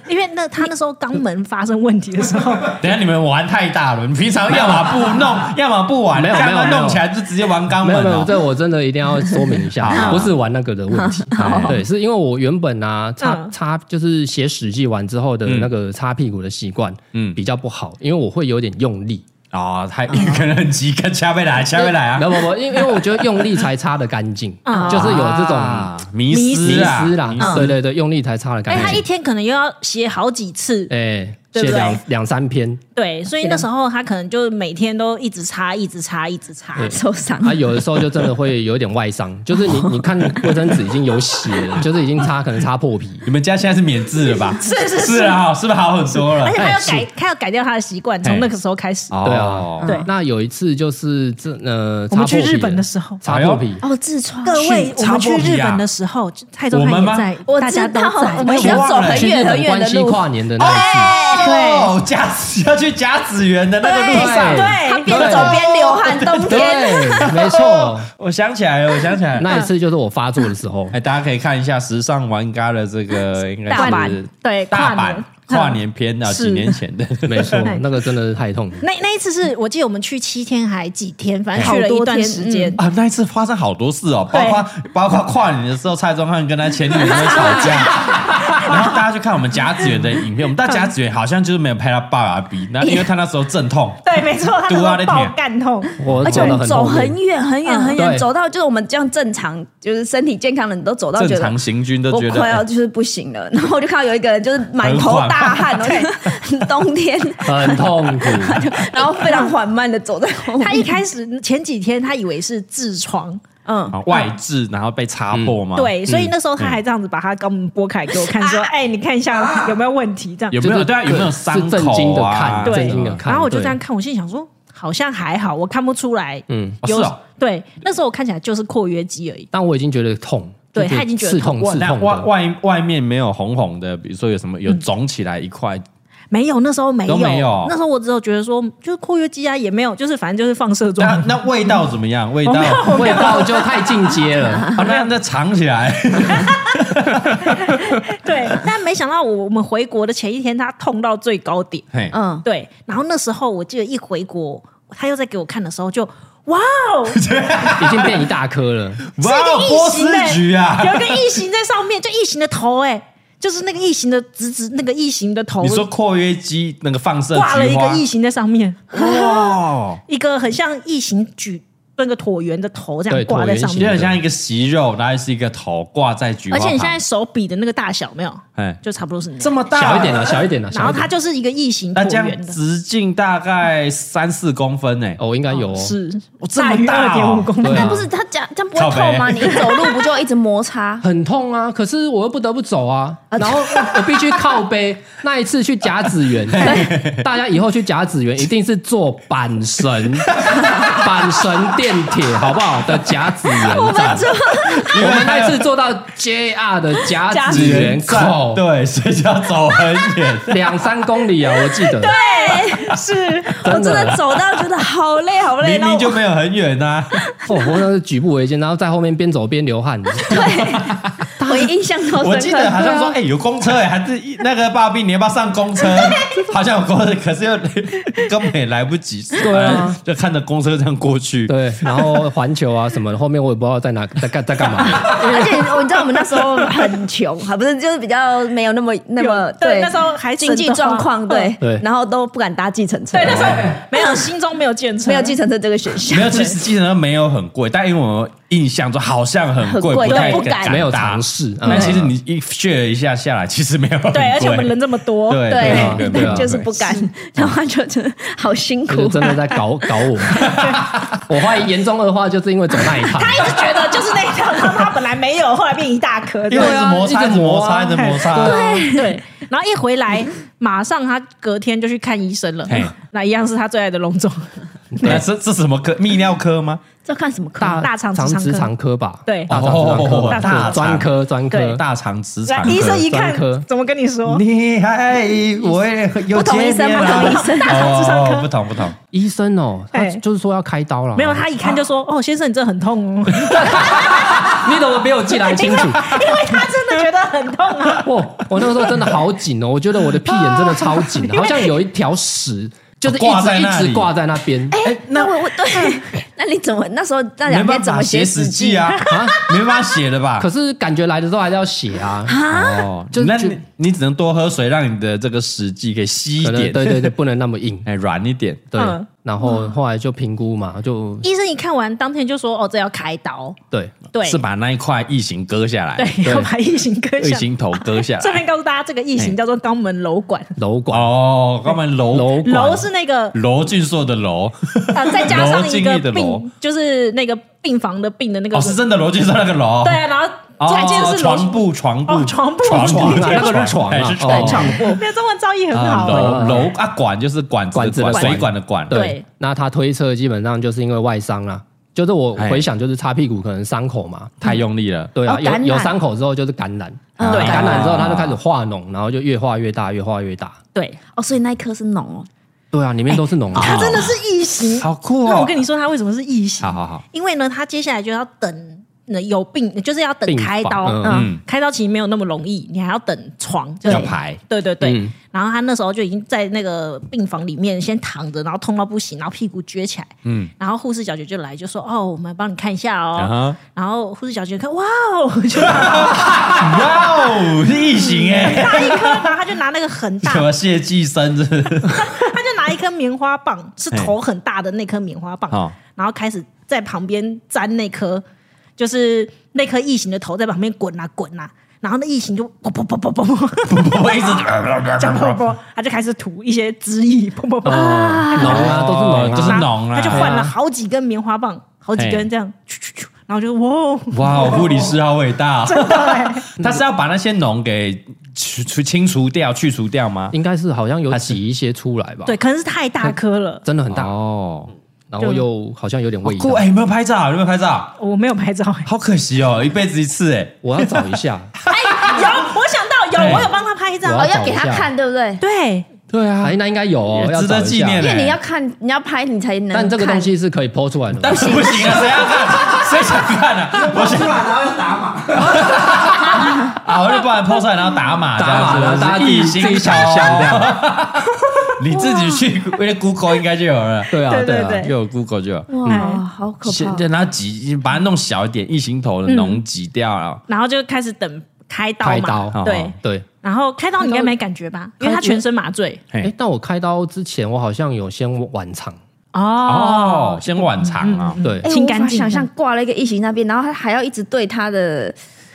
Speaker 2: 因为那他那时候肛门发生问题的时 候，
Speaker 1: 等一下你们玩太大了，你平常要么不弄，要么不玩，
Speaker 4: 没有
Speaker 1: 这样
Speaker 4: 没有
Speaker 1: 都
Speaker 4: 没有
Speaker 1: 弄起来就直接玩肛
Speaker 4: 没
Speaker 1: 门哦
Speaker 4: 有没有，
Speaker 1: 了。
Speaker 4: 这我真的一定要说明一下，
Speaker 1: 好
Speaker 4: 不是玩那个的 问题。对，是因为我原本啊擦
Speaker 2: 嗯
Speaker 4: 擦就是写史记完之后的那个擦屁股的习惯，
Speaker 1: 嗯
Speaker 4: 嗯，比较不好，因为我会有点用力。
Speaker 1: 哦，太可能很急，跟掐背来，掐背来啊
Speaker 4: 没！有没有没有，因为因为我觉得用力才擦的干净
Speaker 2: 啊，嗯
Speaker 4: 就是有这种
Speaker 1: 啊迷
Speaker 4: 迷
Speaker 1: 失啊，
Speaker 4: 失啦，对对对，用力才擦的
Speaker 2: 哎，他
Speaker 4: 干
Speaker 2: 一
Speaker 4: 净。
Speaker 2: 天可能又要写好几次，
Speaker 4: 哎，
Speaker 2: 对不
Speaker 4: 写
Speaker 2: 对
Speaker 4: 两两 三篇，
Speaker 2: 对，所以那时候他可能就每天都一直擦，一直擦，一直擦。
Speaker 4: 对
Speaker 3: 受伤。
Speaker 4: 啊，有的时候就真的会有点外伤，就是你你看卫生纸已经有血了，就是已经擦可能擦破皮，
Speaker 1: 你们家现在是免治了吧？是是是啊，是不是好很多了
Speaker 2: 而且？他要
Speaker 4: 哎
Speaker 2: 改
Speaker 4: 是，哎
Speaker 2: 他要改掉他的习惯，从那个时候开始。
Speaker 4: 对
Speaker 1: 哦
Speaker 4: 啊，
Speaker 2: 对
Speaker 4: 那有一次就是这呃，
Speaker 2: 我们去
Speaker 4: 擦破皮
Speaker 2: 日本的时候
Speaker 4: 擦破皮，
Speaker 3: 哦，痔疮。
Speaker 2: 各位，我
Speaker 1: 擦
Speaker 2: 们
Speaker 1: 破
Speaker 2: 去
Speaker 1: 皮啊
Speaker 2: 日本的时候，蔡宗
Speaker 1: 我们
Speaker 2: 翰
Speaker 1: 吗
Speaker 2: 也在，
Speaker 3: 我
Speaker 2: 大
Speaker 3: 知
Speaker 2: 家都
Speaker 3: 道，
Speaker 2: 在。
Speaker 3: 我们
Speaker 1: 哎
Speaker 3: 要
Speaker 1: 我忘
Speaker 3: 走
Speaker 1: 了
Speaker 3: 很
Speaker 4: 去日
Speaker 3: 远很
Speaker 4: 本
Speaker 3: 远
Speaker 4: 关
Speaker 3: 的
Speaker 4: 西
Speaker 3: 路。
Speaker 4: 跨年的那一
Speaker 1: 哦，甲子要去甲子园的那个路上，
Speaker 4: 对
Speaker 3: 他
Speaker 2: 对，
Speaker 3: 边走边流汗，冬
Speaker 4: 次，对
Speaker 3: 天。，
Speaker 4: 没错，
Speaker 1: 哦我想起来了，我想起来了。
Speaker 4: 那一次就是我发作的时候
Speaker 1: 哎，，大家可以看一下时尚玩家的这个应该
Speaker 3: 大
Speaker 1: 是
Speaker 3: 阪
Speaker 2: 对
Speaker 1: 大
Speaker 2: 跨
Speaker 1: 阪
Speaker 2: 年
Speaker 1: 跨年片啊，
Speaker 2: 是
Speaker 1: 几年前的。
Speaker 4: 没错，那个真的是太痛了。
Speaker 2: 那那一次是我记得我们去七天还几天，反正
Speaker 3: 好
Speaker 2: 去了一
Speaker 3: 多
Speaker 2: 段
Speaker 3: 天嗯
Speaker 2: 时间。
Speaker 1: 啊，那一次发生好多事哦，包
Speaker 2: 对
Speaker 1: 括包括跨年的时候，蔡宗翰跟他前女友在吵架， 然后大家去看我们甲子园的影片，我们到甲子园好像就是没有拍到爸爸 比，那因为他那时候阵痛，
Speaker 2: 对，没 错，他
Speaker 1: 嘟啊那
Speaker 2: 那时候
Speaker 1: 天
Speaker 2: 爆干痛。
Speaker 4: 我
Speaker 3: 而且
Speaker 4: 走
Speaker 3: 我
Speaker 4: 得
Speaker 3: 们
Speaker 4: 很
Speaker 3: 走
Speaker 4: 后面
Speaker 3: 很远嗯很远很远，
Speaker 4: 对
Speaker 3: 走到就是我们这样正常，就是身体健康的人都走到觉
Speaker 1: 正
Speaker 3: 得
Speaker 1: 常行军都
Speaker 3: 我
Speaker 1: 觉得
Speaker 3: 快要
Speaker 1: 哎
Speaker 3: 就是不行了。 然后我就看到有一个人就是满头大汗，然后 冬天，
Speaker 4: 很痛苦，
Speaker 3: 然后非常缓慢的走在后面。
Speaker 2: 他一开始前几天他以为是痔疮，
Speaker 3: 嗯，
Speaker 1: 啊外痔，然后被插
Speaker 4: 嗯
Speaker 1: 破嘛，，
Speaker 2: 对，所以那时候他
Speaker 1: 嗯
Speaker 2: 还这样子把他肛门拨开给我看，
Speaker 3: 啊
Speaker 2: 说：“哎，你看一下有没有问题？”这 样
Speaker 1: 有没
Speaker 4: 就
Speaker 1: 有
Speaker 4: 是
Speaker 1: 对啊？有没有伤
Speaker 4: 是震惊
Speaker 1: 口
Speaker 4: 的
Speaker 1: 啊？
Speaker 4: 看
Speaker 2: 对
Speaker 4: 震惊的看
Speaker 2: 然后我就
Speaker 4: 对
Speaker 2: 这样看，我心里想说，好像还好，我看不出来。
Speaker 4: 嗯，
Speaker 1: 哦
Speaker 2: 有
Speaker 1: 是哦
Speaker 2: 对，那时候我看起来就是括约肌而已。
Speaker 4: 但我已经觉得痛，
Speaker 2: 对
Speaker 4: 就
Speaker 2: 他已经觉得
Speaker 4: 刺痛
Speaker 1: 哇
Speaker 4: 刺
Speaker 1: 那
Speaker 4: 痛
Speaker 1: 外
Speaker 4: 的，
Speaker 1: 外外面没有红红的，比如说有什么有肿起来一块，
Speaker 2: 没有，那时候没有，
Speaker 1: 都没有
Speaker 2: 那时候我只有觉得说，就是括约肌啊，也没有，就是反正就是放射状。
Speaker 1: 那那味道怎么样？味道啊，
Speaker 4: 味道就太进 阶了。
Speaker 1: 那那藏起来，
Speaker 2: 对，但没想到我我们回国的前一天，他痛到最高点。
Speaker 1: 嘿，
Speaker 3: 嗯，
Speaker 2: 对，然后那时候我记得一回国，他又在给我看的时候就，哇哦，
Speaker 4: 已经变一大颗了，
Speaker 1: 哇
Speaker 2: 一个
Speaker 1: 哦，波
Speaker 2: 异
Speaker 1: 斯
Speaker 2: 形欸
Speaker 1: 菊啊！
Speaker 2: 有一个异形在上面，就异形的头、哎，就是那个异形的直直那个异形的 头
Speaker 1: 你，说括约肌那个放射
Speaker 2: 挂了
Speaker 1: 菊
Speaker 2: 一
Speaker 1: 花
Speaker 2: 个异形在上面，
Speaker 1: 哇，
Speaker 2: 一个很像异形举那个椭圆的头这样
Speaker 4: 对
Speaker 2: 挂在上
Speaker 1: 有
Speaker 4: 椭圆形
Speaker 2: 面，
Speaker 1: 点像一个息肉，然后是一个头挂在菊花
Speaker 2: 而
Speaker 1: 旁。
Speaker 2: 且你现在手比的那个大小没有，
Speaker 1: 哎
Speaker 2: 就差不多是那
Speaker 1: 这
Speaker 2: 样。
Speaker 1: 么大
Speaker 4: 小一点了，小一点了，啊
Speaker 2: 然
Speaker 4: 小
Speaker 2: 后
Speaker 4: 一
Speaker 2: 它
Speaker 4: 点。
Speaker 2: 就是一个异形
Speaker 1: 那这
Speaker 2: 椭
Speaker 1: 样
Speaker 2: 圆的，
Speaker 1: 直径大概三四公分呢。
Speaker 4: 哦，应该有哦，
Speaker 2: 是
Speaker 1: 哦这
Speaker 2: 大
Speaker 1: 么
Speaker 2: 于
Speaker 1: 大
Speaker 2: 二
Speaker 1: 哦
Speaker 2: 点五公分。
Speaker 4: 对
Speaker 3: 那
Speaker 4: 啊？
Speaker 3: 哎不是他讲，这样不会 痛
Speaker 1: 靠
Speaker 3: 吗？
Speaker 1: 北
Speaker 3: 你一走路不就一直摩擦
Speaker 4: 很痛啊，可是我又不得不走啊，然后我必须靠背。那一次去甲子 园，大家以后去甲子园一定是坐阪神阪神电铁，好不好？的甲子 园站，我们那一次坐到 JR 的甲子园口，
Speaker 1: 对，所以就要走很远。
Speaker 4: 两三公里啊，我记得。
Speaker 3: 对，是我真的走到觉得好累好累，
Speaker 1: 明
Speaker 3: 然
Speaker 1: 明
Speaker 3: 后我
Speaker 1: 就没有很远啊呐、
Speaker 4: 哦，我那是举步维艰，然后在后面边走边流 汗。
Speaker 3: 我印象超深刻。哦
Speaker 1: 我记得好像说，哎、有公车哎、还是一那个爸比，你要不要上公车？好像有公车，可是又 根本也来不及。对哎
Speaker 4: 啊，
Speaker 1: 就看着公车这样样过去。
Speaker 4: 对，然后环球啊什么的，后面我也不知道在哪在 干在干嘛。
Speaker 3: 啊而且我你知道我们那时候很穷，还不是就是比较没有那么那么
Speaker 2: 有对那时候还省
Speaker 3: 经
Speaker 2: 的
Speaker 3: 济状况
Speaker 2: 话
Speaker 3: 对
Speaker 4: 嗯对
Speaker 3: 然后都不敢搭计程车
Speaker 2: 对，，那时候没有心中没有建成，
Speaker 3: 没有计程车这个选项
Speaker 1: 没。有，其实计程车没有很贵，但因为我们印象中好像很贵，
Speaker 3: 很贵
Speaker 1: 不太
Speaker 3: 对不
Speaker 1: 敢
Speaker 3: 敢
Speaker 1: 搭
Speaker 4: 没有尝试
Speaker 1: 但
Speaker 4: 嗯
Speaker 1: 其实你一 share 一下下来，其实没有很贵。
Speaker 2: 对，而且我们人这么多，
Speaker 1: 对
Speaker 3: 对
Speaker 1: 啊对啊
Speaker 3: 就是不敢，然后他就真的好辛
Speaker 4: 就是
Speaker 3: 苦，
Speaker 4: 真的在搞搞我，我怀疑严重恶化就是因为走那一趟，
Speaker 2: 他一直觉得就是那一套，然后他本来没有，后来变一大颗，
Speaker 1: 因为一直摩擦，
Speaker 4: 对啊
Speaker 1: 一直摩擦，一直
Speaker 4: 一直磨
Speaker 1: 摩擦。
Speaker 3: 哎
Speaker 2: 对，然后一回来，马上他隔天就去看医生了
Speaker 1: 嘿。
Speaker 2: 那一样是他最爱的龙 种，
Speaker 1: 那这这是什么科？泌尿科吗？
Speaker 3: 这看什么课？
Speaker 4: 大
Speaker 2: 大肠
Speaker 4: 肠
Speaker 2: 直肠
Speaker 4: 直
Speaker 2: 科
Speaker 4: 肠科吧，
Speaker 2: 对
Speaker 4: 大肠直肠科吧
Speaker 1: 哦大肠
Speaker 4: 专科专科
Speaker 2: 对
Speaker 1: 大肠直肠
Speaker 2: 来
Speaker 1: 科。
Speaker 2: 医生一看
Speaker 4: 专科，
Speaker 2: 怎么跟你说？
Speaker 1: 你还我也有
Speaker 3: 不同医
Speaker 1: 见
Speaker 3: 生
Speaker 1: 面啊
Speaker 3: 不同
Speaker 1: 了
Speaker 3: 医生
Speaker 2: 大肠直肠科
Speaker 1: 哦不同不同。
Speaker 4: 医生哦，他
Speaker 2: 哎
Speaker 4: 就是说要开刀了，
Speaker 2: 没有，他一看就说：“哦，先生，你这 很痛哦。
Speaker 4: 你怎么比我记得还清 楚？”
Speaker 2: 因为他真的觉得很痛啊。
Speaker 4: 哇，我那个时候真的好紧哦，我觉得我的屁眼真的超紧，好像有一条屎，就是一
Speaker 1: 挂在
Speaker 4: 直
Speaker 1: 那
Speaker 4: 一
Speaker 1: 里
Speaker 4: 直挂在那边。
Speaker 3: 哎，那我我对，那你怎么那时候那
Speaker 1: 嗯没
Speaker 3: 两
Speaker 1: 办
Speaker 3: 天怎
Speaker 1: 法
Speaker 3: 么
Speaker 1: 写
Speaker 3: 史
Speaker 1: 史记？啊，
Speaker 4: 啊！
Speaker 1: 没办法写的吧
Speaker 4: 可？是感觉来的时候还是要写 啊，
Speaker 1: 哦，
Speaker 4: 就
Speaker 1: 那
Speaker 4: 就
Speaker 1: 你你只能多喝水，让你的这个史记给吸一
Speaker 4: 可能
Speaker 1: 点，
Speaker 4: 对对对，不能那么硬。
Speaker 1: 哎，软一点。
Speaker 4: 对
Speaker 2: 嗯，
Speaker 4: 然后后来就评估嘛，就
Speaker 2: 医生一看完，当天就说：“哦，这要开刀。
Speaker 4: 对，”
Speaker 2: 对，
Speaker 1: 是把那一块异形割下来，
Speaker 2: 对，要把异形割
Speaker 1: 异
Speaker 2: 下。
Speaker 1: 形头割下
Speaker 2: 顺便
Speaker 1: 来。
Speaker 2: 告诉大家， 这个异形叫做肛门瘘管，
Speaker 4: 楼管
Speaker 1: 哦，他们楼
Speaker 4: 楼管
Speaker 2: 瘘是那个
Speaker 1: 楼俊硕的楼，
Speaker 2: 呃，再加上
Speaker 1: 瘘
Speaker 2: 一
Speaker 1: 经
Speaker 2: 个
Speaker 1: 历的瘘
Speaker 2: 病，就是那个病房的病的那个
Speaker 1: 哦，是真的楼俊硕那个楼。
Speaker 2: 对啊，然后中间
Speaker 1: 哦
Speaker 2: 是楼
Speaker 1: 床布，床布
Speaker 2: 哦，床布
Speaker 1: 床
Speaker 2: 床
Speaker 4: 啊那个是
Speaker 1: 床
Speaker 4: 床啊
Speaker 1: 哎是
Speaker 4: 哦
Speaker 1: 床
Speaker 2: 没有中文造诣很
Speaker 1: 啊，
Speaker 2: 好欸、
Speaker 1: 楼楼啊，管就是管子
Speaker 4: 管子的
Speaker 1: 管，
Speaker 4: 管
Speaker 1: 水管的管。
Speaker 4: 对
Speaker 2: 对。
Speaker 4: 那他推测基本上就是因为外伤啦，就是我
Speaker 1: 哎
Speaker 4: 回想就是擦屁股可能伤口嘛，
Speaker 1: 太用力了。
Speaker 4: 对啊，
Speaker 3: 哦
Speaker 4: 有
Speaker 3: 感染
Speaker 4: 有伤口之后就是感染，
Speaker 3: 嗯
Speaker 4: 对，感
Speaker 3: 感染
Speaker 4: 染之后它就开始化脓，然后就越化越大，越化越大。
Speaker 2: 对，
Speaker 3: 哦，所以那一颗是脓哦，
Speaker 4: 对啊，里面都是脓
Speaker 2: 它
Speaker 4: 啊。
Speaker 2: 真的是异形。
Speaker 1: 好酷
Speaker 2: 那
Speaker 1: 哦！
Speaker 2: 我跟你说，它为什么是异形
Speaker 1: 好？好好，
Speaker 2: 因为呢，它接下来就要等呃有病，就是要等
Speaker 4: 病
Speaker 2: 开刀。
Speaker 4: 房
Speaker 1: 嗯
Speaker 2: 嗯，开刀其实没有那么容易，你还要等床，就是
Speaker 1: 要排。
Speaker 2: 对对对。
Speaker 4: 嗯
Speaker 2: 然后他那时候就已经在那个病房里面先躺着，然后痛到不行，然后屁股撅起来。
Speaker 1: 嗯
Speaker 2: 嗯，然后护士小姐就来就说：“哦，我们帮你看一下 哦。
Speaker 1: 啊哈
Speaker 2: 然后护士小姐看，哇哦，就拿
Speaker 1: 哇哦，是异形哎，
Speaker 2: 一颗，然后他就拿那个很 大
Speaker 1: 什么谢寄生是不是？
Speaker 2: 他就拿一颗棉花棒，是头很大的那颗棉花棒，
Speaker 1: 哦
Speaker 2: 然后开始在旁边粘那颗，就是那颗异形的头在旁边滚啊滚啊，然后那异形就啵啵啵啵啵 啵，
Speaker 1: 我一直
Speaker 2: 讲啵啵，他就开始吐一些汁液，啵啵啵，
Speaker 4: 脓啊，都是脓啊，
Speaker 1: 哦 就是脓啊
Speaker 2: 他就换了好几根棉花棒，好几根这样，咻咻咻，然后就哇，
Speaker 1: 哇哦，护理师 好伟大！哦 他是要把那些脓给除除清除掉、去除掉吗？
Speaker 4: 应该是好像有
Speaker 1: 还是
Speaker 4: 挤一些出来吧？
Speaker 2: 对，，可能是太大 颗了，
Speaker 4: 真的很大，
Speaker 1: 哦，
Speaker 4: 然后又好欸像有点
Speaker 1: 好
Speaker 4: 味道
Speaker 1: 酷。哎！有没有拍照？有没有拍照？
Speaker 2: 我没有 拍照、欸，
Speaker 1: 好可惜哦，一辈子一次哎。
Speaker 4: 我要找一下。
Speaker 2: 有，我想到
Speaker 1: 哎
Speaker 2: 有，我有帮他拍照
Speaker 4: 我，
Speaker 3: 哦，
Speaker 4: 要
Speaker 3: 要给他
Speaker 4: 找一下
Speaker 3: 看，对不对？
Speaker 2: 对，
Speaker 4: 对啊，哎，那应该有哦，
Speaker 1: 也
Speaker 4: 要
Speaker 1: 值得
Speaker 4: 找一下
Speaker 1: 纪念
Speaker 3: 因为
Speaker 1: 对
Speaker 3: 你要看，你要拍，你才能。
Speaker 4: 但这个东，西是可以剖出来的
Speaker 1: 但
Speaker 4: 吗。
Speaker 1: 是不行 啊，谁要看？谁想看啊？我想
Speaker 5: 出来然后要打码，
Speaker 1: 啊，我就不然 p 出来，然后打码这样
Speaker 4: 打码
Speaker 1: 子，
Speaker 4: 大家自己
Speaker 1: 异形
Speaker 4: 自己想象这
Speaker 1: 样。 你自己去因为 Google 应该就有了，
Speaker 4: 对啊，
Speaker 2: 对
Speaker 4: 对
Speaker 2: 对
Speaker 4: 啊
Speaker 2: 对，
Speaker 1: 又有 Google 就有。
Speaker 2: 哦
Speaker 3: 哇，
Speaker 2: 哎
Speaker 3: 好可怕！
Speaker 1: 先让它挤，把它弄小一点，异形头的脓挤掉啊了。
Speaker 2: 然后就开始等开刀嘛，
Speaker 4: 开刀
Speaker 2: 对。
Speaker 1: 哦
Speaker 4: 对。
Speaker 2: 然后开刀你应该没感觉吧？因为他全身麻醉
Speaker 1: 嘿
Speaker 4: 哎，但我开刀之前，我好像有先晚场，
Speaker 2: 嗯
Speaker 1: 哦，，先晚肠啊，
Speaker 4: 对
Speaker 3: 哎，
Speaker 2: 清
Speaker 3: 我无
Speaker 2: 干
Speaker 3: 法
Speaker 2: 净
Speaker 3: 想象挂了一个异形那边，然后他还要一直对他的，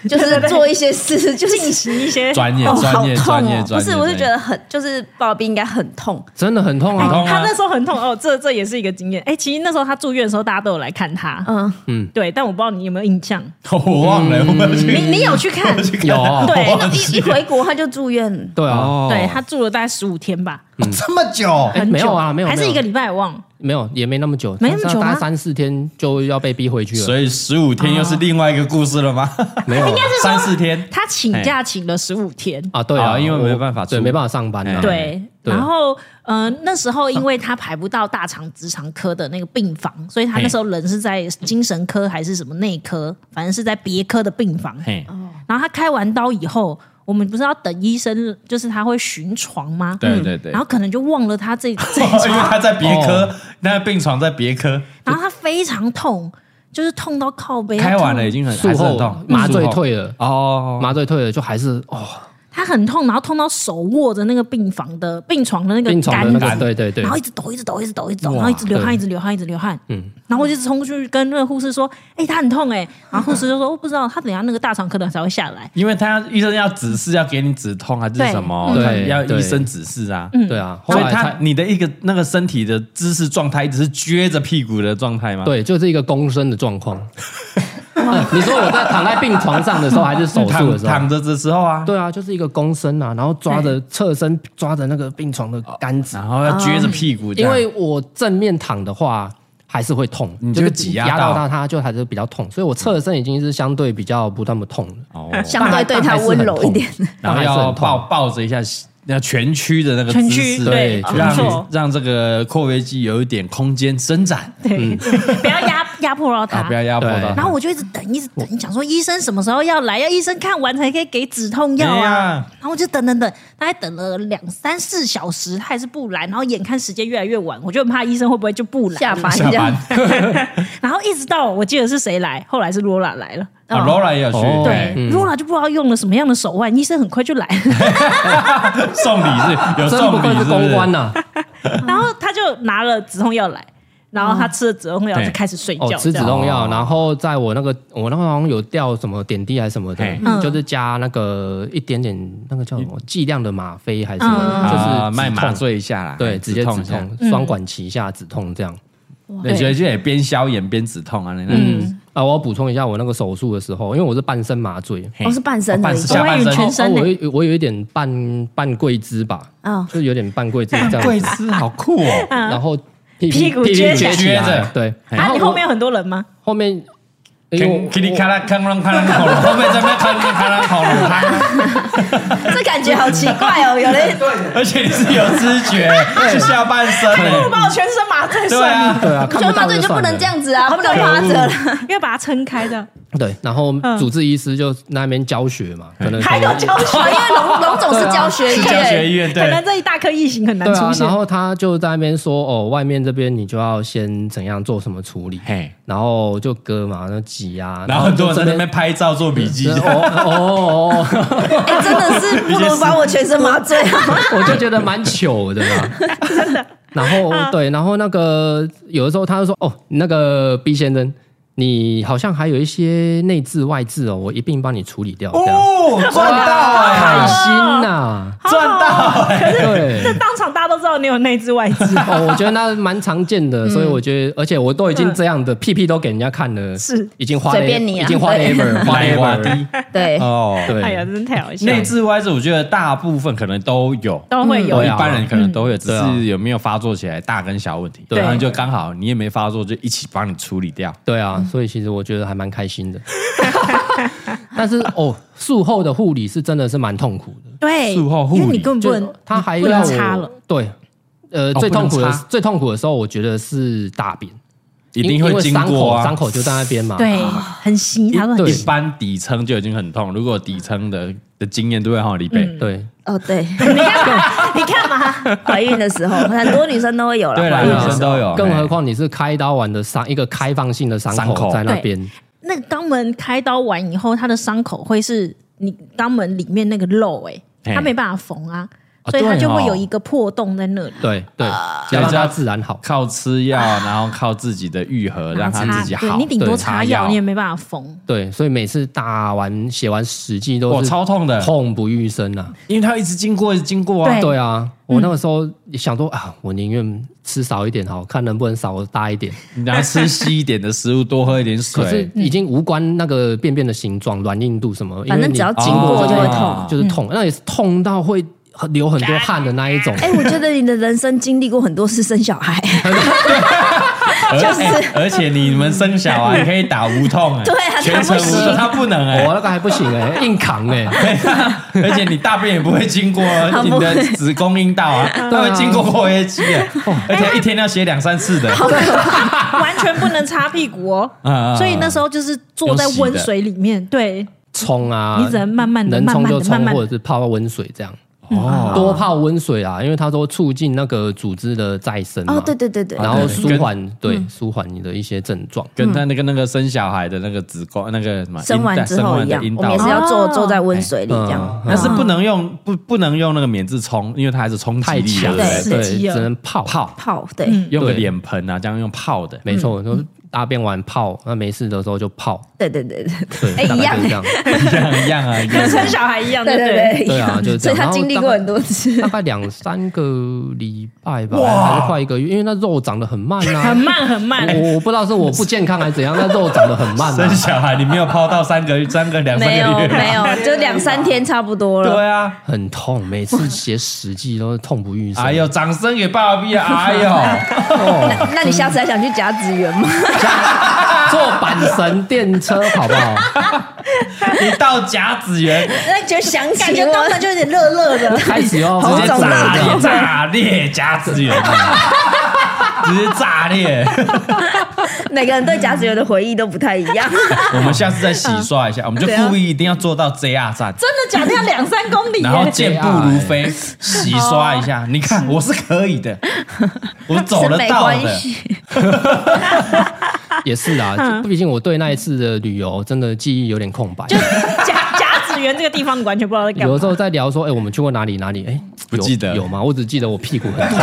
Speaker 3: 就是做一些事， 就是
Speaker 2: 进行一些
Speaker 1: 专业
Speaker 3: 哦，
Speaker 1: 专
Speaker 3: 好
Speaker 1: 业
Speaker 3: 痛
Speaker 1: 专业
Speaker 3: 哦！
Speaker 1: 专业。
Speaker 3: 不是，我是
Speaker 1: 专业
Speaker 3: 觉得很，就是鲍比应该很痛，
Speaker 4: 真的很痛
Speaker 1: 很
Speaker 4: 啊。
Speaker 1: 痛
Speaker 2: 他
Speaker 1: 啊
Speaker 2: 那。时候很痛哦，这这也是一个经验。哎，其实那时候他住院的时候，大家都有来看他，
Speaker 3: 嗯，
Speaker 2: 对，但我不知道你有没有印象，
Speaker 1: 我忘了，我没有
Speaker 2: 你
Speaker 1: 去。
Speaker 2: 你有去看？
Speaker 4: 有啊
Speaker 2: 对
Speaker 1: 我忘记
Speaker 3: 一一回国他就住院，
Speaker 4: 对啊，
Speaker 1: 哦
Speaker 2: 对他住了大概十五天吧，
Speaker 1: 这么久，
Speaker 4: 哎
Speaker 2: 很久
Speaker 4: 没有啊没有
Speaker 2: 还是
Speaker 4: 没有
Speaker 2: 一个礼拜，我忘了。
Speaker 4: 没有，也没那么久，
Speaker 2: 没那么久吗
Speaker 4: 大概三四天就要被逼回去了。
Speaker 1: 所以十五天又是另外一个故事了吗？
Speaker 4: 没有啊
Speaker 1: 三四天。
Speaker 2: 他请假请了十五天，
Speaker 4: 啊，对
Speaker 1: 啊
Speaker 4: 啊，
Speaker 1: 因为
Speaker 4: 我
Speaker 1: 没办法
Speaker 4: 对，
Speaker 1: 出
Speaker 4: 没办法上班
Speaker 1: 哎
Speaker 4: 啊。
Speaker 2: 对，
Speaker 4: 对
Speaker 2: 然后呃那时候因为他排不到大肠直肠科的那个病房，所以他那时候人是在精神科还是什么内科，反正是在别科的病房。
Speaker 1: 嘿，
Speaker 2: 然后他开完刀以后，我们不是要等医生，就是他会巡床吗？
Speaker 1: 对对对哦
Speaker 2: 然后可能就忘了 他这这一
Speaker 1: 因为
Speaker 2: 床，
Speaker 1: 他在别科，
Speaker 4: 哦
Speaker 1: 那病床在别科，
Speaker 2: 然后他非常痛，就是痛到靠背。
Speaker 1: 开完
Speaker 2: 他
Speaker 1: 了
Speaker 2: 痛
Speaker 1: 已经很哎还
Speaker 4: 哎术
Speaker 1: 是很
Speaker 4: 后
Speaker 1: 痛，
Speaker 4: 麻醉
Speaker 1: 术后
Speaker 4: 退了，
Speaker 1: 哦，
Speaker 4: 麻醉退了就还是哦，
Speaker 2: 他很痛，然后痛到手握着那个病房的病床的那个
Speaker 4: 病床的那
Speaker 2: 杆
Speaker 4: 个，
Speaker 2: 子
Speaker 4: 对对对
Speaker 2: 然，后一直抖，一直抖，一直抖，一直抖，
Speaker 4: 哇
Speaker 2: 然后一直流汗，
Speaker 4: 对
Speaker 2: 一直流汗，一直流汗。
Speaker 4: 嗯，
Speaker 2: 然后我就冲出去跟那个护士说：“哎、他很痛哎、然后护士就说：“我、不知道，他等一下那个大肠可能才会下来。
Speaker 1: 因为他医生要指示要给你止痛啊还是
Speaker 2: 对
Speaker 1: 什么，
Speaker 4: 嗯
Speaker 1: 他
Speaker 4: 对
Speaker 1: 要
Speaker 4: 对
Speaker 1: 医生指示啊。
Speaker 2: 嗯
Speaker 4: 对啊，后
Speaker 1: 所以
Speaker 4: 来
Speaker 1: 他
Speaker 4: 他
Speaker 1: 你的一个那个身体的姿势状态，一直是撅着屁股的状态吗？，
Speaker 4: 对就是一个公生的 状况。啊你说我在躺在病床上的时候，还是手术
Speaker 1: 躺
Speaker 4: 的时候？
Speaker 1: 躺着的时候啊，
Speaker 4: 对啊，就是一个公生啊，然后抓着侧身抓着那个病床的杆子，
Speaker 1: 然后要撅着屁哦股这
Speaker 4: 因
Speaker 1: 样，
Speaker 4: 为我正面躺的话还是会痛，
Speaker 1: 你
Speaker 4: 就是
Speaker 1: 就挤压
Speaker 4: 压
Speaker 1: 到
Speaker 4: 到它就还是比较痛，所以我侧身已经是相对比较不那么痛了。
Speaker 1: 哦，
Speaker 3: 相对对他温柔一 点。
Speaker 1: 然后要抱抱着一下那全躯的那个
Speaker 2: 全
Speaker 1: 姿
Speaker 2: 区
Speaker 1: 势，
Speaker 2: 对
Speaker 4: 对
Speaker 2: 没
Speaker 1: 让
Speaker 2: 错
Speaker 1: 让这个括约肌有一点空间伸展，
Speaker 2: 对， 不要压压迫到
Speaker 1: 嗯
Speaker 2: 他。
Speaker 1: 啊，不要压迫到
Speaker 4: 对
Speaker 1: 它。
Speaker 2: 然后我就一直等，一直等，想说医生什么时候要来，要医生看完才可以给止痛药
Speaker 1: 哎
Speaker 2: 啊。
Speaker 1: 呀
Speaker 2: 然后我就等等等，大概等了两三四小时，他还是不来。然后眼看时间越来越晚，我就很怕医生会不会就不来。
Speaker 3: 下班
Speaker 1: 下班，
Speaker 2: 然后一直到我记得是谁来，后来是罗拉来了。
Speaker 1: 啊，Laura 也有去，
Speaker 4: 哦
Speaker 2: 对，罗拉就不知道用了什么样的手腕，医生很快就来了。
Speaker 1: 送礼是有
Speaker 4: 真
Speaker 1: 送
Speaker 4: 不愧
Speaker 1: 礼，
Speaker 4: 是
Speaker 1: 是
Speaker 4: 公关
Speaker 1: 呢。
Speaker 4: 呐、
Speaker 2: 然后他就拿了止痛药来，然后他吃了止痛药
Speaker 1: 对
Speaker 2: 就开始睡
Speaker 4: 哦，
Speaker 2: 觉。
Speaker 4: 吃止
Speaker 2: 这样
Speaker 4: 痛药，然后在我那个我那个好像有吊什么点滴还是什么的
Speaker 1: 嘿，
Speaker 2: 嗯
Speaker 4: 就是加那个一点点那个叫什么剂量的吗啡还是什
Speaker 3: 嗯
Speaker 4: 么的，就是
Speaker 1: 啊，
Speaker 4: 止
Speaker 1: 卖麻
Speaker 4: 痛
Speaker 1: 醉一下啦，
Speaker 4: 对，直接止
Speaker 1: 一下
Speaker 4: 痛，双管齐下止痛这样。
Speaker 1: 对，所以就也边消炎边止痛啊，那嗯，
Speaker 4: 嗯，啊，我要补充一下，我那个手术的时候，因为我是半身麻醉，
Speaker 1: 嘿
Speaker 3: 我哦是半身而
Speaker 1: 半
Speaker 3: 已
Speaker 1: 身，下半
Speaker 2: 我以为
Speaker 1: 身
Speaker 2: 全身
Speaker 4: 哦
Speaker 2: 呢哦
Speaker 4: 我有我有一点半半跪姿吧，
Speaker 3: 嗯，
Speaker 4: 就有点半跪姿这样，
Speaker 1: 跪姿好酷哦，
Speaker 4: 然后屁
Speaker 2: 嗯屁股撅
Speaker 4: 撅
Speaker 2: 起
Speaker 1: 来
Speaker 4: 起
Speaker 1: 撅
Speaker 4: 来
Speaker 1: 着，
Speaker 4: 对，然
Speaker 2: 啊，
Speaker 4: 后
Speaker 2: 你
Speaker 4: 我
Speaker 2: 后面有很多人吗？
Speaker 4: 后面，因为我
Speaker 1: 噼里咔啦，哐啷哐啷，喉咙后面这边哐啷哐啷，喉咙汤，
Speaker 3: 这感觉好奇怪哦，有人
Speaker 1: 而且你是有知觉，是下半身
Speaker 2: 不如
Speaker 1: 欸，
Speaker 2: 把我全身麻醉
Speaker 1: 对
Speaker 2: 算了，
Speaker 1: 啊，
Speaker 4: 对啊，看
Speaker 3: 全麻
Speaker 4: 到
Speaker 3: 醉就不
Speaker 4: 算
Speaker 3: 能
Speaker 4: 了
Speaker 3: 这样子啊，不能趴着了。
Speaker 2: 因为把它撑开的。
Speaker 4: 对，然后主治医师就那边教学嘛，
Speaker 1: 哎
Speaker 4: 可能
Speaker 2: 嗯还有教学，
Speaker 3: 因为龙龙总是教学
Speaker 1: 是
Speaker 3: 医
Speaker 1: 教学
Speaker 3: 院，
Speaker 1: 医院
Speaker 2: 可能
Speaker 1: 对。
Speaker 2: 这一大颗异形很难
Speaker 4: 对啊
Speaker 2: 出，现
Speaker 4: 然。后他就在那边说，哦，外面这边你就要先怎样做什么处理，
Speaker 1: 嘿，
Speaker 4: 然后就割嘛，那挤啊，
Speaker 1: 然后很多人在
Speaker 4: 就
Speaker 1: 那边拍照做笔记
Speaker 4: 这，边。哦哦哦哦，
Speaker 3: 哎，真的是不如把我全身麻醉。啊
Speaker 4: 我就觉得蛮糗的嘛，真的。然后对，然后那个有的时候他就说，哦，那个 B 先生，你好像还有一些内痔外痔哦，我一并帮你处理掉，这样
Speaker 1: 哦，赚到
Speaker 4: 开
Speaker 1: 哎，
Speaker 4: 心呐，
Speaker 1: 赚到哎，
Speaker 4: 对。
Speaker 2: 当场大家都知道你有内痔外痔，
Speaker 4: 哦，我觉得那蛮常见的，所以我觉得，而且我都已经这样的，屁屁都给人家看了，
Speaker 2: 是
Speaker 4: 已经花
Speaker 3: 随便你啊
Speaker 4: 已经花
Speaker 3: 对
Speaker 4: ever 花
Speaker 1: 来哇
Speaker 4: ever，
Speaker 1: 滴
Speaker 3: 对，
Speaker 1: 哦，
Speaker 2: 哎呀，
Speaker 4: 对，
Speaker 2: 真的太好笑
Speaker 1: 内
Speaker 2: 了，
Speaker 1: 痔歪痔，我觉得大部分可能都有，
Speaker 2: 都会有
Speaker 4: 对
Speaker 1: 一
Speaker 4: 啊
Speaker 1: 般人可能都会有，只
Speaker 4: 对啊
Speaker 1: 是有没有发作起来大跟小问题，
Speaker 4: 对啊
Speaker 1: 然后就刚好你也没发作，就一起帮你处理掉。
Speaker 4: 对啊，所以其实我觉得还蛮开心的。但是哦，术后的护理是真的是蛮痛苦的，
Speaker 2: 对，
Speaker 1: 术后护理
Speaker 2: 因为你根本不
Speaker 4: 就
Speaker 2: 能，
Speaker 4: 他还
Speaker 2: 不能
Speaker 4: 要
Speaker 2: 插了
Speaker 4: 我对，呃，
Speaker 1: 哦
Speaker 4: 最
Speaker 1: 不能
Speaker 4: 痛苦的
Speaker 1: 插
Speaker 4: 最痛苦的时候，我觉得是大便，
Speaker 1: 一
Speaker 4: 因
Speaker 1: 定会
Speaker 4: 因为
Speaker 1: 经
Speaker 4: 伤
Speaker 1: 过
Speaker 4: 口
Speaker 1: 啊
Speaker 4: 伤。口就在那边嘛，
Speaker 2: 对，很稀，他说很
Speaker 4: 对
Speaker 2: 稀
Speaker 1: 一般底撑就已经很痛，如果底撑的的经验都会好李贝。
Speaker 4: 对，
Speaker 3: 哦对，
Speaker 2: 你看嘛，你看嘛，
Speaker 3: 怀孕的时候很多女生都会有了，
Speaker 1: 对啦，
Speaker 3: 怀孕的
Speaker 1: 女
Speaker 3: 时
Speaker 1: 生
Speaker 3: 候
Speaker 1: 都有，
Speaker 4: 更何
Speaker 1: 嘿
Speaker 4: 况你是开刀完的伤，一个开放性的伤
Speaker 1: 伤口
Speaker 4: 口在那
Speaker 2: 对
Speaker 4: 边，
Speaker 2: 那个肛门开刀完以后，它的伤口会是你肛门里面那个肉、
Speaker 1: 嘿
Speaker 2: 哎，它没办法缝啊，
Speaker 1: 啊
Speaker 2: 所以它
Speaker 1: 对哦
Speaker 2: 就会有一个破洞在那里。
Speaker 4: 对对，
Speaker 2: 呃
Speaker 1: 所以
Speaker 4: 要让
Speaker 1: 就要
Speaker 4: 它自然好。
Speaker 1: 靠吃药，然后靠自己的愈合，让
Speaker 2: 然后
Speaker 1: 它
Speaker 2: 插
Speaker 1: 自己
Speaker 2: 对
Speaker 1: 好。
Speaker 2: 你顶多
Speaker 4: 对
Speaker 2: 擦
Speaker 1: 擦
Speaker 2: 药，
Speaker 1: 药
Speaker 2: 你也没办法 缝。
Speaker 4: 对，所以每次打完写完史记都
Speaker 1: 我
Speaker 4: 是
Speaker 1: 超痛的，
Speaker 4: 痛不欲生啊。
Speaker 1: 因为它一直经过，一直经过啊
Speaker 2: 对。嗯
Speaker 4: 对啊，我那个时候想说啊，我宁愿吃少一点好，看能不能少搭一点。
Speaker 1: 然后吃稀一点的食物，多喝一点
Speaker 4: 可是
Speaker 1: 水。
Speaker 4: 已经无关那个便便的形状、软硬度什么，因为
Speaker 3: 反正
Speaker 4: 你
Speaker 3: 只要经过就会痛。嗯
Speaker 1: 哦
Speaker 4: 就是痛，那也是痛到会很流很多汗的那一种。
Speaker 3: 哎，我觉得你的人生经历过很多次生小孩，
Speaker 1: 而且而且你们生小啊，你可以打无痛，哎
Speaker 3: 对啊
Speaker 1: 全
Speaker 3: 他
Speaker 1: 程
Speaker 3: 不
Speaker 1: 无痛，
Speaker 3: 行
Speaker 1: 他不能哎
Speaker 4: 我。那个还不行哎、硬扛哎、
Speaker 1: 而且你大便也不会经过
Speaker 3: 好
Speaker 1: 你
Speaker 3: 不会
Speaker 1: 的子宫阴道 啊，它会经过括约肌的，哎而且一天要写两三次的。啊
Speaker 2: 完全不能擦屁股哦
Speaker 1: 啊啊啊，
Speaker 2: 所以那时候就是坐在温水里面，对，
Speaker 4: 冲啊，
Speaker 2: 你只能慢慢的、
Speaker 4: 能
Speaker 2: 慢
Speaker 4: 冲
Speaker 2: 慢
Speaker 4: 就
Speaker 2: 的、
Speaker 4: 冲
Speaker 2: 慢，慢
Speaker 4: 或
Speaker 2: 的
Speaker 4: 者是泡泡温水这样，
Speaker 3: 嗯
Speaker 1: 哦，
Speaker 4: 多泡温水啊，因为它都促进那个组织的再生嘛，
Speaker 3: 哦，对嗯对对对，
Speaker 4: 然后
Speaker 1: 对
Speaker 4: 舒
Speaker 1: 跟
Speaker 4: 缓对舒缓你的一些症状。
Speaker 1: 跟他那个那个生小孩的那个子宫那个什么
Speaker 3: 生
Speaker 1: 阴
Speaker 3: 完
Speaker 1: 道
Speaker 3: 之后一
Speaker 1: 生
Speaker 3: 样
Speaker 1: 完的阴，
Speaker 3: 我们也是嗯
Speaker 1: 道，嗯
Speaker 3: 要坐
Speaker 2: 哦
Speaker 3: 坐在温水里这样。
Speaker 1: 但是不能用不不能用那个免治冲，因为它还是冲
Speaker 4: 太
Speaker 1: 击力
Speaker 4: 强
Speaker 1: 的，
Speaker 4: 了，
Speaker 1: 对不对
Speaker 4: 对，
Speaker 2: 刺激了
Speaker 4: 只能泡泡，
Speaker 3: 泡对，
Speaker 2: 嗯
Speaker 1: 用个
Speaker 4: 对
Speaker 1: 脸盆啊，这样用泡的，
Speaker 4: 没
Speaker 3: 嗯
Speaker 4: 错，就是大便完泡，那没事的时候就泡，
Speaker 3: 对对对对
Speaker 4: 对，
Speaker 3: 哎
Speaker 4: 大
Speaker 3: 一
Speaker 4: 概
Speaker 3: 样
Speaker 4: 就是这 样，
Speaker 1: 一样一样啊，一样
Speaker 2: 跟生
Speaker 1: 啊。
Speaker 2: 小孩一样，
Speaker 3: 对
Speaker 2: 不
Speaker 3: 对对，
Speaker 4: 对啊就是这
Speaker 3: 所
Speaker 4: 样
Speaker 3: 以他
Speaker 4: 然后
Speaker 3: 经历
Speaker 4: 大
Speaker 3: 过
Speaker 4: 概
Speaker 3: 很多次，
Speaker 4: 大概两三个礼拜吧，还是快一个月，因为那肉长得很慢
Speaker 2: 很
Speaker 4: 啊，
Speaker 2: 慢很慢。
Speaker 4: 我我不知道是我不健康还是怎样，那肉长得很 慢
Speaker 1: 生
Speaker 4: 啊，
Speaker 1: 小孩你没有泡到三个三个两三
Speaker 3: 没有
Speaker 1: 个月，
Speaker 3: 没有，就两三天差不多了。
Speaker 1: 对啊，
Speaker 4: 很痛，每次写史记都是痛不欲 生。
Speaker 1: 哎呦，掌声给爸爸逼 啊，哎呦，
Speaker 3: 那那你下次还想去甲子园吗？
Speaker 4: 坐板神电车好不 好？
Speaker 1: 一到甲子 园
Speaker 3: 那就想
Speaker 2: 感觉当场就有点热热的，
Speaker 4: 开始哦，
Speaker 3: 好
Speaker 4: 直接
Speaker 3: 肿
Speaker 1: 炸
Speaker 4: 炸
Speaker 3: 大
Speaker 4: 掉
Speaker 1: 裂炸裂甲子园，啊 直接炸裂。
Speaker 3: 每个人对甲子园的回忆都不太一 样。
Speaker 1: 我们下次再洗刷一下，我们就
Speaker 3: 对啊
Speaker 1: 故意一定要做到 JR 站，
Speaker 2: 真的假的要 两三公里耶
Speaker 3: 啊
Speaker 2: 欸
Speaker 1: 然后健步如飞，洗刷一
Speaker 3: 哦
Speaker 1: 下。你看，我是可以 的，我走得
Speaker 3: 没
Speaker 1: 到
Speaker 3: 关
Speaker 1: 的。
Speaker 3: 系，
Speaker 4: 也是
Speaker 1: 嗯
Speaker 4: 啊，毕竟我对那一次的旅游真的记忆有点空白。
Speaker 2: 甲甲子园这个地方，你完全不知道在干
Speaker 4: 有
Speaker 2: 嘛
Speaker 4: 的时。候在聊说，哎，我们去过哪里哪里？哎，
Speaker 1: 不
Speaker 4: 有
Speaker 1: 记得
Speaker 4: 有吗？我只记得我屁股很痛。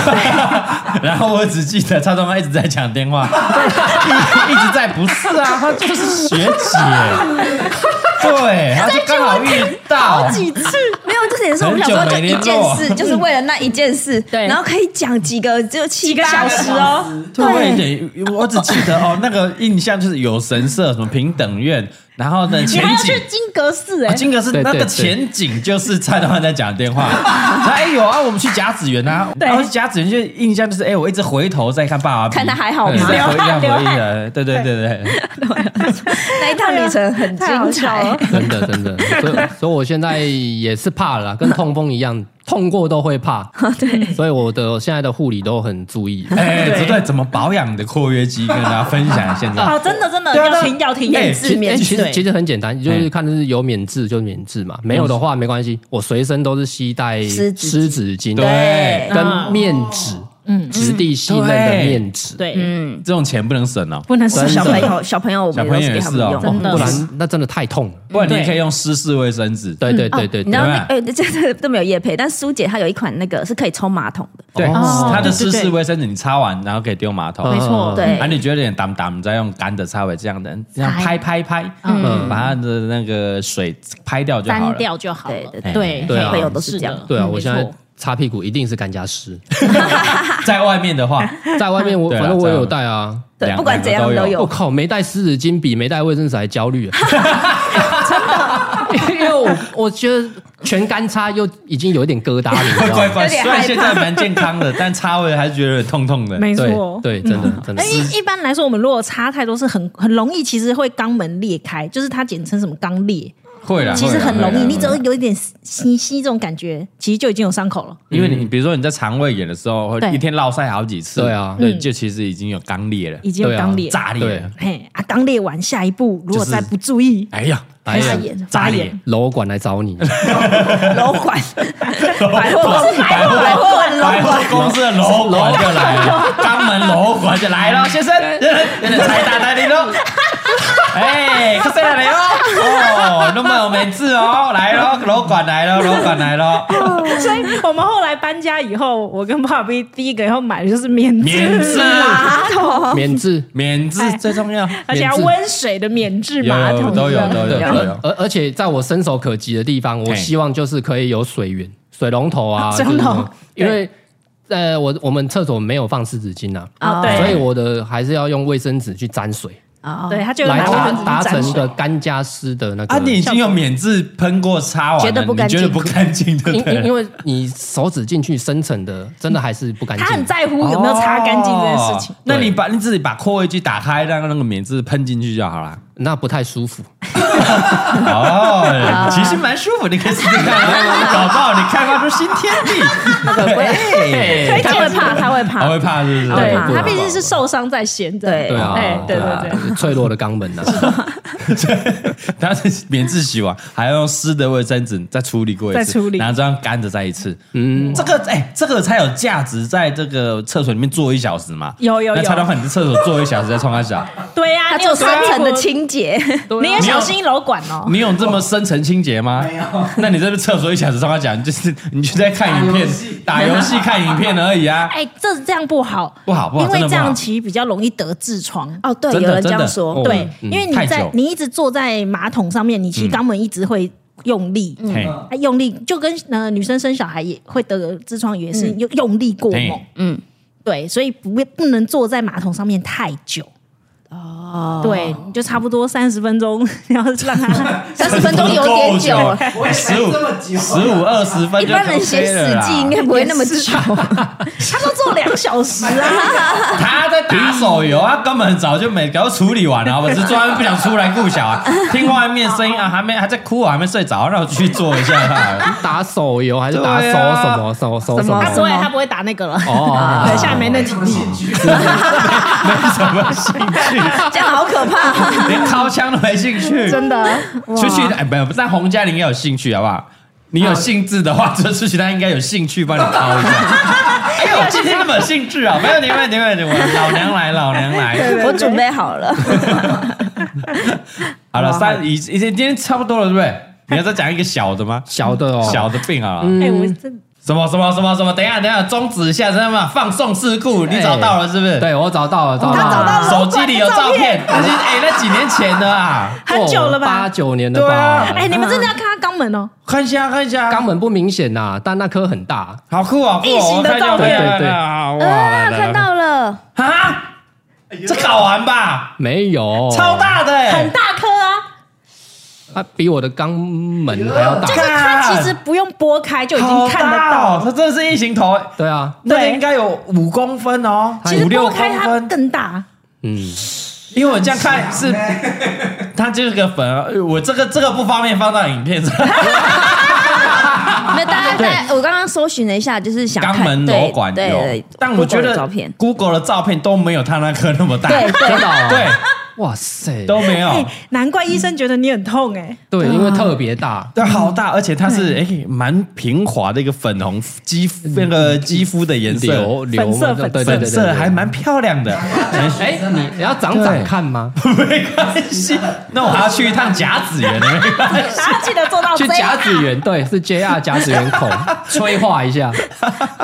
Speaker 1: 然后我只记得蔡宗妈一直在讲电 话，一直在不是啊，她就是学 姐，对，她就刚好遇到，
Speaker 3: 没有重点是我们想说
Speaker 1: 很久
Speaker 3: 就
Speaker 1: 没
Speaker 3: 一
Speaker 1: 联
Speaker 3: 件
Speaker 1: 络
Speaker 3: 事，就是为了那一件事，
Speaker 2: 对
Speaker 3: 然后可以讲几个只有七
Speaker 2: 几个
Speaker 3: 八
Speaker 2: 小时哦，
Speaker 1: 对，我有点，我只记得哦，那个印象就是有神社什么平等院，然后呢
Speaker 2: 你
Speaker 1: 前
Speaker 2: 还要
Speaker 1: 景
Speaker 2: 去。金阁寺
Speaker 1: 啊，
Speaker 2: 哎，
Speaker 1: 金格是
Speaker 4: 对对
Speaker 1: 那个
Speaker 4: 对
Speaker 1: 前景，就是蔡东汉在讲电话。 然后哎有啊，我们去甲子园啊，
Speaker 2: 对
Speaker 1: 然后去甲子园就印象就是哎，我一直回头在看爸爸比，
Speaker 3: 看他还好
Speaker 1: 对
Speaker 3: 吗
Speaker 1: 在回
Speaker 2: 流汗
Speaker 1: 忆
Speaker 4: 啊
Speaker 2: 流
Speaker 1: 回忆
Speaker 2: 汗
Speaker 1: 的，对对对对，
Speaker 3: 那一趟旅程很
Speaker 2: 太好
Speaker 3: 精
Speaker 2: 笑
Speaker 3: 彩
Speaker 2: 了。
Speaker 4: 真的真的，所以所以我现在也是怕了啦，跟痛风一样，痛过都会怕。对，所以我的现在的护理都很注意。
Speaker 1: 哎，
Speaker 2: 对
Speaker 1: 泽队怎么保养你的括约肌，跟大家分享一下现在。
Speaker 2: 哦，真的真的
Speaker 1: 对啊
Speaker 2: 要
Speaker 1: 那
Speaker 2: 停要停，
Speaker 1: 哎
Speaker 4: 其实哎其实其
Speaker 2: 实
Speaker 4: 实很简单，就是看是有免治就免治嘛，没有的话没关系，我随身都是携带
Speaker 3: 湿
Speaker 4: 湿
Speaker 3: 纸
Speaker 4: 纸
Speaker 3: 巾
Speaker 4: 巾，
Speaker 1: 对
Speaker 2: 哦
Speaker 4: 跟面纸，嗯，质地细嫩的面纸，
Speaker 2: 对，
Speaker 3: 嗯，
Speaker 1: 这种钱不能省哦，
Speaker 2: 不能是
Speaker 3: 小
Speaker 2: 小朋
Speaker 3: 朋
Speaker 2: 友，
Speaker 3: 友小朋友我
Speaker 1: 小
Speaker 3: 们
Speaker 1: 朋
Speaker 3: 都
Speaker 1: 友
Speaker 3: 给
Speaker 1: 也
Speaker 3: 他
Speaker 1: 是
Speaker 3: 们
Speaker 1: 哦，
Speaker 3: 用。
Speaker 2: 真的
Speaker 4: 不然那真的太痛了。
Speaker 1: 不然你也
Speaker 2: 对
Speaker 1: 可以用湿式卫生纸。
Speaker 4: 对对对对
Speaker 3: 你
Speaker 4: 对，
Speaker 3: 知道
Speaker 1: 对
Speaker 3: 那
Speaker 1: 吧
Speaker 3: 哎，这这都没有叶配，但苏姐她有一款那个是可以冲马桶的，
Speaker 1: 对，
Speaker 2: 哦
Speaker 1: 它的
Speaker 2: 对对
Speaker 1: 湿
Speaker 2: 对
Speaker 1: 式卫生纸你擦完，然后可以丢马桶。
Speaker 4: 没
Speaker 2: 错
Speaker 3: 对
Speaker 1: 啊，你觉得有点挡挡，你再用干的擦尾这样的，这样拍拍拍，嗯，把它的那个水拍掉就好
Speaker 2: 删
Speaker 1: 了。
Speaker 2: 掉就好了。
Speaker 3: 对
Speaker 1: 对
Speaker 2: 对
Speaker 4: 对啊
Speaker 2: 嘿
Speaker 4: 朋友
Speaker 3: 都是这样
Speaker 2: 的
Speaker 4: 对啊，
Speaker 2: 嗯
Speaker 4: 我
Speaker 2: 没
Speaker 4: 现在
Speaker 2: 错
Speaker 4: 擦屁股一定是干加湿，
Speaker 1: 在外面的 话，
Speaker 4: 在外面我
Speaker 1: 对啊
Speaker 4: 反正我
Speaker 1: 在外
Speaker 4: 有
Speaker 1: 面
Speaker 4: 带啊。
Speaker 3: 对，
Speaker 1: 两
Speaker 3: 不管怎样
Speaker 1: 两个都有哦
Speaker 4: 我
Speaker 3: 有。
Speaker 4: 靠，没带湿纸巾比没带卫生纸还焦虑，啊 真的，因 为我我觉得全干擦又已经有一点疙瘩了，你
Speaker 1: 乖
Speaker 4: 知道
Speaker 1: 乖
Speaker 4: 吗？
Speaker 1: 乖，
Speaker 3: 有点
Speaker 1: 虽
Speaker 3: 害怕
Speaker 1: 然现在蛮健康的，但擦位还是觉得有点痛痛的。
Speaker 2: 没错，
Speaker 4: 对对，真的真的
Speaker 2: 哎，。一一般来说，我们如果擦太多是很很容易，其实会肛门裂开，就是它简称什么肛裂，
Speaker 1: 会啦，
Speaker 2: 其实
Speaker 1: 会啦
Speaker 2: 很容
Speaker 1: 会
Speaker 2: 易。
Speaker 1: 啦
Speaker 2: 你只要有一点吸吸这种感觉，其实就已经有伤口了。
Speaker 1: 因为你比如说你在肠胃炎的时候，会
Speaker 2: 对
Speaker 1: 一天落晒好几次，
Speaker 4: 对啊
Speaker 1: 对，就其实已经有肛裂了，
Speaker 2: 已经有
Speaker 4: 对啊
Speaker 2: 肛裂，
Speaker 1: 炸裂了
Speaker 4: 对。
Speaker 2: 嘿啊，肛裂完下一步如果再不注意，
Speaker 1: 哎呀，
Speaker 4: 哎呀，
Speaker 2: 炎
Speaker 1: 炸
Speaker 2: 发
Speaker 1: 裂
Speaker 2: 炎，
Speaker 4: 楼管来找你，
Speaker 3: 楼 管，百货公司百货百货的
Speaker 1: 百
Speaker 3: 楼
Speaker 1: 货
Speaker 3: 管，
Speaker 1: 公司的楼管就来了，肛门楼管就来了，先生，财大来临喽！哎，可谁来了哦？哦，那么有名字哦，来喽，楼管来了，楼管来了，
Speaker 2: 所以我们后来搬家以后，我跟爸比第一个要买的就是免治
Speaker 1: 免治
Speaker 2: 马桶，
Speaker 4: 免治。
Speaker 1: 免治最重要，
Speaker 2: 而且要温水的免治马
Speaker 1: 有
Speaker 2: 桶，
Speaker 1: 都有都有都有。
Speaker 4: 而而且在我伸手可及的地方，我
Speaker 1: 嘿
Speaker 4: 希望就是可以有水源、水龙头啊，
Speaker 2: 水龙
Speaker 4: 就是那种
Speaker 2: 头
Speaker 4: 因为呃，我我们厕所没有放湿纸巾啊，
Speaker 2: 哦
Speaker 3: 对
Speaker 4: 所以我的还是要用卫生纸去沾水，
Speaker 3: 啊，
Speaker 2: 对，他就
Speaker 4: 来
Speaker 2: 拿卫
Speaker 4: 达
Speaker 2: 生纸
Speaker 4: 达
Speaker 2: 沾
Speaker 4: 成一
Speaker 3: 哦
Speaker 2: 水
Speaker 4: 个干加湿的那个。
Speaker 1: 啊，你已经用免治喷过擦完
Speaker 3: 觉得
Speaker 1: 了，
Speaker 3: 不
Speaker 1: 你
Speaker 3: 干净
Speaker 1: 觉得不干净， 对
Speaker 4: 因
Speaker 1: 不
Speaker 4: 因
Speaker 1: 对？
Speaker 4: 因为你手指进去深层的，真的还是不干
Speaker 2: 他很
Speaker 4: 净。
Speaker 2: 在乎有没有擦干净这件事情
Speaker 1: 哦。那你把你自己把扩味机打开，让那个免治喷进去就好了。
Speaker 4: 那不太舒服。
Speaker 1: 哦，其实蛮舒服，你可以试试看，搞不好你开发出新天地。
Speaker 2: 推
Speaker 1: 哎
Speaker 2: 荐
Speaker 3: 他会怕，他会
Speaker 1: 他
Speaker 3: 怕，
Speaker 1: 会怕是不是？
Speaker 2: 对
Speaker 4: 对
Speaker 2: 他毕竟是受伤在先的，
Speaker 3: 对
Speaker 4: 对啊，
Speaker 2: 哎对对对，
Speaker 4: 对，脆弱的肛门啊，
Speaker 1: 他是免治洗完，还要用湿的卫生纸再处理过一次，
Speaker 2: 再处理
Speaker 1: 然后这样干着再一次。嗯，这个哎、这个才有价值，在这个厕所里面坐一小时嘛。
Speaker 2: 有有
Speaker 1: 那
Speaker 2: 有
Speaker 1: 蔡老板，你厕所坐一小时再冲他小，
Speaker 2: 对呀，
Speaker 3: 他
Speaker 2: 你有
Speaker 3: 做
Speaker 2: 擦
Speaker 3: 三
Speaker 2: 屁
Speaker 3: 层的
Speaker 2: 股，
Speaker 3: 清洁，
Speaker 2: 你也小心楼管哦。
Speaker 1: 你有这么深层清洁吗？没有。那你在这厕所一小时冲他讲，就是你就在看影片、打游戏、看影片而已啊，
Speaker 2: 哎，这这样不好，
Speaker 1: 不好不好，
Speaker 2: 因为
Speaker 1: 真的
Speaker 2: 这
Speaker 1: 不好
Speaker 2: 样。其实比较容易得痔疮。
Speaker 3: 哦，对，有
Speaker 1: 真的
Speaker 3: 人这样
Speaker 1: 真的
Speaker 3: 说
Speaker 1: 哦，
Speaker 2: 对，
Speaker 1: 嗯
Speaker 2: 因为你
Speaker 1: 太
Speaker 2: 在
Speaker 1: 久嗯
Speaker 2: 你一直坐在马桶上面，你其实肛门一直会用力，
Speaker 1: 嘿，
Speaker 2: 啊用力就跟呃女生生小孩也会得痔疮，也是用用力过猛
Speaker 1: 嘿，
Speaker 3: 嗯，
Speaker 2: 对，所以不不能坐在马桶上面太久。哦，对，你就差不多三十分钟， 然后让它
Speaker 3: 三十分钟有点久了，
Speaker 5: 我也
Speaker 1: 十
Speaker 5: 没
Speaker 1: 五
Speaker 5: 这么久啊
Speaker 1: 十五二十分
Speaker 3: 一
Speaker 1: 就
Speaker 3: 般人
Speaker 1: OK
Speaker 3: 写
Speaker 1: 了
Speaker 3: 史
Speaker 1: 啦
Speaker 3: 记应该不会那么 久，
Speaker 2: 它都坐两小 时啊，
Speaker 1: 他在打手游啊，根本早就没搞处理完了，我只是专门不想出来顾小 啊，听外面声音啊，还没还在哭啊，还没睡着，让我去做一下吧。
Speaker 4: 打手游还 是打
Speaker 1: 对
Speaker 4: 手
Speaker 1: 啊
Speaker 4: 什么手手
Speaker 3: 什
Speaker 4: 什么
Speaker 3: 么？
Speaker 2: 它不会
Speaker 3: 什么
Speaker 2: 它不会打那个了，
Speaker 4: 哦，
Speaker 2: 对，下面那几力。
Speaker 1: 没什么兴趣，
Speaker 3: 这样好可怕，
Speaker 1: 连掏枪都没兴趣。
Speaker 3: 真的。
Speaker 1: 出去哎，没有，但洪嘉玲应该有兴趣，好不好？你有兴致的话，就出去，他应该有兴趣帮你掏一 下。哎呦，今天那么有兴致啊！没有，你们，你们，你们，老娘来，老娘 来。
Speaker 3: 我准备好了，
Speaker 1: 好了，三已已经今天差不多了，对不 对？你要再讲一个小的吗？
Speaker 4: 小的哦，
Speaker 1: 小的病啊。
Speaker 2: 哎，我真
Speaker 1: 什么什么什么什么？等一下等一下，终止一下，知道吗？放送事故，你找到了是不是？，
Speaker 4: 对我找到了，找
Speaker 2: 哦他找
Speaker 4: 到
Speaker 2: 到
Speaker 4: 了，
Speaker 2: 了
Speaker 1: 手机里有照片，那是哎，那几年前的啊，
Speaker 2: 很久了
Speaker 4: 八
Speaker 2: 吧？
Speaker 4: 九年了吧？
Speaker 2: 哎，你们真的要看它肛门哦，
Speaker 1: 看一下看一下，
Speaker 4: 肛门不明显呐，但那颗很大，
Speaker 1: 好酷啊，
Speaker 2: 异形的照片
Speaker 1: 对对
Speaker 2: 啊
Speaker 1: 对，哇，
Speaker 3: 看到了，
Speaker 1: 啊，这睾丸吧，
Speaker 4: 没有，
Speaker 1: 超，大的，欸
Speaker 2: 很，大颗啊，
Speaker 4: 它比我的肛门还要大
Speaker 2: 就。是它其实不用拨开就已经看得到，
Speaker 1: 哦它真的是异形头，欸
Speaker 4: 对啊，
Speaker 1: 那个
Speaker 2: 对
Speaker 1: 应该有五公分哦，
Speaker 2: 其实
Speaker 1: 五六
Speaker 2: 拨
Speaker 1: 公
Speaker 2: 开它
Speaker 1: 分，
Speaker 2: 更大。
Speaker 4: 嗯，
Speaker 1: 因为我这样看是，它就是个粉，啊我这个这个不方便放到影片上。
Speaker 3: 那大家在我刚刚搜寻了一下，就是想
Speaker 1: 肛
Speaker 3: 看
Speaker 1: 门
Speaker 3: 对
Speaker 1: 瘘管
Speaker 3: 对
Speaker 1: 有
Speaker 3: 对，，
Speaker 1: 但我觉
Speaker 3: Google
Speaker 1: 得
Speaker 3: 的照片，
Speaker 1: Google 的照片都没有他那颗那么大，
Speaker 3: 对
Speaker 4: 真的哦，
Speaker 1: 对，
Speaker 4: 哇塞，
Speaker 1: 都没 有，
Speaker 2: 哎，难怪医生觉得你很痛哎。
Speaker 4: 对，因为特别大，
Speaker 1: 对，好大，而且它是哎蛮平滑的一个粉红肌肤那个肌肤的颜色，
Speaker 4: 流流
Speaker 2: 粉色
Speaker 4: 嘛
Speaker 2: 粉
Speaker 4: 对对对
Speaker 1: 粉
Speaker 4: 对，
Speaker 1: 色
Speaker 4: 对
Speaker 1: 还。蛮漂亮的，
Speaker 4: 哎，你你要长长看吗？
Speaker 1: 没关系，那我还要去一趟甲子园，没关系
Speaker 2: 大家记得做
Speaker 1: 哦
Speaker 2: 到
Speaker 4: 去
Speaker 2: 这
Speaker 4: 甲
Speaker 1: 啊
Speaker 2: 样。
Speaker 4: 子园，对，是 JR 甲子园 口催化一下，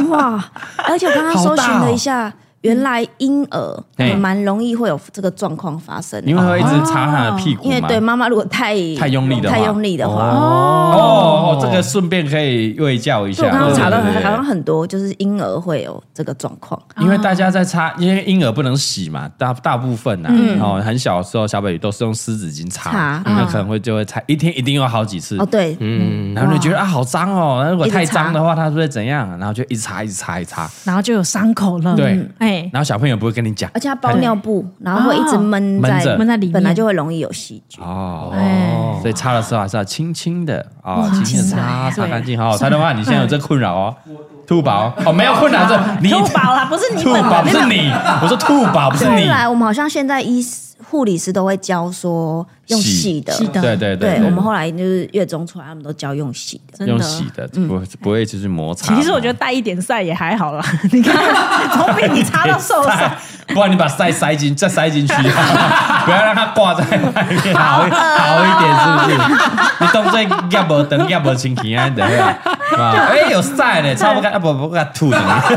Speaker 3: 哇！而且我刚刚搜寻了一下，原来婴儿
Speaker 1: 哎
Speaker 3: 蛮容易会有这个状况发生的
Speaker 1: 因为会一直擦他的屁股
Speaker 3: 哦因为
Speaker 1: 嘛。
Speaker 3: 对妈妈如果太
Speaker 1: 太用力的话
Speaker 3: 太用力的话，
Speaker 1: 哦，哦这个顺便可以喂教一
Speaker 3: 就我
Speaker 1: 下。
Speaker 3: 刚刚查到
Speaker 1: 对对对
Speaker 3: 好像很多就是婴儿会有这个状况，
Speaker 1: 因为大家在擦，因为婴儿不能洗嘛，大大部分呐、啊，哦，很小的时候小 baby 都是用湿纸巾擦
Speaker 3: 擦，
Speaker 1: 那、可能会就会擦，一天一定有好几次。
Speaker 3: 哦对，
Speaker 4: 嗯，
Speaker 1: 然后你觉得啊好脏哦，那如果
Speaker 3: 一直
Speaker 1: 太
Speaker 3: 擦
Speaker 1: 脏的话，它是会怎样？啊然后就一直擦，一直擦，一直擦。
Speaker 2: 然后就有伤口了。
Speaker 1: 对
Speaker 2: 哎，
Speaker 1: 然后小朋友不会跟你讲
Speaker 3: 而且它包尿布，然后会一直闷
Speaker 1: 嗯闷着
Speaker 3: 在
Speaker 2: 闷在里面
Speaker 3: 本来就会容易有细菌。
Speaker 1: 哦，
Speaker 2: 哎，
Speaker 1: 所以擦的时候还是要轻轻的啊，轻轻的擦，
Speaker 2: 哎
Speaker 1: 擦
Speaker 2: 对
Speaker 1: 干净。哦好，擦的话，你现在有这困扰哦，兔宝哦，没有困扰，这你
Speaker 2: 兔宝啦，不是你
Speaker 1: 兔
Speaker 2: 本
Speaker 1: 宝
Speaker 2: 人
Speaker 1: 不是你，我说兔宝不是
Speaker 3: 后
Speaker 1: 你，
Speaker 3: 来我们好像现在医护理师都会教说用
Speaker 1: 洗
Speaker 3: 洗的，
Speaker 2: 洗的
Speaker 1: 对对
Speaker 3: 对我们后来就是月中出来，他们都教用洗的。
Speaker 1: 用洗的，不不会就是摩擦。
Speaker 2: 其实我觉得带一点晒也还好啦， 你看从被你擦 到受伤，
Speaker 1: 不然你把塞塞进再塞进去，啊 不要让它挂在外面，好一好一点，是不是？你当做压不等压不清平安的，对吧？啊哎，有塞呢，擦不干，啊不不给它吐 进去，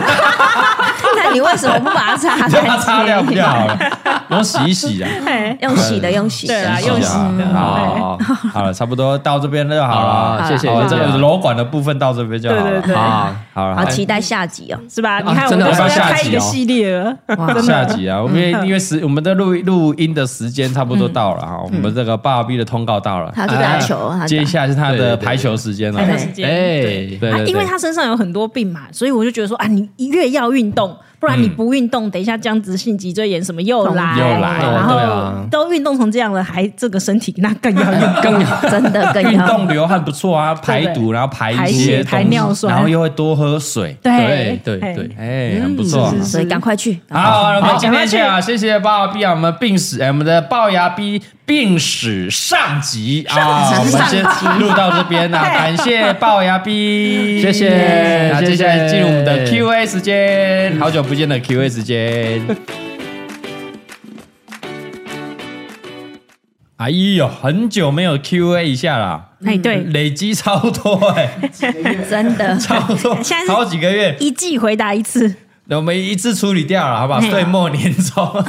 Speaker 3: 那你为什么不把它擦干
Speaker 1: 你
Speaker 3: 净？
Speaker 1: 就把它擦掉不就好 了？然后洗一洗啊，
Speaker 2: 哎，
Speaker 3: 用洗的，用洗
Speaker 2: 对
Speaker 3: 的
Speaker 2: 啦，
Speaker 1: 洗一
Speaker 2: 用
Speaker 1: 下
Speaker 2: 洗
Speaker 1: 啊
Speaker 2: 的。哎
Speaker 1: 好，好好了，差不多到这边就好
Speaker 4: 好啊
Speaker 1: 了
Speaker 4: 啦。谢谢
Speaker 1: 好，
Speaker 4: 谢谢
Speaker 1: 这个楼管的部分到这边就好
Speaker 2: 对
Speaker 1: 了
Speaker 2: 对。对，
Speaker 4: 啊，
Speaker 1: 好了，
Speaker 3: 好，期待下集哦。
Speaker 2: 是吧？
Speaker 4: 啊
Speaker 2: 你看，我
Speaker 4: 真
Speaker 2: 们
Speaker 4: 的
Speaker 2: 就
Speaker 4: 要
Speaker 2: 说要
Speaker 1: 下集
Speaker 2: 开一个
Speaker 1: 哦
Speaker 2: 系列了，
Speaker 3: 哇，
Speaker 1: 下集啊，因为因为时我们的录录音的时间差不多到了哈，啊我们这个爸比的通告到了，啊
Speaker 3: 他去打球，他
Speaker 1: 接下来是他
Speaker 4: 对
Speaker 1: 的
Speaker 4: 对对
Speaker 1: 排球时间了。啊
Speaker 2: 排球时间
Speaker 4: 哎，
Speaker 1: 对
Speaker 2: 啊
Speaker 1: 对对，
Speaker 2: 因为他身上有很多病嘛，所以我就觉得说啊，你越要运动，不然你不运动，等一下僵直性脊椎炎什么又来，
Speaker 1: 又来
Speaker 2: 然
Speaker 4: 对
Speaker 2: 后
Speaker 4: 啊
Speaker 2: 都运动成这样了，还这个身体那更要
Speaker 1: 嗯
Speaker 2: 运动。
Speaker 4: 更
Speaker 3: 真的更
Speaker 1: 运
Speaker 3: 要
Speaker 1: 动流汗不错啊，排毒，然后排
Speaker 2: 排
Speaker 1: 一
Speaker 2: 血
Speaker 1: 些
Speaker 2: 排
Speaker 1: 东西
Speaker 2: 尿酸
Speaker 1: 然后又会多喝水，
Speaker 4: 对
Speaker 2: 对
Speaker 4: 对
Speaker 2: 哎
Speaker 4: 对，
Speaker 1: 哎，很不错。
Speaker 3: 所以赶快去。
Speaker 1: 啊好，那我们今
Speaker 2: 赶快
Speaker 1: 天
Speaker 2: 去
Speaker 1: 就啊，谢谢龅牙 B 啊，我们病史，哎我们的龅牙 B 病史上集啊，我们先录到这边啊，感谢龅牙 B，
Speaker 4: 谢谢
Speaker 1: 那接
Speaker 4: 谢谢
Speaker 1: 下来进入我们的 Q&A 时间，好久不见的 Q&A 时间。哎呦，很久没有 Q&A 一下啦，
Speaker 2: 哎，对，
Speaker 1: 累积超多哎、
Speaker 3: 真的，
Speaker 1: 差不多
Speaker 2: 现在是
Speaker 1: 好几个月，
Speaker 2: 一季回答一 次。
Speaker 1: 那我们一次处理掉了，好不好？
Speaker 2: 嗯
Speaker 1: 岁末年 终。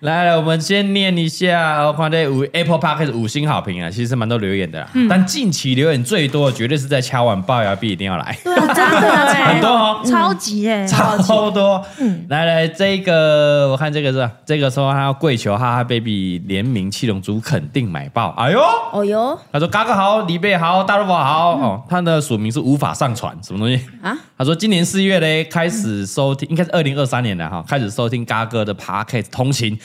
Speaker 1: 来来，我们先念一下，看这五 Apple Park 开始五星好评啊，其实蛮多留言的啦。
Speaker 2: 嗯
Speaker 1: 但近期留言最多的绝对是在敲碗龅牙 B 一定要来，
Speaker 2: 对啊，真的
Speaker 1: 很多哦，
Speaker 2: 超级嗯哎，
Speaker 1: 超多。哦来来，这个我看这个是吧，这个说他要跪求哈哈 baby 联名七龙珠，肯定买爆。哎呦，
Speaker 3: 哦哟，
Speaker 1: 他说：“嘎哥好，李贝好，大萝卜好。哦，他的署名是无法上传，什么东西啊？他说今年四月嘞开始收听，应该是二零二三年的哈，开始收听嘎哥的 Podcast 通勤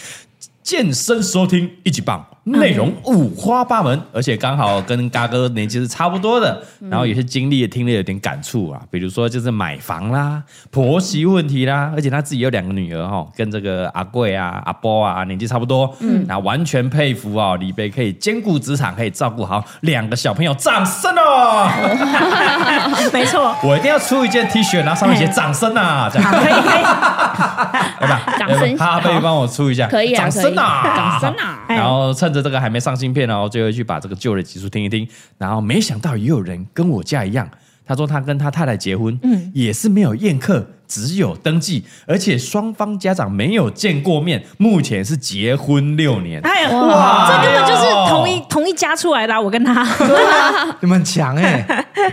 Speaker 1: 健身收听一级棒，
Speaker 6: 嗯
Speaker 1: 内容五花八门，而且刚好跟嘎哥年纪是差不多的，
Speaker 6: 嗯
Speaker 1: 然后有些经历也听了有点感触啊，比如说就是买房啦、婆媳问题啦，而且他自己有两个女儿哈、哦，跟这个阿贵啊、阿波啊年纪差不多，嗯，那完全佩服哦，李贝可以兼顾职场，可以照顾好两个小朋友，掌声哦！
Speaker 2: 没错，
Speaker 1: 我一定要出一件 T 恤，然后上面写掌声啊，这样
Speaker 2: 可以可以，
Speaker 1: 对吧？
Speaker 6: 掌声
Speaker 1: 他可以帮我出一下，
Speaker 6: 可以啊
Speaker 1: 掌声啊，
Speaker 6: 可以掌声啊
Speaker 2: 哎
Speaker 1: 然后趁着这个还没上新片哦，最后去把这个旧的集数听一听。然后没想到也有人跟我家一样，他说他跟他太太结婚，嗯，也是没有宴客，只有登记，而且双方家长没有见过面，目前是结婚六年。
Speaker 2: 哎呀，
Speaker 1: 哇
Speaker 2: 这根本就是同一
Speaker 1: 哎呦
Speaker 2: 同一家出来的啊，我跟 他。
Speaker 1: 你们很强哎、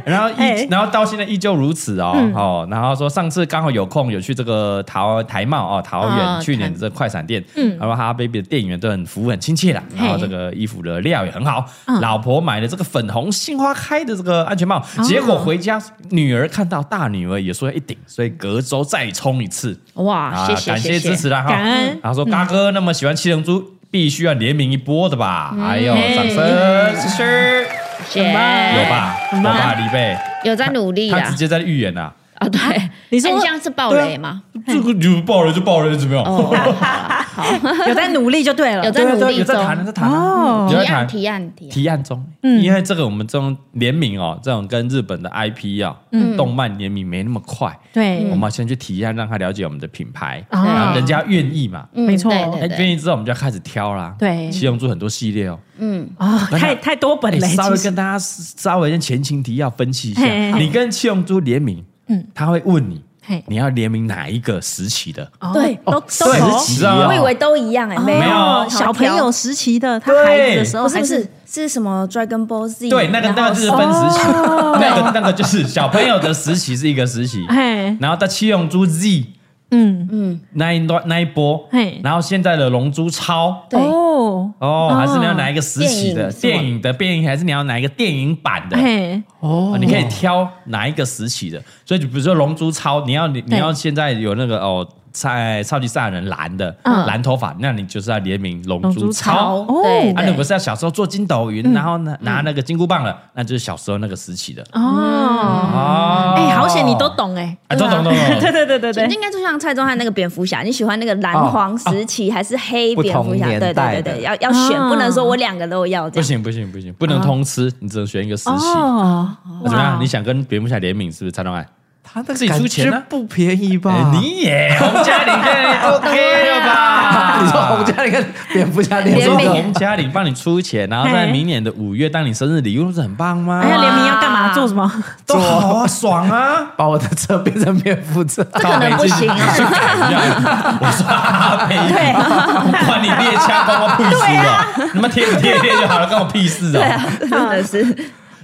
Speaker 1: 然后依、
Speaker 2: 哎
Speaker 1: 然后到现在依旧如此哦、哦，然后说上次刚好有空有去这个桃台茂哦桃园、
Speaker 6: 哦
Speaker 1: 去年的这快闪店，嗯，然后哈哈 baby 的店员都很服务很亲切啦，然后这个衣服的料也很好，老婆买了这个粉红杏花开的这个安全帽，结果回家女儿看到大女儿也说要一顶，所以隔周再冲一次，
Speaker 6: 哇，谢
Speaker 1: 啊感
Speaker 6: 谢
Speaker 1: 支持啦哈，
Speaker 2: 感恩
Speaker 1: 然后说嘎哥那么喜欢七龙珠，必须要联名一波的吧，哎呦，掌声，谢谢。
Speaker 6: 谢谢，
Speaker 1: 有吧？有吧，李贝，
Speaker 6: 有在努力
Speaker 1: 他
Speaker 6: 啦
Speaker 1: 直。接在预言啊，
Speaker 3: 哦
Speaker 6: 啊，对，
Speaker 2: 你说
Speaker 6: 哎这样是暴雷吗？
Speaker 1: 这个就爆了就爆了，怎么样？
Speaker 6: 哦，好好好，
Speaker 2: 有在努力就对了，
Speaker 6: 有在
Speaker 1: 对
Speaker 6: 努
Speaker 1: 对，
Speaker 6: 力
Speaker 1: 有在
Speaker 6: 中，嗯
Speaker 1: 谈，有在谈啊，
Speaker 2: 哦
Speaker 1: 有在
Speaker 6: 提
Speaker 1: 谈
Speaker 6: 案提案提案，
Speaker 1: 提案中，因为这个我们这种联名哦，这种跟日本的 IP 啊，
Speaker 6: 嗯
Speaker 1: 动漫联名没那么快，
Speaker 2: 对
Speaker 1: 我们要先去提案，让他了解我们的品牌，
Speaker 2: 啊
Speaker 1: 然后人家愿意嘛，
Speaker 6: 哦嗯
Speaker 2: 没错
Speaker 6: 对对
Speaker 1: 哎愿
Speaker 6: 对，
Speaker 1: 意之后我们就要开始挑啦。
Speaker 2: 对
Speaker 1: 七龙珠很多系列哦，
Speaker 6: 嗯，
Speaker 2: 啊，太太多本
Speaker 1: 哎
Speaker 2: 了，
Speaker 1: 稍微
Speaker 2: 其实
Speaker 1: 跟大家稍微先前情提要分析一下
Speaker 2: 嘿嘿，嘿
Speaker 1: 你跟七龙珠联名，嗯，他会问你
Speaker 2: 嘿，
Speaker 1: 你要联名哪一个时期的？
Speaker 2: 哦
Speaker 3: 对
Speaker 2: 都都
Speaker 1: 对
Speaker 2: 有
Speaker 1: 时期哦
Speaker 3: 我以为都一样哎，没
Speaker 1: 没有
Speaker 2: 哦小朋友时期的他孩子的时候
Speaker 3: 不是
Speaker 2: 还
Speaker 3: 不是是什么 Dragon Ball Z？
Speaker 1: 对，那个
Speaker 3: 然后
Speaker 1: 那个就是分时期， 那个那个就是小朋友的时期是一个时期，
Speaker 2: 嘿
Speaker 1: 然后到七龙珠 Z
Speaker 2: 嗯
Speaker 1: 那一段那一波
Speaker 2: 嘿，
Speaker 1: 然后现在的龙珠超。
Speaker 3: 对
Speaker 2: 哦
Speaker 1: 哦，还是你要哪一个时期的
Speaker 3: 电影
Speaker 1: 电影的电影，还是你要哪一个电影版的？
Speaker 2: 嘿
Speaker 1: 哦你可以挑哪一个时期的。所以就比如说《龙珠超》，你要你你要现在有那个哦，赛超级赛亚人蓝的蓝头发，那你就是要联名《龙
Speaker 2: 龙
Speaker 1: 珠
Speaker 2: 珠
Speaker 1: 超》
Speaker 2: 超。
Speaker 6: 哦对
Speaker 1: 啊，如果是要小时候做筋斗云，然后呢拿那个金箍棒了，那就是小时候那个时期的。
Speaker 2: 哦，
Speaker 1: 哦，
Speaker 2: 哎，好险你都懂哎，
Speaker 1: 啊，都懂懂
Speaker 2: 对
Speaker 1: 懂。
Speaker 2: 对对对对，
Speaker 3: 应该就像蔡宗翰那个蝙蝠侠，你喜欢那个蓝黄时期还是黑蝙蝠
Speaker 4: 不同
Speaker 3: 侠？
Speaker 4: 年
Speaker 3: 对对
Speaker 4: 代
Speaker 3: 对
Speaker 4: 的
Speaker 3: 对，要要选，
Speaker 2: 哦
Speaker 3: 不能说我两个都要这
Speaker 1: 不
Speaker 3: 样。
Speaker 1: 行不行不行，不能通吃，你只能选一个时期。
Speaker 2: 哦，
Speaker 1: 那怎么样？你想跟蝙蝠侠联名是不是？蔡东爱，
Speaker 4: 他的
Speaker 1: 自己出钱啊
Speaker 4: 感觉不便宜 吧
Speaker 1: 哎？你也洪嘉玲跟 OK 了 吧？
Speaker 4: 啊你说洪嘉玲跟蝙蝠侠
Speaker 1: 我
Speaker 4: 联
Speaker 1: 说
Speaker 4: 名的，
Speaker 1: 洪嘉玲帮你出钱，然后在明年的五月当你生日礼物，不是很棒吗
Speaker 2: 哎？呀，联名要干嘛？
Speaker 3: 哇
Speaker 2: 做什么？
Speaker 1: 都好啊，爽啊！
Speaker 4: 把我的 车变成蝙 蝠车，
Speaker 1: 这可能不行啊！去改一样我说哈没，
Speaker 2: 对啊
Speaker 1: 我管你猎枪关我屁事哦！你们贴不贴贴就好了，关我
Speaker 2: 啊
Speaker 1: 屁事哦！
Speaker 3: 真的是
Speaker 7: 啊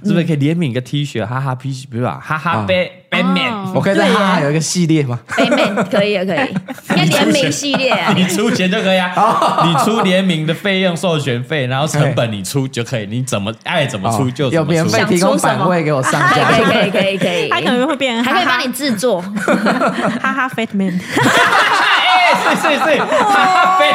Speaker 1: 是不是可以联名一个 T 恤？哈哈 P 不是吧？哈哈 b 背面。
Speaker 2: 哦
Speaker 7: 我可以在哈哈有一个系列吗？
Speaker 3: 哎
Speaker 6: 北美可以可以，要联名系列啊，
Speaker 1: 你出钱就可以
Speaker 7: 哦
Speaker 1: 啊，你出联名的费用、授权费，然后成本你出就可以，你怎么爱怎么出就怎
Speaker 7: 哦有免
Speaker 1: 么出
Speaker 7: 费。提供版位给我上
Speaker 6: 可
Speaker 7: 架，
Speaker 2: 哎
Speaker 6: 以可以可以可以，
Speaker 2: 他可能会变，
Speaker 6: 还可以帮你制作，
Speaker 2: 你哈哈 Fat Man，
Speaker 1: 哎，是是是，哈哈费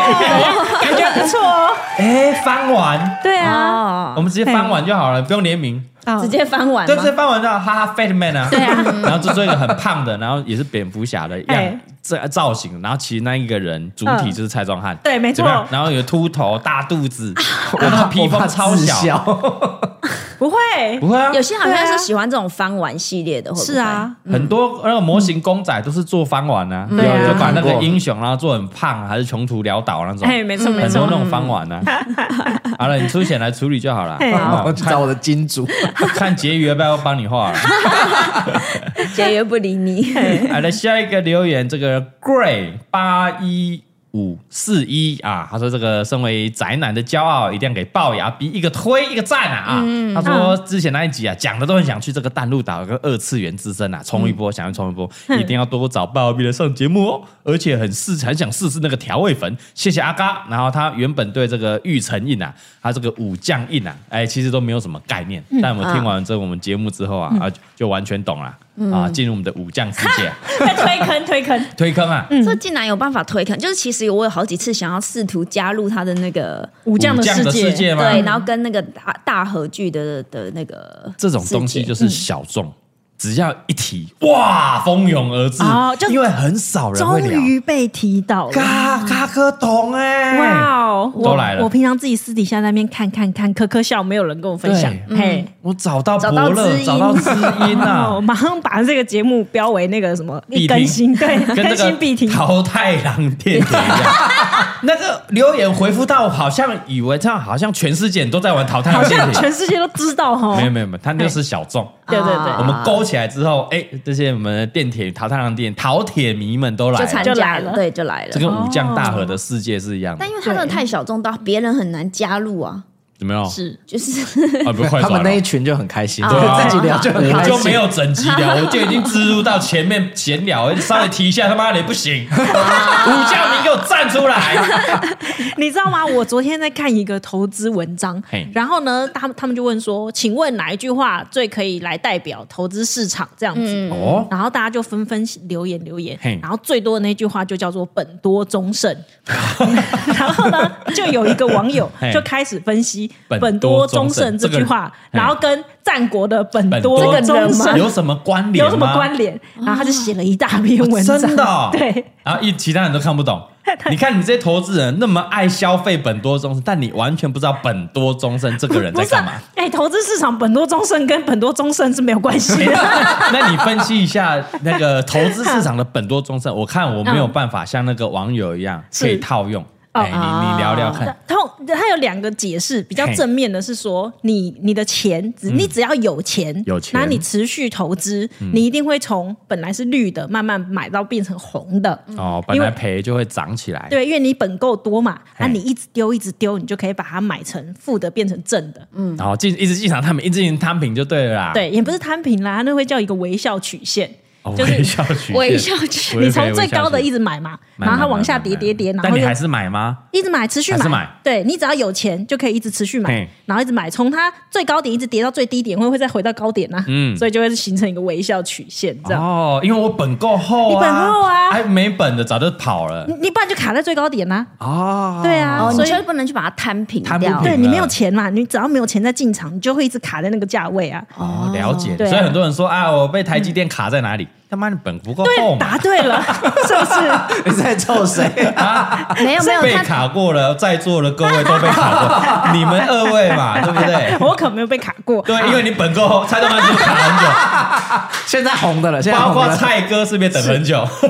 Speaker 2: 感觉哦不错哦。
Speaker 1: 哎，翻完，
Speaker 2: 对啊，
Speaker 1: 我们直接翻完就好了，不用联名，
Speaker 2: 啊
Speaker 3: 哦直接翻完
Speaker 1: 对，
Speaker 3: 吗
Speaker 1: 直？接翻完就好哈哈 Fat Man 啊，对啊，然后就做一个很胖的，然后也是蝙蝠侠的样
Speaker 2: 哎嗯
Speaker 1: 这造型，然后其实那一个人主体就是蔡壮汉，
Speaker 2: 对没
Speaker 1: 怎
Speaker 2: 错啊
Speaker 1: 么样然后有秃头、大肚子，然后
Speaker 7: 我
Speaker 1: 披风
Speaker 7: 怕
Speaker 1: 超
Speaker 7: 自
Speaker 1: 小，嗯
Speaker 7: 销
Speaker 2: 不会，
Speaker 1: 不会啊，
Speaker 3: 有些好像
Speaker 2: 对啊
Speaker 3: 是喜欢这种翻玩系列的，会不会
Speaker 2: 是啊，
Speaker 1: 很多那个模型公仔都是做翻玩
Speaker 2: 嗯
Speaker 1: 啊，
Speaker 7: 对啊
Speaker 1: 就把那个英雄然后做很胖，啊还是穷途潦倒那种，
Speaker 2: 哎，没错没
Speaker 1: 很多
Speaker 2: 错
Speaker 1: 那，种翻玩 啊。好了，你出钱来处理就好了。
Speaker 2: 嘿
Speaker 1: 好
Speaker 7: 我去找我的金主，
Speaker 1: 看结余要不要帮你 画了？
Speaker 3: 节约不理你。
Speaker 1: 好的，下一个留言，这个 Gray 八一。五四一啊，他说这个身为宅男的骄傲，一定要给龅牙逼一个推一个赞啊啊！
Speaker 3: 嗯
Speaker 1: 他说之前那一集啊，讲的都很想去这个淡路岛跟二次元之争啊，冲一波，想要冲一波，
Speaker 3: 嗯
Speaker 1: 一定要多找龅牙逼来上节目哦，而且很试很想试试那个调味粉，谢谢阿嘎。然后他原本对这个玉成印啊，他这个武将印啊，哎，其实都没有什么概念，
Speaker 3: 嗯
Speaker 1: 但我啊听完这我们节目之后啊，啊就就完全懂了啊，进入我们的武将世界啊。
Speaker 2: 在推坑推坑，
Speaker 1: 推坑啊，
Speaker 3: 这竟然有办法推坑，就是其实我有好几次想要试图加入他的那个
Speaker 2: 武
Speaker 1: 武
Speaker 2: 将的世
Speaker 1: 世
Speaker 2: 界，
Speaker 1: 界吗？
Speaker 3: 对，然后跟那个大大合剧的的那个
Speaker 1: 这种东西
Speaker 3: 世界
Speaker 1: 就是小众，只要一提，哇，蜂拥而至，
Speaker 7: 啊
Speaker 2: 哦就
Speaker 1: 因为很少人会
Speaker 2: 终
Speaker 1: 聊。
Speaker 2: 于被提到了。
Speaker 1: 嘎嘎哥懂哎，
Speaker 2: 哇哦，
Speaker 1: 都来了
Speaker 2: 我！我平常自己私底下在那边看看看，可可笑，没有人跟我分享。嘿，
Speaker 1: 我找到
Speaker 3: 找
Speaker 1: 伯
Speaker 3: 到知
Speaker 1: 乐，
Speaker 3: 音
Speaker 1: 找到知音
Speaker 2: 哦，
Speaker 1: 啊，
Speaker 2: 马上把这个节目标为那个什么
Speaker 1: 必
Speaker 2: 一
Speaker 1: 听
Speaker 2: 更新，对，
Speaker 1: 跟那
Speaker 2: 更新必
Speaker 1: 个
Speaker 2: 听。
Speaker 1: 桃太郎电铁一样。那个留言回复到，好像以为这样，好像全世界人都在玩桃太
Speaker 2: 好
Speaker 1: 郎
Speaker 2: 像
Speaker 1: 电铁
Speaker 2: 全。哎世界都知道哈
Speaker 1: 没。有没有没有，他就是小众。
Speaker 2: 对对
Speaker 3: 啊
Speaker 2: 对，
Speaker 1: 我们勾起来之后，哎，这些我们的电铁桃太郎电桃铁迷们都来
Speaker 3: 就
Speaker 1: 了，
Speaker 3: 参
Speaker 2: 就
Speaker 3: 加
Speaker 2: 来
Speaker 3: 了，
Speaker 2: 了
Speaker 3: 对，就来了
Speaker 1: 这。跟武将大河的世界是一样的
Speaker 3: 但，因为他真的太小众，到别人很难加入啊，
Speaker 1: 有没有？
Speaker 3: 是就是
Speaker 1: 啊，不是 快
Speaker 7: 他
Speaker 1: 转了
Speaker 7: 们那。一群就很开心，
Speaker 3: 对啊
Speaker 7: 自己聊就很
Speaker 1: 我
Speaker 7: 开
Speaker 1: 就没
Speaker 7: 心。
Speaker 1: 有整集 聊，我就已经植入到前面闲聊，稍微提一下，他妈的也不行，
Speaker 2: 啊
Speaker 1: 武将你给我站出来！
Speaker 2: 你知道吗？我昨天在看一个投资文章
Speaker 1: 嘿，
Speaker 2: 然后呢，他们他们就问说，请问哪一句话最可以来代表投资市场这样子？
Speaker 1: 哦，
Speaker 2: 然后大家就纷纷留言留言
Speaker 1: 嘿，
Speaker 2: 然后最多的那句话就叫做“本多忠 胜”。然后呢，就有一个网友
Speaker 1: 嘿
Speaker 2: 就开始分析“
Speaker 1: 本
Speaker 2: 本
Speaker 1: 多
Speaker 2: 多
Speaker 1: 忠
Speaker 2: 忠
Speaker 1: 胜
Speaker 2: 胜”这句话，
Speaker 1: 这个人
Speaker 2: 然后跟战国的“本
Speaker 1: 本
Speaker 2: 多
Speaker 1: 多
Speaker 2: 忠胜”
Speaker 1: 有什么关联？
Speaker 2: 有什么关？联？然后他就写了一大篇文章，
Speaker 1: 真的哦
Speaker 2: 对。
Speaker 1: 然后一其他人都看不 懂。你看你这些投资人那么爱消费本多终身，但你完全不知道本多终身这个人
Speaker 2: 不
Speaker 1: 在
Speaker 2: 是
Speaker 1: 干
Speaker 2: 啊
Speaker 1: 嘛。，
Speaker 2: 哎、投资市场本多终身跟本多终身是没有关系的。
Speaker 1: 那你分析一下那个投资市场的本多终身，我看我没有办法像那个网友一样
Speaker 2: 嗯是
Speaker 1: 可以套用。
Speaker 2: 哦
Speaker 1: 哎，你你聊聊看。
Speaker 2: 通它有两个解释，比较
Speaker 1: 嘿嗯
Speaker 2: 正面的是说，你你的钱，只你只要有钱，
Speaker 1: 有钱嗯
Speaker 2: 然后你持续投资，你一定会从本来是绿的，慢慢买到变成红的。
Speaker 1: 哦，本
Speaker 2: 嗯因为
Speaker 1: 来赔就会涨起来。
Speaker 2: 对，因为你本够多嘛，
Speaker 1: 嘿
Speaker 2: 啊，你一直丢，一直丢，你就可以把它买成负的变成正的。
Speaker 1: 然后进一直进场摊平，一直进摊平就对了啦。
Speaker 2: 对，也不是摊平啦，那会叫一个微笑曲线。
Speaker 1: 哦，
Speaker 2: 就是
Speaker 1: 微笑曲线，
Speaker 6: 微笑曲
Speaker 1: 我以为
Speaker 2: 你从最高的
Speaker 1: 微笑曲
Speaker 2: 一
Speaker 1: 线，
Speaker 2: 直买嘛，
Speaker 1: 买
Speaker 2: 然后它
Speaker 1: 买
Speaker 2: 往下
Speaker 1: 买
Speaker 2: 跌
Speaker 1: 买
Speaker 2: 跌跌，然
Speaker 1: 但
Speaker 2: 后
Speaker 1: 你
Speaker 2: 又
Speaker 1: 还是买吗？
Speaker 2: 一直买，持续
Speaker 1: 还是
Speaker 2: 买，
Speaker 1: 买
Speaker 2: 对你只要有钱就可以一直持续买
Speaker 1: 嘿，
Speaker 2: 然后一直买，从它最高点一直跌到最低点，会会再回到高点呐、啊
Speaker 1: 嗯
Speaker 2: 所以就会形成一个微笑曲线这样。
Speaker 1: 哦，因为我本够厚啊，
Speaker 2: 你本够啊嗯
Speaker 1: 还没本的早就跑了
Speaker 2: 你你不然就卡在最高点呐、
Speaker 1: 哦。
Speaker 2: 对啊，
Speaker 3: 哦，
Speaker 2: 所
Speaker 3: 你
Speaker 2: 以
Speaker 3: 就不能去把它摊平
Speaker 1: 摊不
Speaker 3: 掉。
Speaker 1: 平
Speaker 2: 对你没有钱嘛，你只要没有钱再进场，你就会一直卡在那个价位啊。
Speaker 1: 哦，了解。所
Speaker 2: 对啊
Speaker 1: 以很多人说啊，我被台积电卡在哪里？他妈，你本不够厚
Speaker 2: 对，
Speaker 1: 嘛？
Speaker 2: 答对 了，是不是？
Speaker 7: 你在臭谁？
Speaker 6: 没有没有，
Speaker 1: 被
Speaker 6: 他
Speaker 1: 卡过了，在座的各位都被卡 过，你们二位嘛，对不对？
Speaker 2: 我可没有被卡过。
Speaker 1: 对，因为你本够厚，蔡东汉是不是卡很
Speaker 7: 现在红的了，现
Speaker 1: 久，
Speaker 7: 在
Speaker 1: 包
Speaker 7: 红
Speaker 1: 括
Speaker 7: 的了。
Speaker 1: 蔡哥是不是也等很久？
Speaker 2: 对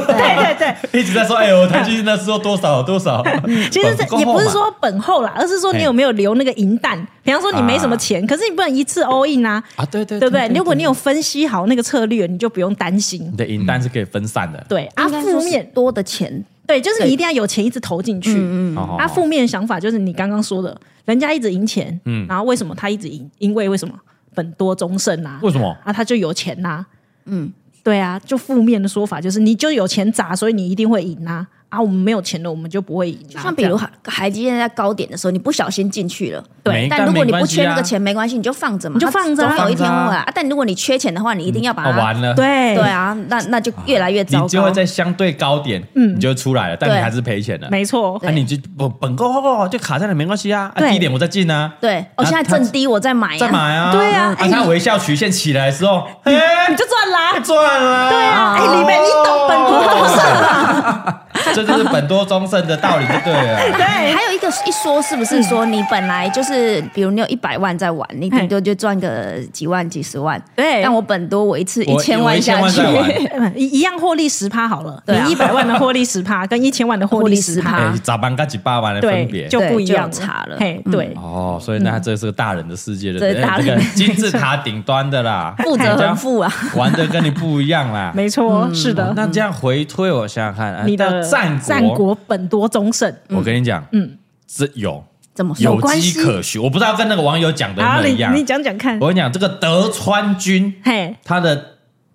Speaker 2: 对对，
Speaker 1: 一直在说，哎、我台积电那时候多少多少，
Speaker 2: 其实
Speaker 1: 本
Speaker 2: 这
Speaker 1: 够
Speaker 2: 也不是
Speaker 1: 嘛
Speaker 2: 说本后啦，而是说你
Speaker 1: 嘿
Speaker 2: 有没有留那个银弹。比方说你没什么
Speaker 1: 啊
Speaker 2: 钱，可是你不能一次 all in 啊，
Speaker 1: 啊，对对
Speaker 2: 对不对？如果你有分析好那个策略，你就不用担心
Speaker 1: 你。的银弹是可以分散的，
Speaker 2: 对啊，负面
Speaker 3: 多的钱，
Speaker 2: 对，就是你一定要有钱一直投进去。嗯
Speaker 1: 哦
Speaker 2: 啊，负面想法就是你刚刚说的，人家一直赢钱，
Speaker 1: 嗯
Speaker 2: 嗯，然后为什么他一直赢？因为为什么本多终胜啊？
Speaker 1: 为什么
Speaker 2: 啊？他就有钱呐、嗯，对啊，就负面的说法就是你就有钱砸，所以你一定会赢啊啊！我们没有钱了，我们就不会赢、啊。
Speaker 6: 就像比如海海基现在高点的时候，你不小心进去了，
Speaker 1: 没
Speaker 6: 但如果你不缺那个，
Speaker 1: 没关系啊
Speaker 6: 钱，没关系，你就放着嘛，
Speaker 2: 你就放着啊
Speaker 6: 它总有一天
Speaker 1: 放
Speaker 6: 会
Speaker 1: 着
Speaker 6: 来。啊但如果你缺钱的话，你一定要把
Speaker 1: 哦，
Speaker 6: 它
Speaker 1: 完了，
Speaker 2: 这，
Speaker 6: 对
Speaker 2: 样对，
Speaker 6: 啊，那那就越来越糟
Speaker 1: 你就
Speaker 6: 糕
Speaker 1: 会。在相对高点，
Speaker 2: 嗯
Speaker 1: 你就出来了，但你还是赔钱的。
Speaker 2: 没错，
Speaker 1: 那你就不本够就卡在了，没关系啊，啊
Speaker 2: 对
Speaker 1: 低点我再进啊，
Speaker 6: 对，
Speaker 1: 然
Speaker 6: 哦，
Speaker 1: 后
Speaker 6: 现在
Speaker 1: 它
Speaker 6: 正低，我在买呀，
Speaker 1: 再买啊，
Speaker 2: 对啊哎
Speaker 1: 它微笑曲线起来的时候，哎
Speaker 2: 你，就赚啦、
Speaker 1: 赚了，哦对
Speaker 2: 啊哎你们你懂本多
Speaker 1: 忠胜， 这就是本多忠胜的道理就对 了。
Speaker 2: 对嗯
Speaker 6: 还有一个一说是不是说你本来就是，比如你有一百万在玩，你顶多就赚个几万几十万。
Speaker 2: 对
Speaker 6: 但我本多我一次一
Speaker 1: 我
Speaker 6: 千
Speaker 1: 我
Speaker 6: 万
Speaker 1: 一千
Speaker 6: 下
Speaker 1: 万
Speaker 6: 去
Speaker 1: 在，玩，
Speaker 2: 嗯一一样获利十趴好了，
Speaker 6: 对啊
Speaker 2: 你一百万的获利十趴，跟一千万的获利
Speaker 6: 获
Speaker 2: 十
Speaker 6: 利10%
Speaker 2: 趴
Speaker 1: 哎，，咋办？跟几百万的分
Speaker 2: 对，
Speaker 1: 别
Speaker 2: 就嗯不一样
Speaker 6: 对 就有差了
Speaker 2: 嘿，对，
Speaker 1: 哦，所以
Speaker 2: 嗯
Speaker 1: 那这是个大人的世界了，
Speaker 6: 这是大
Speaker 1: 哎
Speaker 6: 人
Speaker 1: 这个金字塔顶端的 啦，
Speaker 6: 负责很负啊。
Speaker 1: 人家玩的跟你不一样啦。哦
Speaker 2: 没错，是的，
Speaker 1: 那这样回推我想想看，哎
Speaker 2: 你
Speaker 1: 到
Speaker 2: 的
Speaker 1: 战
Speaker 2: 战国本多忠胜，
Speaker 1: 我跟你讲，
Speaker 2: 嗯，
Speaker 1: 这有
Speaker 6: 怎么
Speaker 1: 有
Speaker 6: 说？
Speaker 2: 关
Speaker 1: 机
Speaker 2: 系
Speaker 1: 可循，我不知道跟那个网友讲的有
Speaker 2: 好，
Speaker 1: 没有
Speaker 2: 你
Speaker 1: 一样。
Speaker 2: 你讲讲看
Speaker 1: 我，跟你讲，这个德川军
Speaker 2: 嘿，
Speaker 1: 他的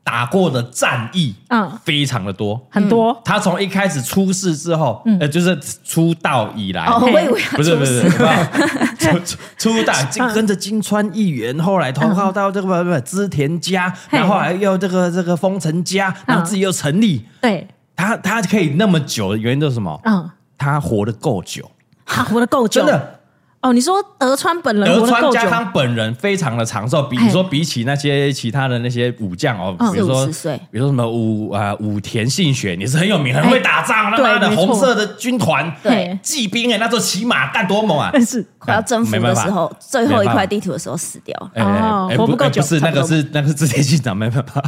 Speaker 1: 打过的战役，
Speaker 2: 嗯哦
Speaker 1: 非常的多。
Speaker 2: 很多，
Speaker 1: 他从一开始出世之后，
Speaker 2: 嗯
Speaker 1: 呃，就是出道以来，
Speaker 6: 哦，我以 为
Speaker 1: 不是不是不是， 出出出道金跟着金川议员，后来投靠到这个不不不织田家，
Speaker 2: 嘿
Speaker 1: 然后后来又这个这个丰臣家，然后自己又成立。
Speaker 2: 对，
Speaker 1: 他他可以那么久的原因就是什么？
Speaker 2: 嗯，
Speaker 1: 他活得够久，
Speaker 2: 他活得够久
Speaker 1: 真，的。
Speaker 2: 哦，你说德川本人
Speaker 1: 德
Speaker 2: 活得
Speaker 1: 川
Speaker 2: 够久
Speaker 1: 家，康本人非常的长寿，比你
Speaker 2: 嘿
Speaker 1: 说比起那些其他的那些武将哦，
Speaker 2: 嗯
Speaker 1: 比如说
Speaker 6: 40岁
Speaker 1: 比如说什么武啊武田信玄，你是很有名，很会打仗，他
Speaker 2: 对
Speaker 1: 妈的
Speaker 2: 没错
Speaker 1: 红色的军团，
Speaker 2: 对
Speaker 1: 骑兵哎，那时候骑马干多猛啊！
Speaker 2: 但是
Speaker 6: 快要征服
Speaker 1: 没办
Speaker 6: 的
Speaker 1: 法
Speaker 6: 时候，最后一
Speaker 1: 没办法
Speaker 6: 块地图的时候死掉了。
Speaker 1: 哎
Speaker 2: 哦
Speaker 1: 哎，
Speaker 2: 活
Speaker 1: 不
Speaker 2: 不够
Speaker 1: 哎
Speaker 2: 久
Speaker 1: 不是
Speaker 2: 差
Speaker 1: 那
Speaker 2: 不
Speaker 1: 个
Speaker 2: 多哦
Speaker 1: 是那个是织田信长，没办 法。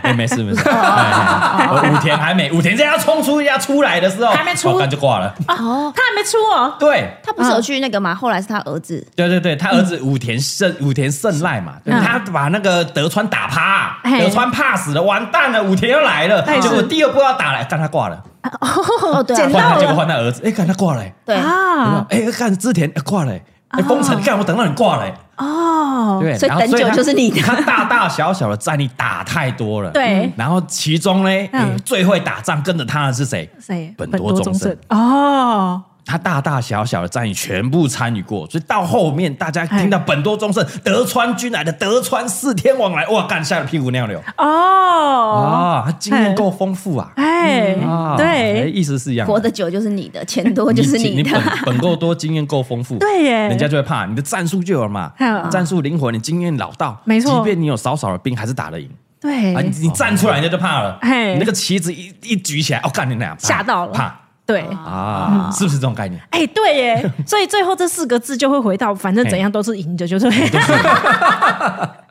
Speaker 1: 哎，没事没事，哎哎哎武田还没，武田在要冲出要出来的时候，
Speaker 2: 还没出
Speaker 1: 哦干就挂了。
Speaker 6: 哦，
Speaker 2: 他还没出哦，
Speaker 1: 对，
Speaker 6: 他不是有去那个吗？后来是他儿子，
Speaker 1: 对对对，他儿
Speaker 2: 嗯
Speaker 1: 子武田胜武田胜赖嘛，对他把那个德川打趴，
Speaker 2: 嘿
Speaker 1: 德川怕死了，完蛋了，武田要来了，
Speaker 2: 哎
Speaker 1: 结果
Speaker 2: 是
Speaker 1: 第二波要打来，但他挂了，
Speaker 6: 哦，对啊
Speaker 2: 捡
Speaker 1: 换
Speaker 2: 到
Speaker 1: 他
Speaker 2: 了
Speaker 1: 结果换他儿子，哎，看他挂了，哎
Speaker 6: 对，
Speaker 2: 啊，
Speaker 1: 哎，看织田哎挂了，哎，封城干我等到你挂了，哎
Speaker 2: 哦，
Speaker 1: 对，
Speaker 6: 所以
Speaker 1: 然后
Speaker 6: 等久
Speaker 1: 他
Speaker 6: 就是你的
Speaker 1: 他大大小小的战力打太多了，
Speaker 2: 对
Speaker 1: 然后其中呢，哎
Speaker 2: 嗯
Speaker 1: 最会打仗跟着他的是谁？
Speaker 2: 谁？
Speaker 1: 本多忠胜，
Speaker 2: 哦，
Speaker 1: 他大大小小的战役全部参与过，所以到后面大家听到本多忠胜、
Speaker 6: 哎
Speaker 1: 德川军来的德川四天王来，哇，干吓得屁股尿流
Speaker 2: 哦，
Speaker 1: 啊！
Speaker 6: 哎
Speaker 1: 他经验够丰富啊，
Speaker 2: 哎
Speaker 1: 啊，，哎
Speaker 2: 对，
Speaker 1: 意思是一样的，
Speaker 6: 活得久就是你的，钱多就是
Speaker 1: 你
Speaker 6: 你
Speaker 1: 你
Speaker 6: 的
Speaker 1: 本。本够多，经验够丰富，
Speaker 2: 对耶
Speaker 1: 人家就会怕你的战术就有了嘛
Speaker 2: 嗯，
Speaker 1: 战术灵活，你经验老道，
Speaker 2: 没错
Speaker 1: 即便你有少少的兵，还是打得赢
Speaker 2: 对
Speaker 1: 啊！你你站出来，人家就怕了，
Speaker 2: 哎嘿
Speaker 1: 你那个旗子一一举起来，哦，干你俩怕
Speaker 2: 吓到了
Speaker 1: 怕
Speaker 2: 对，
Speaker 1: 啊，是不是这种概念？
Speaker 2: 哎，对耶，所以最后这四个字就会回到，反正怎样都是赢的，就对。
Speaker 1: 哎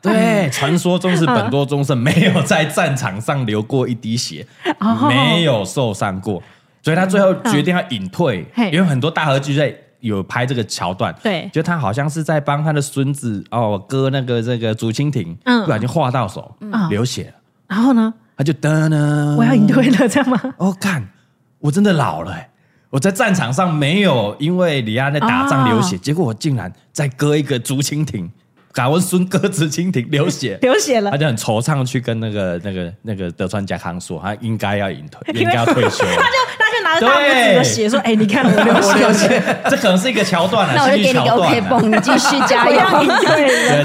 Speaker 1: 对，传说中是本多忠胜没有在战场上流过一滴血，
Speaker 2: 哦
Speaker 1: 没有受伤过，所以他最后决定要隐退
Speaker 2: 嗯嘿，
Speaker 1: 因为很多大和剧在。有拍这个桥段，
Speaker 2: 对
Speaker 1: 就他好像是在帮他的孙子哦割那个这个竹蜻蜓，
Speaker 2: 嗯
Speaker 1: 不小心划到手，
Speaker 2: 嗯
Speaker 1: 流血了，
Speaker 2: 然后呢，
Speaker 1: 他就噔噔，
Speaker 2: 我要隐退了，这样吗？。
Speaker 1: 哦，看，我真的老了、欸，我在战场上没有因为李安在打仗
Speaker 6: 哦
Speaker 1: 流血，结果我竟然在割一个竹蜻蜓，敢问孙割竹蜻蜓流 血
Speaker 2: 流血了
Speaker 1: 他，就很惆怅地去跟那个、那个、那个德川家康说，他应该要 隐 退，应该要退休了。
Speaker 2: 他就他就拿着大拇指的血说：“哎，你看我流血了，
Speaker 1: 这可能是一个桥 段
Speaker 6: 那
Speaker 1: 啊，
Speaker 6: 我就
Speaker 1: 心理
Speaker 6: 给你
Speaker 1: 桥
Speaker 6: 个 OK
Speaker 1: 段、啊。
Speaker 6: 绷，你继续加
Speaker 2: 我
Speaker 6: 油。
Speaker 2: 要隐退了。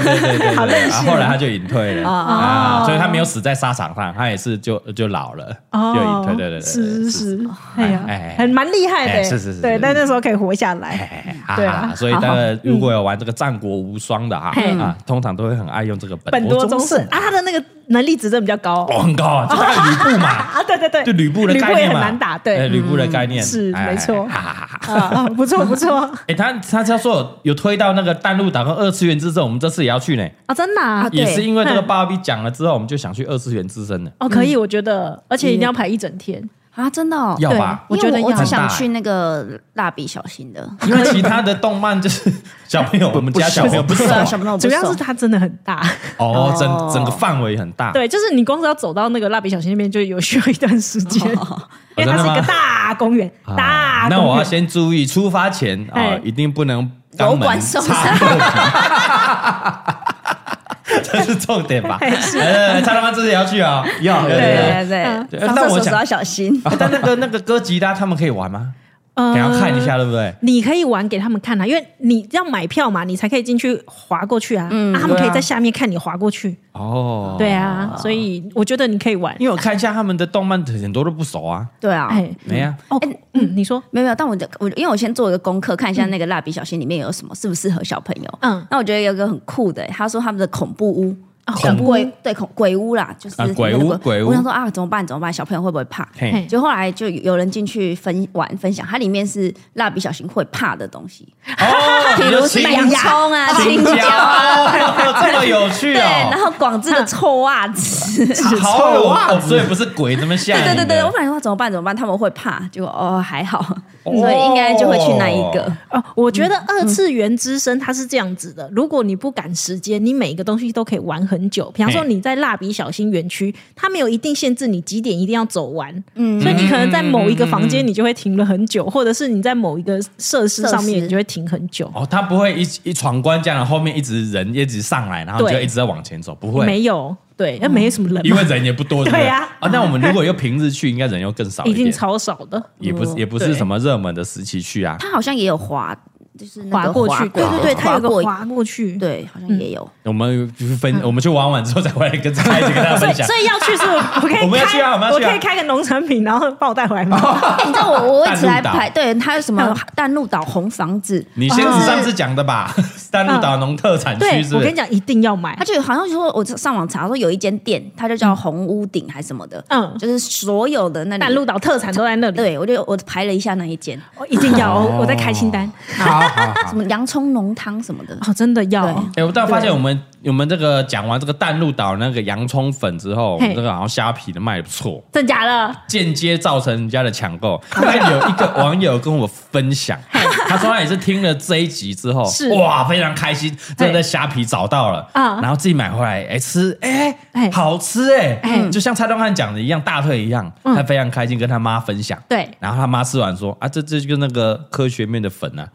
Speaker 1: 对对对对
Speaker 2: 好
Speaker 1: 对，
Speaker 2: 认
Speaker 1: 然
Speaker 2: 识
Speaker 1: 后后来他就隐退
Speaker 6: 哦
Speaker 1: 了啊，所以他没有死在沙场上，他也是就就老了，”就隐
Speaker 2: 哦，
Speaker 1: 退。对对对，对
Speaker 2: 是是是，哎呀
Speaker 1: 哎哎，
Speaker 2: 很蛮厉害
Speaker 1: 哎
Speaker 2: 的，
Speaker 1: 是是是
Speaker 2: 对，
Speaker 1: 是
Speaker 2: 但那时候可以活下来，
Speaker 1: 哎
Speaker 2: 对
Speaker 1: 啊
Speaker 2: 啊，
Speaker 1: 所以大家如果有玩这个《战国无双》的哈
Speaker 2: 嗯
Speaker 1: 啊，通常都会很爱用这个本
Speaker 2: 本多
Speaker 1: 忠
Speaker 2: 忠胜啊，他的那个能力值真的比较高
Speaker 1: 哦，很高啊，就大概吕布嘛，
Speaker 2: 啊，对对对，
Speaker 1: 就吕布的
Speaker 2: 吕
Speaker 1: 概
Speaker 2: 布也
Speaker 1: 念
Speaker 2: 很
Speaker 1: 嘛，
Speaker 2: 难打，
Speaker 1: 哎
Speaker 2: 对，嗯
Speaker 1: 吕布的概念
Speaker 2: 是
Speaker 1: 哎
Speaker 2: 没错
Speaker 1: 哈哈哈哈
Speaker 2: 啊，不 错不错
Speaker 1: 哎，他他他说有有推到那个淡路岛跟二次元之争，我们这次也要去呢，
Speaker 2: 啊，真的啊
Speaker 1: 也是因为这个
Speaker 2: 嗯
Speaker 1: 芭比讲了之后，我们就想去二次元之争了，
Speaker 2: 哦，可以，我觉得，而且一定要排一整天，
Speaker 6: 啊，真的哦，
Speaker 1: 要
Speaker 2: 对
Speaker 1: 吧？
Speaker 6: 因为我
Speaker 2: 我觉得
Speaker 6: 我
Speaker 2: 要
Speaker 6: 只想
Speaker 1: 很大欸
Speaker 6: 去那个蜡笔小新的，
Speaker 2: 嗯
Speaker 1: 因为其他的动漫就是 小朋友，我们家小朋友不
Speaker 6: 对
Speaker 1: 懂
Speaker 6: 啊，小朋友不
Speaker 2: 主要是
Speaker 6: 送
Speaker 2: 它真的很大，
Speaker 1: 哦，
Speaker 6: 哦
Speaker 1: 整整个范围很大，
Speaker 2: 对，就是你光是要走到那个蜡笔小新那边就有需要一段时间，因为它
Speaker 1: 哦真的
Speaker 2: 是一
Speaker 1: 吗
Speaker 2: 个大公园，
Speaker 1: 啊
Speaker 2: 大
Speaker 1: 那
Speaker 2: 公
Speaker 1: 我要
Speaker 2: 园。
Speaker 1: 先注意，出发前啊、
Speaker 2: 哎
Speaker 1: 一定不能肛
Speaker 6: 楼管
Speaker 1: 门
Speaker 6: 受
Speaker 1: 插破皮 这是重点吧？
Speaker 3: 哎
Speaker 1: 呃，蔡老板自己也要去啊，
Speaker 7: 要
Speaker 1: 对对
Speaker 3: 对对
Speaker 1: 对
Speaker 3: 对，
Speaker 1: 但
Speaker 3: 上厕
Speaker 1: 我
Speaker 3: 所
Speaker 1: 想
Speaker 3: 要小 心。
Speaker 1: 但那个那个哥吉拉他们可以玩吗？
Speaker 2: 呃
Speaker 3: 嗯
Speaker 1: 你要看一下，对不对？
Speaker 2: 你可以玩给他们看啊，因为你要买票嘛，你才可以进去滑过去啊。啊他们可以在下面看你滑过去。
Speaker 1: 哦，
Speaker 2: 对啊，所以我觉得你可以玩。
Speaker 1: 因为我看一下他们的动漫很多都不熟啊，
Speaker 3: 对啊，
Speaker 2: 哎，
Speaker 1: 没 啊，
Speaker 2: 哦，嗯，你说，
Speaker 3: 没有没有，但我的我因为我先做一个功课，看一下那个蜡笔小新里面有什么适不适合小朋友。
Speaker 2: 嗯
Speaker 3: 那我觉得有一个很酷的，欸他说他们的恐怖屋。
Speaker 1: 恐怖
Speaker 3: 鬼对恐鬼屋啦，就是
Speaker 1: 嗯啊鬼屋鬼屋
Speaker 3: 我想说啊，怎么办？怎么办？小朋友会不会怕？
Speaker 1: 嘿，
Speaker 3: 就后来就有人进去分玩分享，它里面是蜡笔小新会怕的东西，
Speaker 1: 哦，
Speaker 3: 比如是洋葱啊、青椒啊，
Speaker 1: 哦，这么有趣
Speaker 3: 对，然
Speaker 1: 哦，
Speaker 3: 后广志的臭袜子，
Speaker 1: 好有啊，所以不是鬼这么吓
Speaker 3: 对
Speaker 1: 人
Speaker 3: 对
Speaker 1: 的，
Speaker 3: 对对，我本来说怎么办怎么办，他们会怕，结果哦还好，所以应该就会去那一个。
Speaker 2: 哦，我觉得二次元之声它是这样子的：如果你不赶时间，你每一个东西都可以玩很久。比方说
Speaker 1: 嘿
Speaker 2: 你在蜡笔小新园区，它没有一定限制你几点一定要走完，嗯，所以你可能在某一个房
Speaker 1: 嗯
Speaker 2: 间你就会停了很久，或者是你在某一个设施上
Speaker 3: 设
Speaker 2: 面
Speaker 3: 施
Speaker 2: 你就会停很久。
Speaker 1: 哦，他不会一一闯关这样，后面一直人一直上来，然后
Speaker 2: 对
Speaker 1: 就一直在往前走，不会，
Speaker 2: 没有，对，那没什么人 嘛，
Speaker 1: 因为人也不多，对不对
Speaker 2: 对呀
Speaker 1: 啊，那我们如果又平日去，应该人又更少
Speaker 2: 一
Speaker 1: 一
Speaker 2: 定
Speaker 1: 点，
Speaker 2: 超少的。
Speaker 1: 也不是也不是
Speaker 2: 对
Speaker 1: 什么热门的时期去啊，
Speaker 3: 他好像也有滑，就是那
Speaker 2: 划
Speaker 3: 个
Speaker 2: 过去，对对对，它有
Speaker 3: 滑
Speaker 2: 个
Speaker 3: 过，
Speaker 2: 滑过去，
Speaker 3: 对，好像也有。
Speaker 1: 我们就是分，我们去玩完之后再回来跟大家一起跟大家
Speaker 2: 嗯 所以
Speaker 1: 分享
Speaker 2: 所。以 要去是不是，我可以
Speaker 1: 我们要
Speaker 2: 开
Speaker 1: 去啊我们要去啊哦
Speaker 2: 可以开个农产品，然后把我带回 来吗？
Speaker 3: 哎你知道我我一直来
Speaker 1: 淡路
Speaker 3: 排，对，它有什么淡路岛红房子，
Speaker 1: 你先是上次讲的吧，丹路岛农特产
Speaker 2: 嗯对
Speaker 1: 区，是
Speaker 2: 我
Speaker 1: 不
Speaker 2: 跟
Speaker 1: 是？
Speaker 2: 你讲，一定要买
Speaker 3: 它。就好像说，我上网查说有一间店，它就叫红屋顶还是什么的，
Speaker 2: 嗯
Speaker 3: 就是所有的那里
Speaker 2: 淡路，岛特产都在那里，
Speaker 3: 对我就我排了一下那一间，
Speaker 2: 我一定要，哦
Speaker 1: 哦
Speaker 2: 我我在开清单。
Speaker 1: 好好
Speaker 3: 什
Speaker 1: 好。
Speaker 3: 么洋葱浓汤什 么的，
Speaker 2: 哦，真的要
Speaker 3: 对
Speaker 1: 哎、我但我发现我们我们这个讲完这个淡路岛那个洋葱粉之后，我们
Speaker 2: 嘿
Speaker 1: 这个好像虾皮的卖的不错，
Speaker 2: 真假的？
Speaker 1: 间接造成人家的抢购。但有一个网友跟我分 享，他说他也是听了这一集之后，
Speaker 2: 是
Speaker 1: 哇，非常开心，真的在虾皮找到了
Speaker 2: 啊
Speaker 1: 然后自己买回来，哎、吃，哎、
Speaker 2: 哎
Speaker 1: 好吃、哎、
Speaker 2: 哎
Speaker 1: 就像蔡东汉讲的一样，大腿一样，
Speaker 2: 嗯
Speaker 1: 他非常开心，跟他妈分享。
Speaker 2: 对，
Speaker 1: 然后他妈吃完说啊，这这就跟那个科学面的粉啊，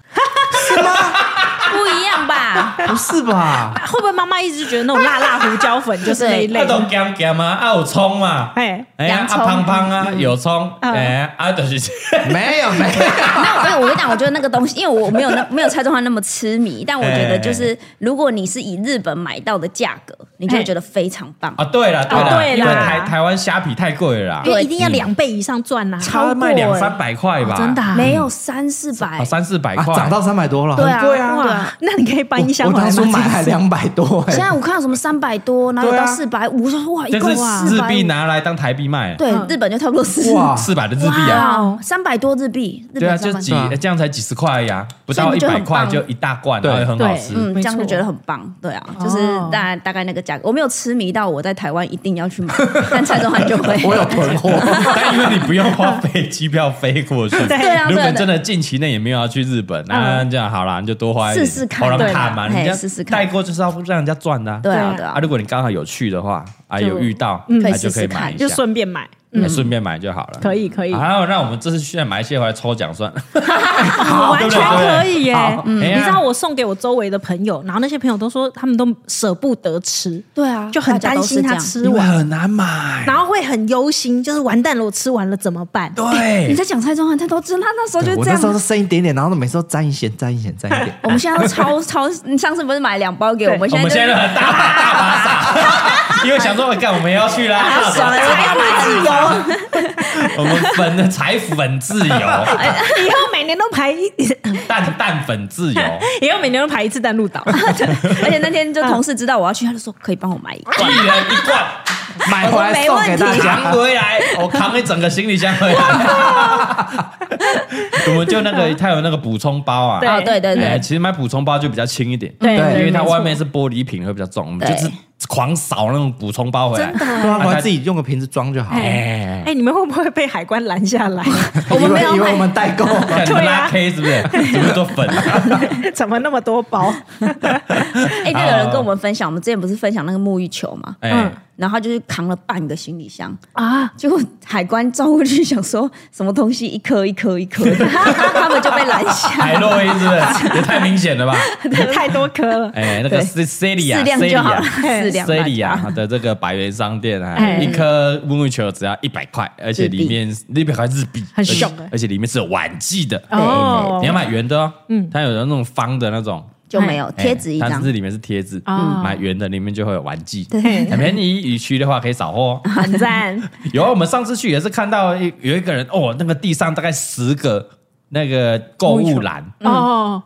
Speaker 3: 不一样吧？
Speaker 1: 不是吧？
Speaker 2: 会不会妈妈一直觉得那种辣辣胡椒粉就是那一类
Speaker 1: 那
Speaker 2: 的？
Speaker 1: 种咸咸嘛，啊有葱嘛，
Speaker 2: 哎，
Speaker 1: 哎呀
Speaker 3: 洋
Speaker 1: 啊
Speaker 3: 葱
Speaker 1: 胖胖啊有葱，
Speaker 2: 嗯
Speaker 1: 哎啊就是 这样
Speaker 7: 没有没有，
Speaker 3: 没有，没有，我跟你讲，我觉得那个东西，因为我没有那没 有蔡中华那么痴迷，但我
Speaker 1: 哎
Speaker 3: 觉得就是，如果你是以日本买到的价格，你就会觉得非常棒。
Speaker 1: 啊对了
Speaker 2: 哦
Speaker 1: 了，
Speaker 2: 对啦
Speaker 1: 因为台台湾虾皮太贵了啦
Speaker 2: 因，为一定要两倍以上赚啊呐，
Speaker 1: 啊嗯差不多卖
Speaker 3: 哎
Speaker 1: 两三百块
Speaker 3: 哦
Speaker 1: 吧，
Speaker 2: 真的啊
Speaker 3: 没有三四
Speaker 1: 啊
Speaker 3: 百，
Speaker 1: 哎三四百
Speaker 7: 啊
Speaker 1: 块，
Speaker 7: 涨到三百多了。
Speaker 3: 对啊，
Speaker 1: 贵啊
Speaker 3: 对啊。
Speaker 2: 哇！那你可以搬一箱
Speaker 7: 我
Speaker 2: 回来
Speaker 7: 当初买
Speaker 2: 吗
Speaker 7: 还？两百多哎
Speaker 3: 现，在我看到什么三百多，然后有
Speaker 1: 对啊
Speaker 3: 到四百五，我想说哇，一
Speaker 1: 但
Speaker 3: 共
Speaker 1: 是
Speaker 3: 四
Speaker 1: 日
Speaker 3: 百
Speaker 1: 币，拿来当台币卖，
Speaker 3: 对，日本就差不多四
Speaker 7: 哇
Speaker 1: 四百的日币啊。
Speaker 3: 哇，三百多日币，日
Speaker 1: 对啊，
Speaker 3: 本
Speaker 1: 就
Speaker 3: 三百
Speaker 1: 几
Speaker 3: 多，
Speaker 1: 这样才几十块呀，不到
Speaker 3: 所
Speaker 1: 一
Speaker 3: 以你就
Speaker 1: 百
Speaker 3: 很
Speaker 1: 块
Speaker 3: 棒
Speaker 1: 就一大罐，然后也很好吃。
Speaker 3: 嗯，
Speaker 2: 没
Speaker 3: 这
Speaker 2: 错
Speaker 3: 样就觉得很棒，对啊，
Speaker 1: 哦
Speaker 3: 就是大概大概那个价格，我没有痴迷到我在台湾一定要去买，但蔡中华就 会，
Speaker 7: 我有囤货。
Speaker 1: 但因为你不用花飞机票飞过去，
Speaker 2: 对
Speaker 3: 对啊
Speaker 1: 如果你
Speaker 3: 对
Speaker 1: 真的近期内也没有要去日本，那这样好啦，你就多花一点，
Speaker 3: 试试看
Speaker 1: 好了
Speaker 3: 对啦
Speaker 1: 看嘛，
Speaker 3: 嘿
Speaker 1: 人家
Speaker 3: 试试看
Speaker 1: 代购就是要让人家赚的啊。
Speaker 3: 对啊
Speaker 2: 对
Speaker 3: 对
Speaker 1: 啊，
Speaker 3: 啊，
Speaker 1: 如果你刚好有去的话，啊
Speaker 2: 就
Speaker 1: 有遇到，
Speaker 2: 嗯
Speaker 1: 那
Speaker 3: 可以
Speaker 1: 就
Speaker 3: 试
Speaker 1: 可以
Speaker 3: 试
Speaker 1: 买
Speaker 3: 看嗯
Speaker 1: 一
Speaker 2: 就
Speaker 1: 下，
Speaker 2: 顺便买，
Speaker 1: 哎顺便买就好了。
Speaker 2: 可以可以，
Speaker 1: 好然后让我们这次去买一些回来抽奖算了。
Speaker 2: 哦完全可以耶
Speaker 1: 好！
Speaker 2: 嗯
Speaker 1: 哎呀
Speaker 2: 你知道我送给我周围的朋友，然后那些朋友都说他们都舍不得吃，
Speaker 3: 对啊，
Speaker 2: 就很
Speaker 3: 大家
Speaker 2: 担
Speaker 3: 都是
Speaker 2: 心
Speaker 3: 这
Speaker 2: 他
Speaker 3: 样
Speaker 2: 吃完，
Speaker 1: 难买，
Speaker 2: 然后会很忧心，就是完蛋了，我吃完了怎么办？
Speaker 3: 你
Speaker 1: 对，
Speaker 3: 在讲蔡中汉，他都知道，他那时候就
Speaker 7: 我
Speaker 3: 这
Speaker 7: 那
Speaker 3: 样
Speaker 7: 时候
Speaker 3: 啊
Speaker 7: 是。剩一点点，然后每次都沾一些，沾一些，沾一点。
Speaker 3: 我们现在都超超，你上次不是买两包给我们？
Speaker 1: 我们
Speaker 3: 就
Speaker 1: 现在就很大大把 撒，因为想说，我干，我们也要去啦，
Speaker 3: 爽了，财富自由。
Speaker 1: 我们粉的彩粉自由，
Speaker 2: 以后每年都排一，
Speaker 1: 蛋蛋粉自由。
Speaker 2: 以后每年都排一次淡路岛。
Speaker 3: 而且那天就同事知道我要去，他就说可以帮我买一罐。
Speaker 1: 一人一罐，
Speaker 7: 买回来送给大
Speaker 1: 扛
Speaker 7: 家。
Speaker 1: 回 来，我扛一整个行李箱回来。我们就那个，它有那个补充包啊。
Speaker 2: 对
Speaker 3: 哦，对对
Speaker 1: 哎
Speaker 3: 对，
Speaker 1: 其实买补充包就比较轻一点，
Speaker 2: 对
Speaker 7: 对
Speaker 1: 因为它
Speaker 2: 没错
Speaker 1: 外面是玻璃瓶会比较重，我们
Speaker 3: 对
Speaker 1: 就是狂扫那种补充包回来。
Speaker 7: 对啊，我还自己用个瓶子装就好。
Speaker 1: 哎，
Speaker 2: 哎、你们会不会被海关拦下来？
Speaker 7: 我们以为我们代购，
Speaker 1: 看你
Speaker 2: 对啊啊
Speaker 1: 们拉 K 是不是？怎么做粉？啊
Speaker 2: 怎么那么多包？
Speaker 3: 哎、那有人跟我们分享，我们之前不是分享那个沐浴球嘛，
Speaker 2: 嗯
Speaker 1: 哎，
Speaker 3: 然后他就是扛了半个行李箱
Speaker 2: 啊
Speaker 3: 啊，结果海关照过去想说什么东西一颗一颗一颗的，他们就被拦下。
Speaker 1: 海洛因是不 是？也太明显了吧？
Speaker 2: 太多颗了。
Speaker 1: 哎，那个
Speaker 3: 对
Speaker 1: C C 里啊，
Speaker 3: 适量就好了，
Speaker 2: Celia
Speaker 3: 适量大
Speaker 1: C
Speaker 3: 家。
Speaker 1: 里啊的这个百元商店啊，
Speaker 8: 哎
Speaker 1: 一颗沐浴球只要一百块，而且里面一百块日币，
Speaker 8: 很
Speaker 1: 而且
Speaker 8: 爽
Speaker 3: 欸
Speaker 1: 而且里面是有碗剂的。
Speaker 2: 哦
Speaker 1: 你要买圆的哦，嗯，它有那种方的那种
Speaker 3: 就没有
Speaker 1: 哎
Speaker 3: 哦贴纸一
Speaker 1: 它
Speaker 3: 张 哦
Speaker 1: 是，里面是贴纸，买圆的里面就会有玩剂，
Speaker 2: 哎
Speaker 3: 对
Speaker 1: 很便宜。雨区的话可以少货哦。
Speaker 2: 很赞，
Speaker 1: 有啊，我们上次去也是看到一有一个人哦，那个地上大概十个那个购物篮，
Speaker 2: 哦，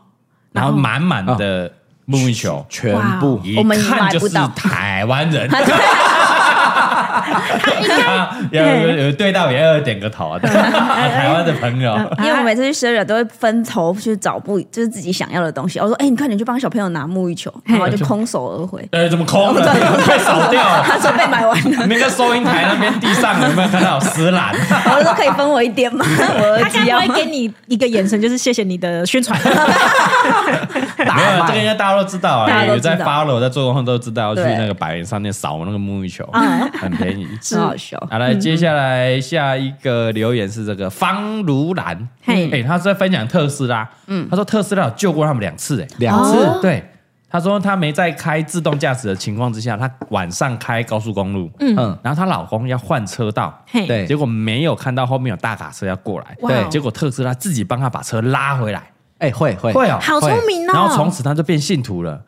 Speaker 1: 然后满满的沐浴球，全
Speaker 2: 部
Speaker 1: 一
Speaker 3: 我们
Speaker 1: 看就是
Speaker 3: 买不到
Speaker 1: 台湾 人。有有有对到也要点个 头啊，台湾的朋友，。
Speaker 2: 啊
Speaker 3: 因为我每次去 s e r i a 都会分头去找不就是自己想要的东西。我说：“哎、你快点去帮小朋友拿沐浴球。”然后就空手而回
Speaker 1: 呃，怎么空 了？快扫掉了！
Speaker 3: 他说被买完了，
Speaker 1: 那个收银台那边地上有没有看到有石篮？
Speaker 3: 我说可以分我一 点吗？我啊
Speaker 2: 他
Speaker 3: 儿子
Speaker 2: 该
Speaker 3: 要
Speaker 2: 不会给你一个眼神，就是谢谢你的宣传，
Speaker 1: 没有，啊这个应该大家都知道
Speaker 3: 大
Speaker 1: 啊，
Speaker 3: 家都
Speaker 1: 有
Speaker 3: 知道
Speaker 1: 在 follow 在做功课都知道，去
Speaker 3: 对啊
Speaker 1: 那个百元商店扫那个沐浴球，很便宜。
Speaker 3: 很好笑。嗯
Speaker 1: 好来，接下来下一个留言是这个方如兰，
Speaker 2: 嘿
Speaker 1: 哎，他是在分享特斯拉，嗯，他说特斯拉有救过他们两次，哎，
Speaker 7: 两
Speaker 3: 哦
Speaker 7: 次
Speaker 1: 对，他说他没在开自动驾驶的情况之下，他晚上开高速公路，嗯
Speaker 7: 嗯
Speaker 1: 然后她老公要换车道，
Speaker 2: 嘿
Speaker 7: 对
Speaker 1: 结果没有看到后面有大卡车要过来，
Speaker 2: 哇哦
Speaker 1: 结果特斯拉自己帮他把车拉回来，
Speaker 7: 哎，会会
Speaker 1: 会哦，
Speaker 2: 好聪明哦。
Speaker 1: 然后从此他就变信徒了。
Speaker 2: 哦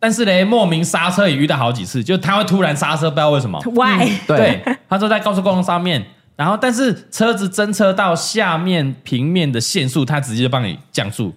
Speaker 1: 但是呢，莫名刹车也遇到好几次，就他会突然刹车，不知道为什么。
Speaker 2: ，Why？
Speaker 7: 对，
Speaker 1: 他说在高速公路上面，然后但是车子侦测到下面平面的限速，他直接就帮你降速，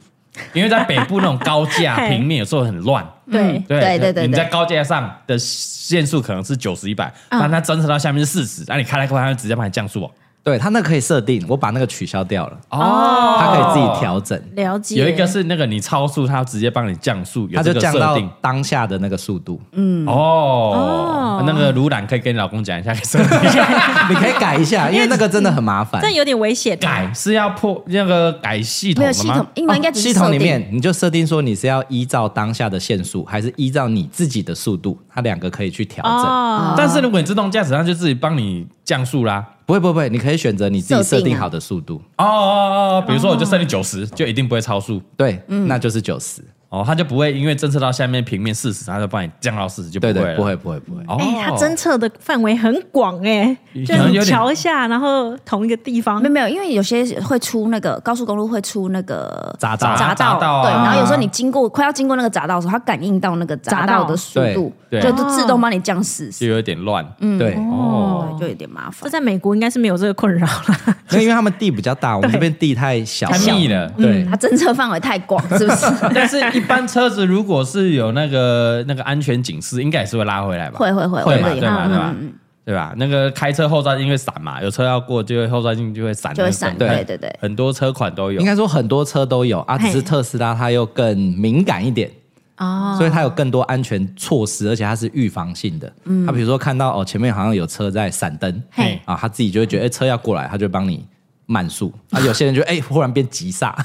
Speaker 1: 因为在北部那种高架
Speaker 2: 嘿
Speaker 1: 平面有时候很乱。
Speaker 2: 对
Speaker 1: 对
Speaker 3: 对对对
Speaker 1: 你在
Speaker 3: 对
Speaker 1: 高架上的限速可能是九十一百，但它侦测到下面是四十，啊那你开太快，它就直接把你降速哦。
Speaker 7: 对他那个可以设定，我把那个取消掉了，
Speaker 1: 哦
Speaker 7: 他可以自己。调整，
Speaker 2: 了解。
Speaker 1: 有一个是那个你超速，它直接帮你降速，有
Speaker 7: 他
Speaker 1: 这个
Speaker 7: 就降
Speaker 1: 设
Speaker 7: 到
Speaker 1: 定
Speaker 7: 当下的那个速度，
Speaker 3: 嗯
Speaker 1: 哦
Speaker 2: 哦。
Speaker 1: 那个卢兰可以跟你老公讲一下，可以设定一下
Speaker 7: 你可以改一下，因为那个真的很麻烦
Speaker 2: 但。有点危险，
Speaker 1: 改是要破那个改系统
Speaker 3: 没有
Speaker 1: 的
Speaker 3: 系统
Speaker 1: 吗？，哦
Speaker 3: 应该应该只是
Speaker 7: 系统里
Speaker 3: 设定
Speaker 7: 面你就设定说你是要依照当下的限速，还是依照你自己的速度，它两个可以去调整。
Speaker 2: 哦，
Speaker 1: 但是如果你自动驾驶，它就自己帮你降速啦。
Speaker 7: 不会不会不会，你可以选择你自己
Speaker 3: 设定啊
Speaker 7: 设定好的速度。
Speaker 1: 哦哦哦，比如说我就设定九十，就一定不会超速。
Speaker 7: 对，
Speaker 1: 嗯
Speaker 7: 那就是九十。
Speaker 1: 哦，它就不会因为侦测到下面平面四十，它就帮你降到四十，就不
Speaker 7: 对
Speaker 1: 会
Speaker 7: 对，
Speaker 1: 了。
Speaker 7: 不会不会不会。
Speaker 1: 哦。
Speaker 2: 哎，它侦测的范围很广哎，就
Speaker 1: 可能有点
Speaker 2: 是桥下，然后同一个地方
Speaker 3: 没有，没有，因为有些会出那个高速公路会出那个
Speaker 7: 匝道
Speaker 3: 匝
Speaker 1: 匝道啊
Speaker 3: 对，然后有时候你经过快要经过那个匝道的时候，它感应到那个
Speaker 2: 匝
Speaker 3: 匝
Speaker 2: 道
Speaker 3: 道的速度，
Speaker 1: 对
Speaker 3: 就
Speaker 1: 对
Speaker 3: 就自动帮你降四
Speaker 1: 就
Speaker 3: 十，
Speaker 1: 有点乱。
Speaker 7: 对，
Speaker 1: 哦，
Speaker 3: 对，就有点麻烦
Speaker 2: 这。在美国应该是没有这个困扰了。
Speaker 7: 那因为他们地比较大，我们这边地太小，
Speaker 1: 太密了。嗯
Speaker 7: 对，
Speaker 3: 它侦测范围太广，是 不是？
Speaker 1: 但是，一般车子如果是有那个那个安全警示，应该也是会拉回来吧？
Speaker 3: 会会会
Speaker 1: 会嘛，
Speaker 3: 会
Speaker 1: 对吧？
Speaker 3: 嗯
Speaker 1: 对吧
Speaker 3: 嗯？
Speaker 1: 对吧？那个开车后照镜会闪嘛，有车要过就会后照镜就会闪，
Speaker 3: 就会闪，
Speaker 7: 对
Speaker 3: 对对对，
Speaker 1: 很多车款都有
Speaker 7: 应。该说很多车都有啊，只是特斯拉它又更敏感一点。
Speaker 2: 哦，
Speaker 7: 所以它有更多安全措施，而且它是预防性的。
Speaker 1: 嗯
Speaker 7: 它比如说看到哦前面好像有车在闪灯
Speaker 2: 嘿，
Speaker 7: 啊，它自己就会觉得哎、车要过来，它就帮你慢速。啊，有些人就哎、忽然变急刹，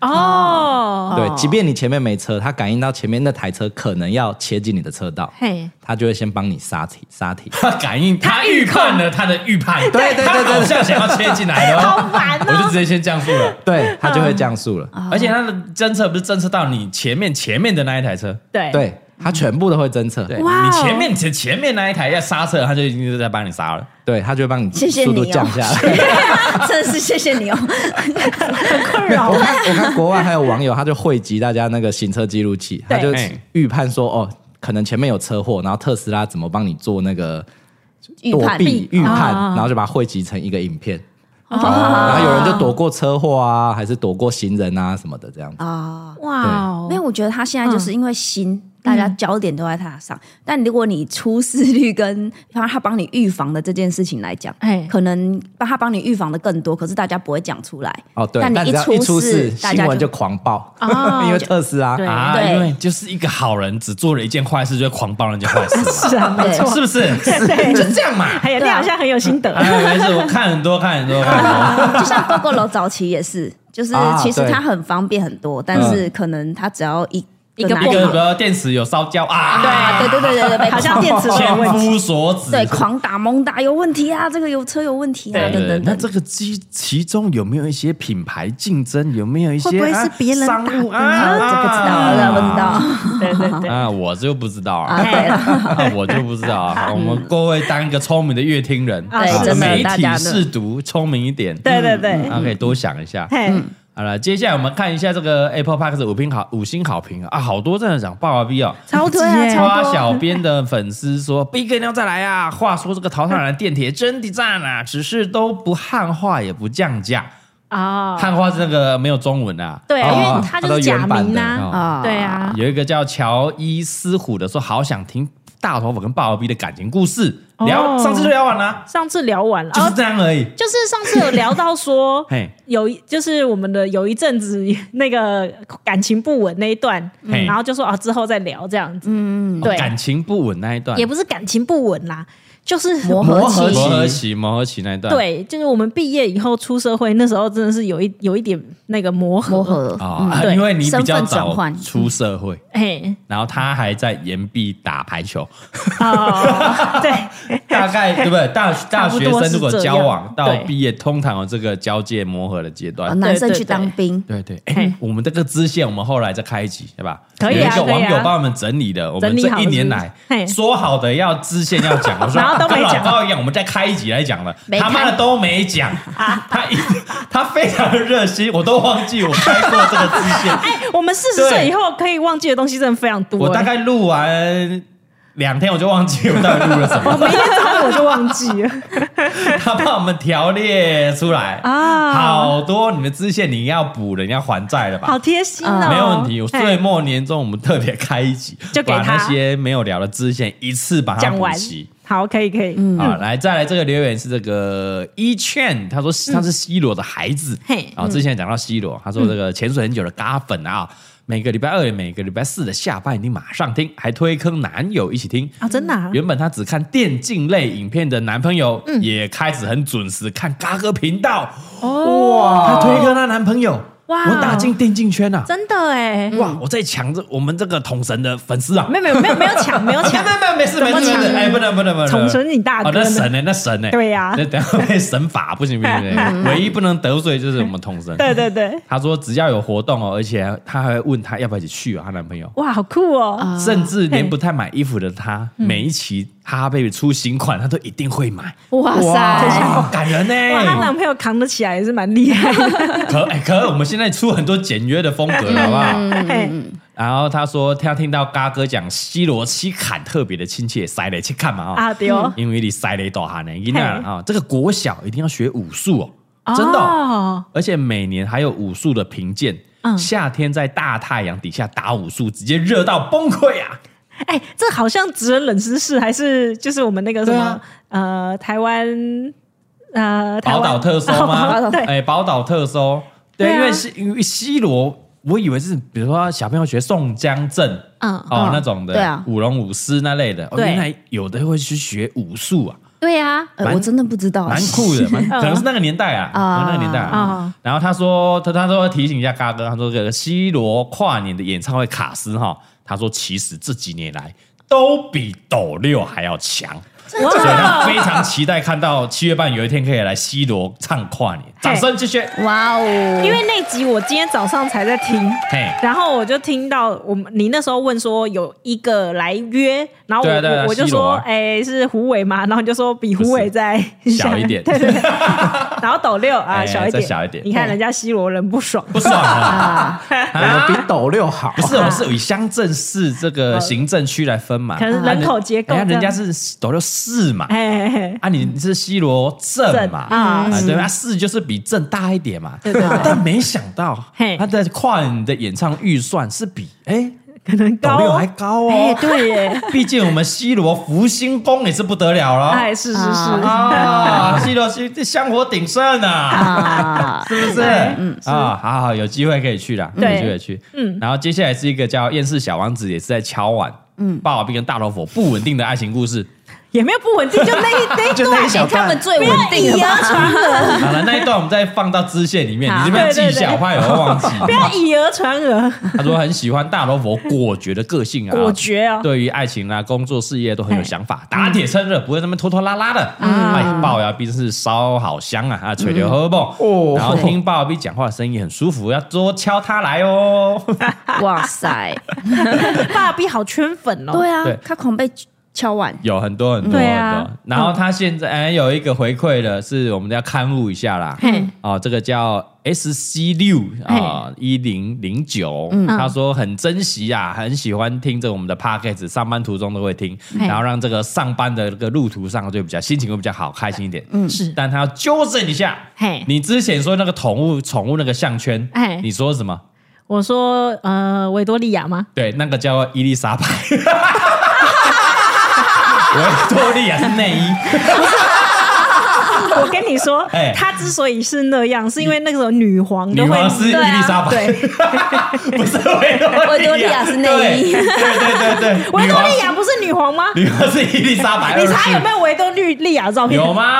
Speaker 2: 哦，
Speaker 7: 对，即便你前面没车，它感应到前面那台车可能要切进你的车道，
Speaker 2: 嘿，
Speaker 7: 它就会先帮你刹停刹停。
Speaker 1: 他感应，他预判了他的预判，
Speaker 7: 对对对对
Speaker 1: 他
Speaker 7: 对
Speaker 1: 好像想要切进来的，好烦我就直接先降速了。
Speaker 7: 对，它就会降速了。
Speaker 1: 而且他的侦测不是侦测到你前面前面的那一台车，
Speaker 2: 对，
Speaker 7: 对，它全部都会侦测，
Speaker 1: 对
Speaker 7: 对，
Speaker 2: 哇哦
Speaker 1: 你前面前前面那一台要刹车，他就已经是在帮你刹了。
Speaker 7: 它就会帮你
Speaker 3: 谢谢
Speaker 7: 速度
Speaker 3: 你
Speaker 7: 降
Speaker 3: 哦
Speaker 7: 下 来。
Speaker 3: 真的是谢谢你哦。
Speaker 2: 困
Speaker 7: 我
Speaker 2: 扰。
Speaker 7: 看我看国外还有网友，他就汇集大家那个行车记录器，
Speaker 2: 对
Speaker 7: 他就
Speaker 1: 哎
Speaker 7: 预判说，哦，可能前面有车祸，然后特斯拉怎么帮你做那个
Speaker 3: 预
Speaker 7: 躲
Speaker 3: 判
Speaker 7: 避预判，
Speaker 2: 啊
Speaker 7: 然后就把它汇集成一个影片。然后有人就躲过车祸啊，还是躲过行人啊什么的，这样子。
Speaker 3: 啊，
Speaker 2: 哇哦，
Speaker 3: 没有，我觉得他现在就是因为新。
Speaker 6: 大家焦点都在他上。但如果你出事率跟帮他帮你预防的这件事情来讲，
Speaker 2: 哎
Speaker 6: 可能帮他帮你预防的更多，可是大家不会讲出来。
Speaker 7: 哦，对，
Speaker 6: 但
Speaker 7: 但
Speaker 6: 你
Speaker 7: 只要一出
Speaker 6: 事
Speaker 7: 事，，
Speaker 6: 大
Speaker 7: 新
Speaker 6: 家
Speaker 7: 闻就狂爆， 因为特斯拉
Speaker 2: 对
Speaker 1: 啊，
Speaker 6: 对
Speaker 1: 因为就是一个好人，只做了一件坏事，就会狂帮人家坏事，
Speaker 2: 是啊，没错，
Speaker 1: 是不是？
Speaker 2: 对
Speaker 1: 就这样嘛。
Speaker 2: 哎呀，你好像很有心得。
Speaker 7: 嗯
Speaker 1: 哎，没事，我看很多，看很多，看很 多。
Speaker 6: 就像 GoGo 楼早期也是，就是
Speaker 7: 啊
Speaker 6: 其实
Speaker 7: 对嗯
Speaker 6: 它很方便很多，但是可能它只要一
Speaker 2: 一个
Speaker 6: 拿
Speaker 1: 一
Speaker 2: 不
Speaker 1: 个
Speaker 2: 好
Speaker 1: 比如说电池有烧焦啊，
Speaker 6: 对对对对对 对，
Speaker 2: 好像
Speaker 6: 被
Speaker 2: 电池
Speaker 6: 狂
Speaker 1: 千夫所指。
Speaker 6: 对狂打猛打有问题啊，这个有车有问题啊，
Speaker 1: 对
Speaker 6: 等
Speaker 1: 对，
Speaker 6: 等
Speaker 1: 那
Speaker 6: 等。
Speaker 1: 这个其其中有没有一些品牌竞争？有没有一些
Speaker 6: 会不会
Speaker 1: 啊
Speaker 6: 是别人
Speaker 1: 商务啊？
Speaker 6: 这个知道
Speaker 1: 啊
Speaker 6: 了，哎问到
Speaker 2: 对对对，
Speaker 1: 啊，我就不知道啊，
Speaker 6: 对
Speaker 1: 啊 我就不知道啊。我们各位当一个聪明的乐听人，
Speaker 2: 对
Speaker 1: 啊
Speaker 6: 哎真的
Speaker 1: 媒
Speaker 6: 大
Speaker 1: 体
Speaker 6: 家的
Speaker 1: 试读，聪明一点。
Speaker 2: 对对对
Speaker 1: 嗯啊，可以多想一下。
Speaker 2: 嘿，
Speaker 7: 嗯
Speaker 1: 好了，接下来我们看一下这个 Apple Park 的五星好五星好评啊，啊，好多真的讲爆啊逼哦。
Speaker 2: 超推 啊，
Speaker 1: 花
Speaker 2: 超多。
Speaker 1: 小编的粉丝说：“ 逼哥一定要再来啊！”话说这个桃太郎电铁真的赞啊，只是都不汉化也不降价。
Speaker 2: 啊，
Speaker 1: 汉化是那个没有中文啊。
Speaker 2: 对，因为
Speaker 7: 哦
Speaker 2: 他
Speaker 7: 它
Speaker 2: 就
Speaker 7: 都
Speaker 2: 是假
Speaker 7: 原版
Speaker 2: 名
Speaker 7: 的
Speaker 2: 呐，
Speaker 7: 哦
Speaker 6: 啊，
Speaker 2: 对啊，
Speaker 1: 有一个叫乔伊斯虎的说：“好想听大头粉跟鲍尔 B 的感情故事，聊、
Speaker 2: 哦
Speaker 1: 上次就聊完了，
Speaker 2: 上次聊完了，
Speaker 1: 就是
Speaker 2: 哦
Speaker 1: 这样而已。，
Speaker 2: 就是上次有聊到说
Speaker 1: 嘿，
Speaker 2: 有一就是我们的有一阵子那个感情不稳那一段，
Speaker 1: 嘿
Speaker 2: 嗯然后就说啊之后再聊这样子，
Speaker 1: 哦
Speaker 2: 嗯对
Speaker 1: 感情不稳那一段，
Speaker 2: 也不是感情不稳啦，就是
Speaker 6: 磨合期
Speaker 1: 磨合期，磨合期那一段，
Speaker 2: 对，就是我们毕业以后出社会，那时候真的是有一有一点那个磨合，
Speaker 6: 磨合嗯
Speaker 1: 啊、
Speaker 2: 嗯对
Speaker 1: 因为你比
Speaker 6: 身
Speaker 1: 较
Speaker 6: 份转
Speaker 1: 早
Speaker 6: 换
Speaker 1: 出社会，
Speaker 2: 嘿，
Speaker 1: 然后他还在岩壁打排球，
Speaker 2: 哦，对，
Speaker 1: 大概对不对？大大
Speaker 2: 差不
Speaker 1: 学
Speaker 2: 多
Speaker 1: 生
Speaker 2: 是
Speaker 1: 如果
Speaker 2: 这
Speaker 1: 交
Speaker 2: 样
Speaker 1: 往到
Speaker 2: 对
Speaker 1: 毕业，通常有这个交界磨合的阶
Speaker 6: 啊
Speaker 1: 段。
Speaker 6: 男生
Speaker 2: 对对
Speaker 6: 去当兵，
Speaker 1: 对对，
Speaker 2: 嘿
Speaker 1: 哎，我们这个支线，我们后来再开一集，对吧？
Speaker 2: 可以啊啊
Speaker 1: 有一个网
Speaker 2: 可以
Speaker 1: 友
Speaker 2: 啊
Speaker 1: 帮我们整理的，我们
Speaker 2: 整理
Speaker 1: 这
Speaker 2: 好
Speaker 1: 一
Speaker 2: 是不是
Speaker 1: 年来
Speaker 2: 嘿
Speaker 1: 说好的要支线要讲，我说
Speaker 2: 然后都没
Speaker 1: 跟老
Speaker 2: 讲
Speaker 1: 高一样，我们再开一集来讲了，
Speaker 6: 没
Speaker 1: 他妈
Speaker 6: 开
Speaker 1: 的都没 讲，他一他非常的热心，我都忘记我开过这个支线，
Speaker 2: 我们四十岁以后可以忘记的东西真的非常多，
Speaker 1: 我大概录完两天我就忘记我到底录了 什么。
Speaker 2: 每天早上我就忘记了
Speaker 1: 他帮我们条列出来
Speaker 2: 啊
Speaker 1: 好多你们支线你要补的，你要还债的吧？
Speaker 2: 好贴心哦，
Speaker 1: 没有问题，我
Speaker 2: 嘿
Speaker 1: 岁末年终我们特别开一集，
Speaker 2: 就给
Speaker 1: 把
Speaker 2: 他
Speaker 1: 那些没有聊的支线一次把它
Speaker 2: 讲
Speaker 1: 补
Speaker 2: 完
Speaker 1: 齐。，
Speaker 2: 好，可以可以，
Speaker 1: 好，来再来这个留言是这个一劝，他说他是 C 罗的孩子，
Speaker 2: 嗯嘿嗯
Speaker 1: 然后之前讲到 C 罗，他说这个潜水很久的嘎粉啊，每个礼拜二、每个礼拜四的下班一定马上听，还推坑男友一起听
Speaker 2: 啊，真的啊
Speaker 1: 原本她只看电竞类影片的男朋友，
Speaker 2: 嗯
Speaker 1: 也开始很准时看嘎哥频道。哇，她推坑她男朋友，
Speaker 2: 哦哇
Speaker 1: 我打进电竞圈啊！
Speaker 2: 真的哎，
Speaker 1: 哇，我在抢着我们这个统神的粉丝啊！
Speaker 2: 没有没有没有没有抢没有
Speaker 1: 啊
Speaker 2: 抢
Speaker 1: 没，有没有没事没事
Speaker 2: 么
Speaker 1: 没事，
Speaker 2: 抢
Speaker 1: 哎，不能不能不能，
Speaker 2: 统神你大哥
Speaker 1: 哦那
Speaker 2: 呢
Speaker 1: 神呢？那神呢？
Speaker 2: 对呀
Speaker 1: 那等下 被神法不行不行不 行，唯一不能得罪就是我们统神。
Speaker 2: 对对对，
Speaker 1: 他说只要有活动哦，而且他还会问她要不要一起去啊，她男朋友。
Speaker 2: 哇，好酷哦，
Speaker 1: 甚至连不太买衣服的她，每一期哈哈 baby 出新款，她都一定会买，
Speaker 6: 哇塞，
Speaker 1: 好感人呢、
Speaker 2: 哇，她男朋友扛得起来也是蛮厉害的，
Speaker 1: 可哎、可我们现在出很多简约的风格了，好不好？
Speaker 2: 嘿
Speaker 1: 然后她说，她听到嘎哥讲西罗西坎特别的亲切，塞雷去看嘛啊、
Speaker 2: 啊对哦，
Speaker 1: 因为你塞雷大汉呢，囡仔啊，这个国小一定要学武术哦，真的哦、
Speaker 2: 哦，
Speaker 1: 而且每年还有武术的评鉴。夏天在大太阳底下打武术，直接热到崩溃啊！
Speaker 2: 哎，这好像职人冷知识，还是就是我们那个什
Speaker 1: 对
Speaker 2: 么
Speaker 1: 啊
Speaker 2: 呃台湾呃台
Speaker 1: 宝
Speaker 2: 湾
Speaker 1: 岛特搜
Speaker 2: 啊
Speaker 1: 吗？
Speaker 2: 宝岛对，
Speaker 1: 哎，宝岛特搜，对，
Speaker 2: 对啊
Speaker 1: 因为西因为西罗，我以为是比如说小朋友学宋江阵，
Speaker 2: 嗯
Speaker 1: 哦那种的，
Speaker 6: 对啊
Speaker 1: 舞龙舞狮那类的，哦，
Speaker 2: 对
Speaker 1: 原来有的会去学武术 啊，
Speaker 6: 对呀，呃
Speaker 1: 蛮
Speaker 6: 我真的不知道，
Speaker 1: 蛮酷 的，蛮可能是那个年代啊，可能那个年代啊
Speaker 2: 嗯啊。
Speaker 1: 然后他说，他他说提醒一下嘎哥，他说这个西罗跨年的演唱会卡斯哈，他说其实这几年来都比斗六还要强。
Speaker 7: 啊
Speaker 1: 所以
Speaker 2: 哦
Speaker 1: 他非常期待看到七月半有一天可以来西罗唱跨年，掌声继续。
Speaker 6: 哇哦，
Speaker 2: 因为那集我今天早上才在听。
Speaker 1: 嘿，
Speaker 2: 然后我就听到我们你那时候问说有一个来约，然后我、
Speaker 1: 对啊对啊
Speaker 2: 我我就
Speaker 1: 西罗
Speaker 2: 说
Speaker 1: 啊
Speaker 2: 哎、是胡伟吗？然后你就说比胡伟在
Speaker 1: 小一点
Speaker 2: 对对对。然后斗六啊、
Speaker 1: 哎
Speaker 2: 小一
Speaker 1: 再
Speaker 2: 点，
Speaker 1: 小一点
Speaker 2: 你看人家西罗人 不爽，
Speaker 1: 不爽啊！
Speaker 7: 哎我们比斗六好
Speaker 1: 不。是，我们是以乡镇市这个行政区来分嘛，啊
Speaker 2: 可能人口结构
Speaker 1: 人
Speaker 2: 这
Speaker 1: 家人
Speaker 2: 样
Speaker 1: 家是斗六市嘛，
Speaker 2: 哎哎哎
Speaker 1: 啊，你是西罗镇嘛，
Speaker 2: 镇啊
Speaker 1: 啊，对吧？市就是比镇大一点嘛，
Speaker 2: 对对对
Speaker 1: 但没想到
Speaker 2: 嘿
Speaker 1: 他的跨年的演唱预算是比哎
Speaker 2: 可能
Speaker 1: 斗六
Speaker 2: 高
Speaker 1: 还
Speaker 2: 哦。
Speaker 1: 高
Speaker 2: 哎，
Speaker 1: 哦。
Speaker 2: 对耶，
Speaker 1: 毕竟我们西罗福星宫也是不得了了。
Speaker 2: 哎，是是是，
Speaker 1: 啊，西罗西这香火鼎盛啊，
Speaker 3: 啊，
Speaker 1: 是不是？嗯啊，好好，有机会可以去啦，有
Speaker 2: 对
Speaker 1: 机会去。嗯，然后接下来是一个叫《厌世小王子》，也是在敲碗。嗯，霸王冰跟大老虎不稳定的爱情故事。
Speaker 2: 也没有不稳定，就 那一那一
Speaker 1: 就那一小
Speaker 2: 段，
Speaker 1: 段
Speaker 6: 哎
Speaker 2: 他们最稳定了吧？
Speaker 1: 好了，那一段我们再放到支线里面，你这边记一下，我怕有人忘记。
Speaker 2: 哎不要以讹传讹，
Speaker 1: 他说很喜欢大罗佛果决的个性啊，
Speaker 2: 果决啊
Speaker 1: 对于爱情啊、工作、事业都很
Speaker 2: 哎
Speaker 1: 有想法，打铁趁热，不会那么拖拖拉拉的。
Speaker 2: 嗯
Speaker 1: 哎，龅牙冰是烧好香啊，啊，吹牛喝蹦
Speaker 7: 哦
Speaker 1: 然后听龅牙冰讲话的声音很舒服，要多敲他来哦。
Speaker 3: 哇塞，
Speaker 2: 爸比好圈粉哦。
Speaker 3: 对啊
Speaker 1: 对，
Speaker 3: 他狂被敲碗，
Speaker 1: 有很多很多很
Speaker 2: 对啊
Speaker 1: 多。然后他现在哎有一个回馈的是，我们要刊物一下啦。 哦，这个叫 S C 六啊，一零零九，他说很珍惜啊，很喜欢听着我们的 podcast，上班途中都会听，然后让这个上班的这个路途上就比较心情会比较好，开心一点。嗯，
Speaker 2: 是
Speaker 1: 但他要纠正一下，
Speaker 2: 嘿，
Speaker 1: 你之前说那个宠物宠物那个项圈
Speaker 2: 哎，
Speaker 1: 你说什么？
Speaker 2: 我说呃，维多利 亚吗？
Speaker 1: 对，那个叫伊丽莎白。 维多利亚是内衣，
Speaker 2: 我跟你说
Speaker 1: 哎，
Speaker 2: 她之所以是那样，是因为那个时候女皇
Speaker 1: 女
Speaker 2: 都会
Speaker 1: 王是伊丽莎白，
Speaker 2: 对，啊
Speaker 1: 不是维多利亚
Speaker 3: 维多利亚是内衣
Speaker 1: 对对对对对，
Speaker 2: 维多利
Speaker 1: 女王
Speaker 2: 亚不是女皇吗？
Speaker 1: 是，女王是伊丽莎白，
Speaker 2: 你查有没
Speaker 1: 有？
Speaker 2: 有维多利亚照片？
Speaker 1: 有？吗？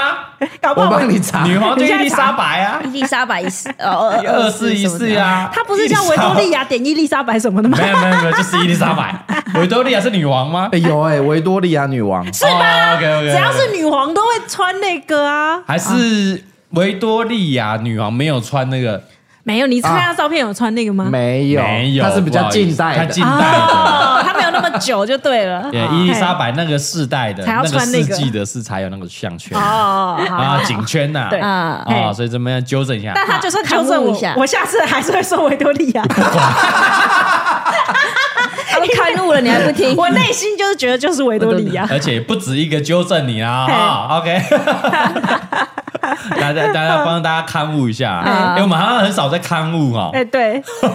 Speaker 2: 搞不
Speaker 7: 我
Speaker 2: 好
Speaker 7: 帮你查。
Speaker 1: 女皇就
Speaker 2: 你
Speaker 1: 伊
Speaker 2: 现在
Speaker 1: 丽莎白啊，
Speaker 3: 伊丽莎白一世，哦，二
Speaker 1: 二四一四，啊，
Speaker 2: 她不是叫维多利
Speaker 1: 亚？
Speaker 2: 亚点伊丽莎白什么的吗？
Speaker 1: 没有没有没有，就是伊丽莎白。 维多利亚是女王吗？
Speaker 7: 哎有哎，维多利亚女王，
Speaker 2: 是吧
Speaker 1: o k OK，
Speaker 2: 只要是女皇都会穿那个啊。
Speaker 1: 还是维多利亚女王没有穿那个，
Speaker 2: 没有，你看她照片有穿那个吗？
Speaker 7: 没有，
Speaker 1: 没有，
Speaker 7: 她是
Speaker 1: 不
Speaker 7: 比较
Speaker 1: 好意思
Speaker 7: 近代
Speaker 1: 她
Speaker 7: 的
Speaker 1: 近。代的。
Speaker 2: 哦，她没有那么久就对 了。哎
Speaker 1: 对，伊丽莎白那个世代的，
Speaker 2: 哦才要
Speaker 1: 那个
Speaker 2: 穿那
Speaker 1: 世
Speaker 2: 个
Speaker 1: 纪的是才有那个项圈
Speaker 2: 哦，好
Speaker 1: 啊，颈圈呐，
Speaker 2: 对嗯
Speaker 1: 啊，哦所以怎么样纠正一下？
Speaker 2: 但她就算纠
Speaker 3: 看
Speaker 2: 正
Speaker 3: 护
Speaker 2: 我
Speaker 3: 一下，
Speaker 2: 我下次还是会说维多利亚。
Speaker 3: 他都看路了，你还不听？
Speaker 2: 我内心就是觉得就是维多利亚。
Speaker 1: 而且不止一个纠正你啊！哈 OK，大家大家帮大家刊物一下，啊因为我们好像很少在刊物哈。
Speaker 2: 嗯哎，对，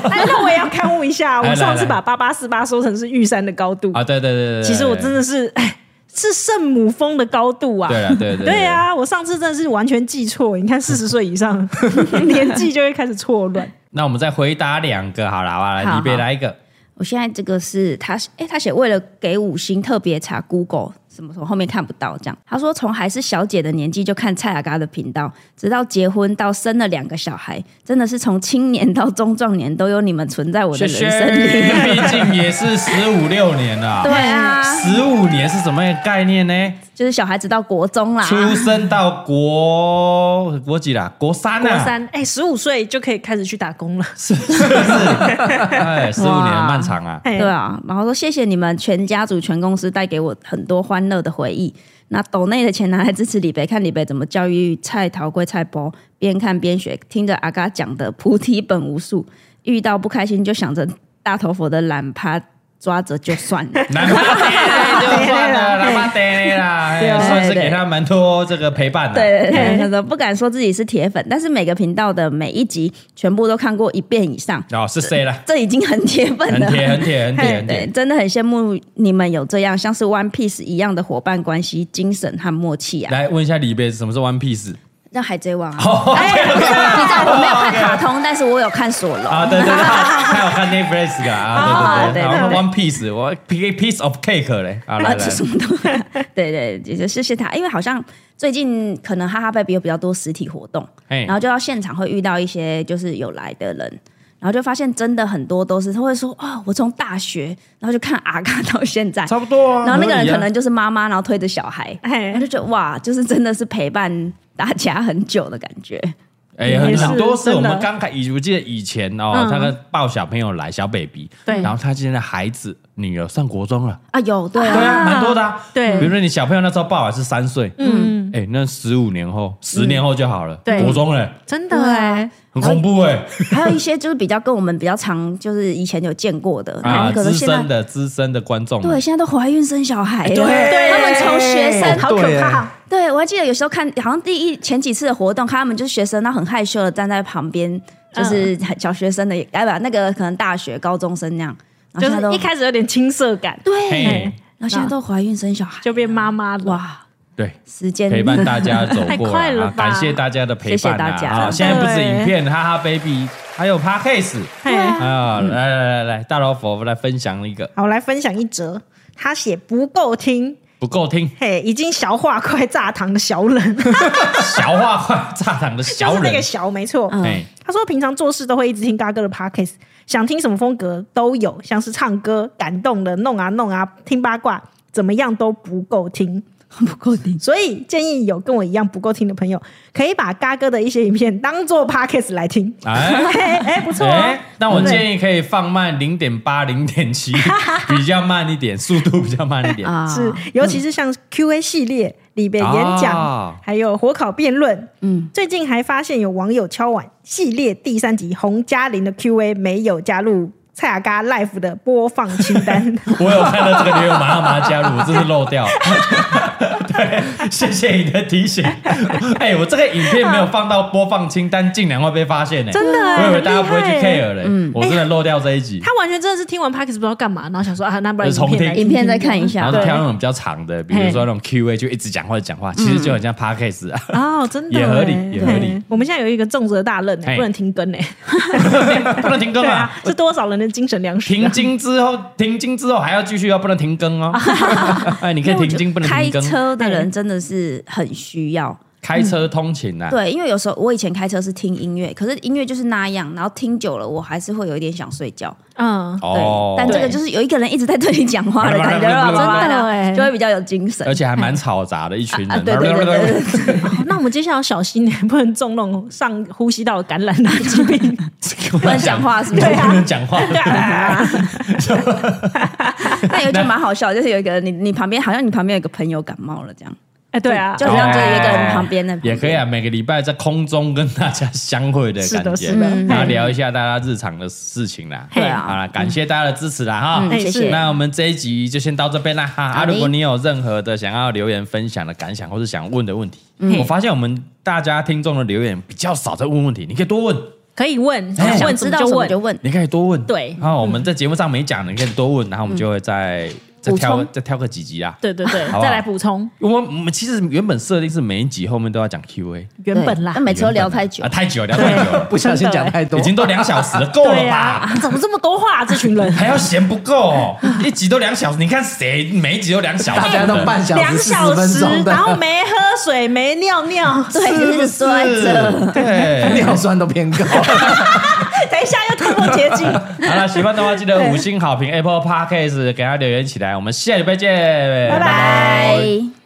Speaker 2: 哎，那我也要刊物一下。啊
Speaker 1: 来
Speaker 2: 我上次
Speaker 1: 来来
Speaker 2: 把八八四八说成是玉山的高度，
Speaker 1: 啊，对对对对，对
Speaker 2: 其实我真的是，哎，是圣母峰的高度啊。
Speaker 1: 对了，对对
Speaker 2: 对，啊，我上次真的是完全记错。你看，四十岁以上 年纪就会开始错 乱。
Speaker 1: 那我们再回答两个好了，好吧来，
Speaker 3: 好
Speaker 1: 你别
Speaker 3: 好
Speaker 1: 来一个，
Speaker 3: 我现在这个是他，哎，他写为了给五星特别查 Google 什么什么，后面看不到这样。他说从还是小姐的年纪就看蔡雅嘎的频道，直到结婚到生了两个小孩，真的是从青年到中壮年都有你们存在我的
Speaker 1: 谢谢
Speaker 3: 人生里。
Speaker 1: 毕竟也是十五六年了
Speaker 3: 对。啊，
Speaker 1: 十五年是什么概念呢？
Speaker 3: 就是小孩子到国中啦，
Speaker 1: 出生到国国几啦？国三
Speaker 2: 国
Speaker 1: 啊，
Speaker 2: 三，哎，十五岁就可以开始去打工了。
Speaker 1: 哎，十五年漫长 啊。
Speaker 2: 哎
Speaker 3: 对啊，然后说谢谢你们全家族、全公司带给我很多欢乐的回忆。那抖内的钱拿来支持李北，看李北怎么教育菜桃龟菜包，边看边学，听着阿嘎讲的菩提本无树，遇到不开心就想着大头佛的懒趴抓着就算 了。
Speaker 1: 南巴爹啊就算了，南巴爹啦，哎算是给他蛮多这个陪伴的。
Speaker 3: 对对对，他说不敢说自己是铁粉，但是每个频道的每一集全部都看过一遍以上，
Speaker 1: 哦，是谁 啦？
Speaker 3: 这已经很铁粉
Speaker 1: 很
Speaker 3: 了。
Speaker 1: 铁，很铁，很铁，很
Speaker 3: 对，
Speaker 1: 铁。
Speaker 3: 真的很羡慕你们有这样像是 One Piece 一样的伙伴关系、精神和默契啊！
Speaker 1: 来问一下李贝，什么是 One Piece？
Speaker 3: 那海贼王啊，
Speaker 1: 哦
Speaker 3: 哎，你知道我没有看卡通，但是我有看索隆。
Speaker 1: 啊，对 对对，还有看 Netflix 的啊，对对对，
Speaker 3: 哦
Speaker 1: 然后
Speaker 3: 对
Speaker 1: One Piece，我 piece of cake 嘞，啊来
Speaker 3: 啊，
Speaker 1: 来
Speaker 3: 这，什么东西？对对，也就谢谢他，因为好像最近可能哈哈 baby 有比较多实体活动，
Speaker 1: 哎
Speaker 3: 然后就到现场会遇到一些就是有来的人，然后就发现真的很多都是他会说啊、我从大学，然后就看阿嘎到现在，
Speaker 1: 差不多啊。
Speaker 3: 然后那个
Speaker 1: 合
Speaker 3: 人
Speaker 1: 理啊
Speaker 3: 可能就是妈妈，然后推着小孩，
Speaker 2: 哎
Speaker 3: 然后就觉得哇，就是真的是陪伴大家很久的感觉。
Speaker 1: 哎，很
Speaker 2: 也是
Speaker 1: 很多是我们
Speaker 2: 真的嗯
Speaker 1: 刚开，以我记得以前哦，他们抱小朋友来，小 baby，
Speaker 2: 对
Speaker 1: 然后他现在孩子女儿上国中了，
Speaker 3: 啊，有对
Speaker 1: 对
Speaker 3: 啊，
Speaker 1: 啊，蛮多的啊。
Speaker 2: 对
Speaker 1: 比如说你小朋友那时候抱还是三岁，
Speaker 2: 嗯，
Speaker 1: 哎、那十五年后、十年后就好了。
Speaker 2: 对
Speaker 1: 国中嘞、
Speaker 2: 真的
Speaker 3: 对啊
Speaker 2: 哎，
Speaker 1: 很恐怖哎、
Speaker 3: 还有一些就是比较跟我们比较常，就是以前有见过的，然
Speaker 1: 啊，
Speaker 3: 后可
Speaker 1: 资
Speaker 3: 是现
Speaker 1: 深
Speaker 3: 在
Speaker 1: 的资深的观众们，
Speaker 3: 对现在都怀孕生小孩了，
Speaker 2: 对
Speaker 3: 他们从学生
Speaker 2: 好可
Speaker 7: 对
Speaker 2: 怕。
Speaker 3: 对我还记得有时候看，好像第一前几次的活动，看他们就是学生，他很害嗯羞的站在旁边，就是小学生的，哎不，那个可能大学高中生那样。然
Speaker 2: 就
Speaker 3: 后现在
Speaker 2: 是
Speaker 3: 都
Speaker 2: 一开始有点青涩感，
Speaker 3: 对，
Speaker 1: 嘿
Speaker 3: 然后现在都怀孕生小孩，
Speaker 2: 就变妈妈了。哇，
Speaker 1: 对，
Speaker 3: 时间
Speaker 1: 陪伴大 家走
Speaker 2: 太
Speaker 1: 过
Speaker 2: 快
Speaker 1: 来
Speaker 2: 了
Speaker 1: 啊，
Speaker 2: 吧
Speaker 1: 感谢大家的陪
Speaker 3: 谢谢
Speaker 1: 伴啊！
Speaker 3: 大家
Speaker 1: 啊现在不止影片，哈哈 baby，还有 podcast 啊！来来来来，大老佛来分享一个，
Speaker 2: 好，我来分享一则，他写不够听，
Speaker 1: 不够听，
Speaker 2: 嘿，已经消化快炸糖的小人，就
Speaker 1: 小话快炸场的小
Speaker 2: 是那
Speaker 1: 人
Speaker 2: 个，小，没错。
Speaker 3: 嗯
Speaker 1: 哎，
Speaker 2: 他说平常做事都会一直听嘎哥的 podcast，想听什么风格都有，像是唱歌、感动的、弄啊弄啊、听八卦，怎么样都不够听。
Speaker 3: 不够听，
Speaker 2: 所以建议有跟我一样不够听的朋友，可以把嘎哥的一些影片当做 podcast 来听。
Speaker 1: 哎。
Speaker 2: 哎哎，不错哦
Speaker 1: 哎，，那我建议可以放慢零点八、零点 七，比较慢一点，速度比较慢一点。
Speaker 3: 啊
Speaker 2: 是，尤其是像 Q&A 系列里边演讲，
Speaker 1: 啊
Speaker 2: 还有火烤辩论。
Speaker 3: 嗯，
Speaker 2: 最近还发现有网友敲碗系列第三集洪嘉玲的 Q&A 没有加入蔡雅嘎 Life 的播放清 单。
Speaker 1: 我有看到这个留言，马上把它加入，我真是漏掉。 对，谢谢你的提醒。哎、我这个影片没有放到播放清单，竟然会被发现呢、
Speaker 2: 真的哎
Speaker 1: 我以为大家不会去
Speaker 2: 很厉害哎
Speaker 1: care 嘞、我真的漏掉这一集，
Speaker 2: 他完全真的是听完 p a c k e s 不知道干嘛，然后想说啊，那不然
Speaker 1: 就重听
Speaker 2: 影片来
Speaker 3: 影片再看
Speaker 1: 啊
Speaker 3: 一
Speaker 1: 然
Speaker 3: 下
Speaker 1: 后，就
Speaker 2: 对
Speaker 1: 挑那种比较长的，比如说那
Speaker 2: 哎
Speaker 1: 种 Q&A 就一直讲话讲话，其实
Speaker 2: 嗯
Speaker 1: 就很像 podcast 啊。
Speaker 2: 哦，真的
Speaker 1: 也合理
Speaker 2: 哎
Speaker 1: 也合理
Speaker 2: 对我们现在有一个重责大任
Speaker 1: 嘿
Speaker 2: 哎，不能停更哎，
Speaker 1: 不能停更
Speaker 2: 对
Speaker 1: 啊
Speaker 2: 啊！，是多少人的精神粮食
Speaker 1: 停
Speaker 2: 啊？
Speaker 1: 经之 后，停经之后还要继续哦，不能停更哦。哎，你可以停经，不能
Speaker 3: 开
Speaker 1: 停更。
Speaker 3: 车嗯的人真的是很需要，
Speaker 1: 开车通勤啊，
Speaker 3: 对，因为有时候我以前开车是听音乐，可是音乐就是那样，然后听久了我还是会有一点想睡觉。
Speaker 2: 嗯，
Speaker 1: 哦
Speaker 3: 对，，但这个就是有一个人一直在对你讲话的 感觉，
Speaker 1: 真
Speaker 2: 的哎
Speaker 3: 就会比较有精 神。
Speaker 1: 而且还蛮吵杂的，一群人。
Speaker 3: 啊，对 对对对对对，
Speaker 2: 哦那我们接下来要小心，不能中那种上呼吸道感染的疾 病。
Speaker 3: 不能讲话啊是不是？
Speaker 1: 不能讲话。
Speaker 2: 啊
Speaker 3: 但有一句蛮好笑，就是有一个你你旁边好像你旁边有个朋友感冒了这样，
Speaker 2: 哎，对啊，
Speaker 3: 就好像就有一个人旁边的
Speaker 1: 哦也可以啊，每个礼拜在空中跟大家相会的
Speaker 2: 是
Speaker 1: 感
Speaker 2: 的，
Speaker 1: 觉，
Speaker 2: 是的，
Speaker 3: 嗯
Speaker 1: 然后
Speaker 2: 哎
Speaker 1: 聊一下大家日常的事情啦。
Speaker 3: 对啊
Speaker 1: 好啦，感谢大家的支持啦哈。
Speaker 3: 嗯谢谢
Speaker 1: 那我们这一集就先到这边啦哈。啊，
Speaker 3: 好的
Speaker 1: 如果你有任何的想要留言分享的感想，或是想问的问题，
Speaker 3: 嗯
Speaker 1: 我发现我们大家听众的留言比较少在问问题，你可以多问，
Speaker 2: 可以问，
Speaker 1: 哎
Speaker 2: 想
Speaker 3: 想
Speaker 2: 问
Speaker 3: 知
Speaker 2: 什么
Speaker 3: 道
Speaker 2: 就
Speaker 3: 什么
Speaker 2: 问
Speaker 3: 就。问。
Speaker 1: 你可以多问。
Speaker 2: 对
Speaker 1: 啊，我们在节目上没讲的，你可以多问，然后我们就会再再
Speaker 3: 嗯补
Speaker 1: 挑
Speaker 3: 充
Speaker 1: 再挑个几集啊。
Speaker 2: 对对对，
Speaker 1: 好不好
Speaker 2: 再来补充
Speaker 1: 我我们其实原本设定是每一集后面都要讲 Q&A，
Speaker 2: 原本啦
Speaker 3: 那，每次都聊太久
Speaker 1: 啊，，太久聊太久 了，
Speaker 7: 不小心讲太多
Speaker 1: 已，经都两小时了，够了
Speaker 2: 对
Speaker 1: 吧？
Speaker 2: 啊，怎么这么多话啊？这群人
Speaker 1: 还要嫌不够、哦，一集都两小时，你看谁每一集都两小时，
Speaker 7: 大家都半小
Speaker 2: 两
Speaker 7: 时、四
Speaker 2: 小
Speaker 7: 十分
Speaker 2: 时，
Speaker 7: 钟
Speaker 2: 然后
Speaker 7: 的，
Speaker 2: 没喝水，没尿尿，
Speaker 3: 对，就是坐在这。
Speaker 1: 是对。
Speaker 7: 尿酸都偏高。
Speaker 2: 等一下又透露捷径。
Speaker 1: 好了，喜欢的话记得五星好评 Apple Podcast 给他留言起来，我们下礼拜见，
Speaker 2: 拜拜
Speaker 3: 拜。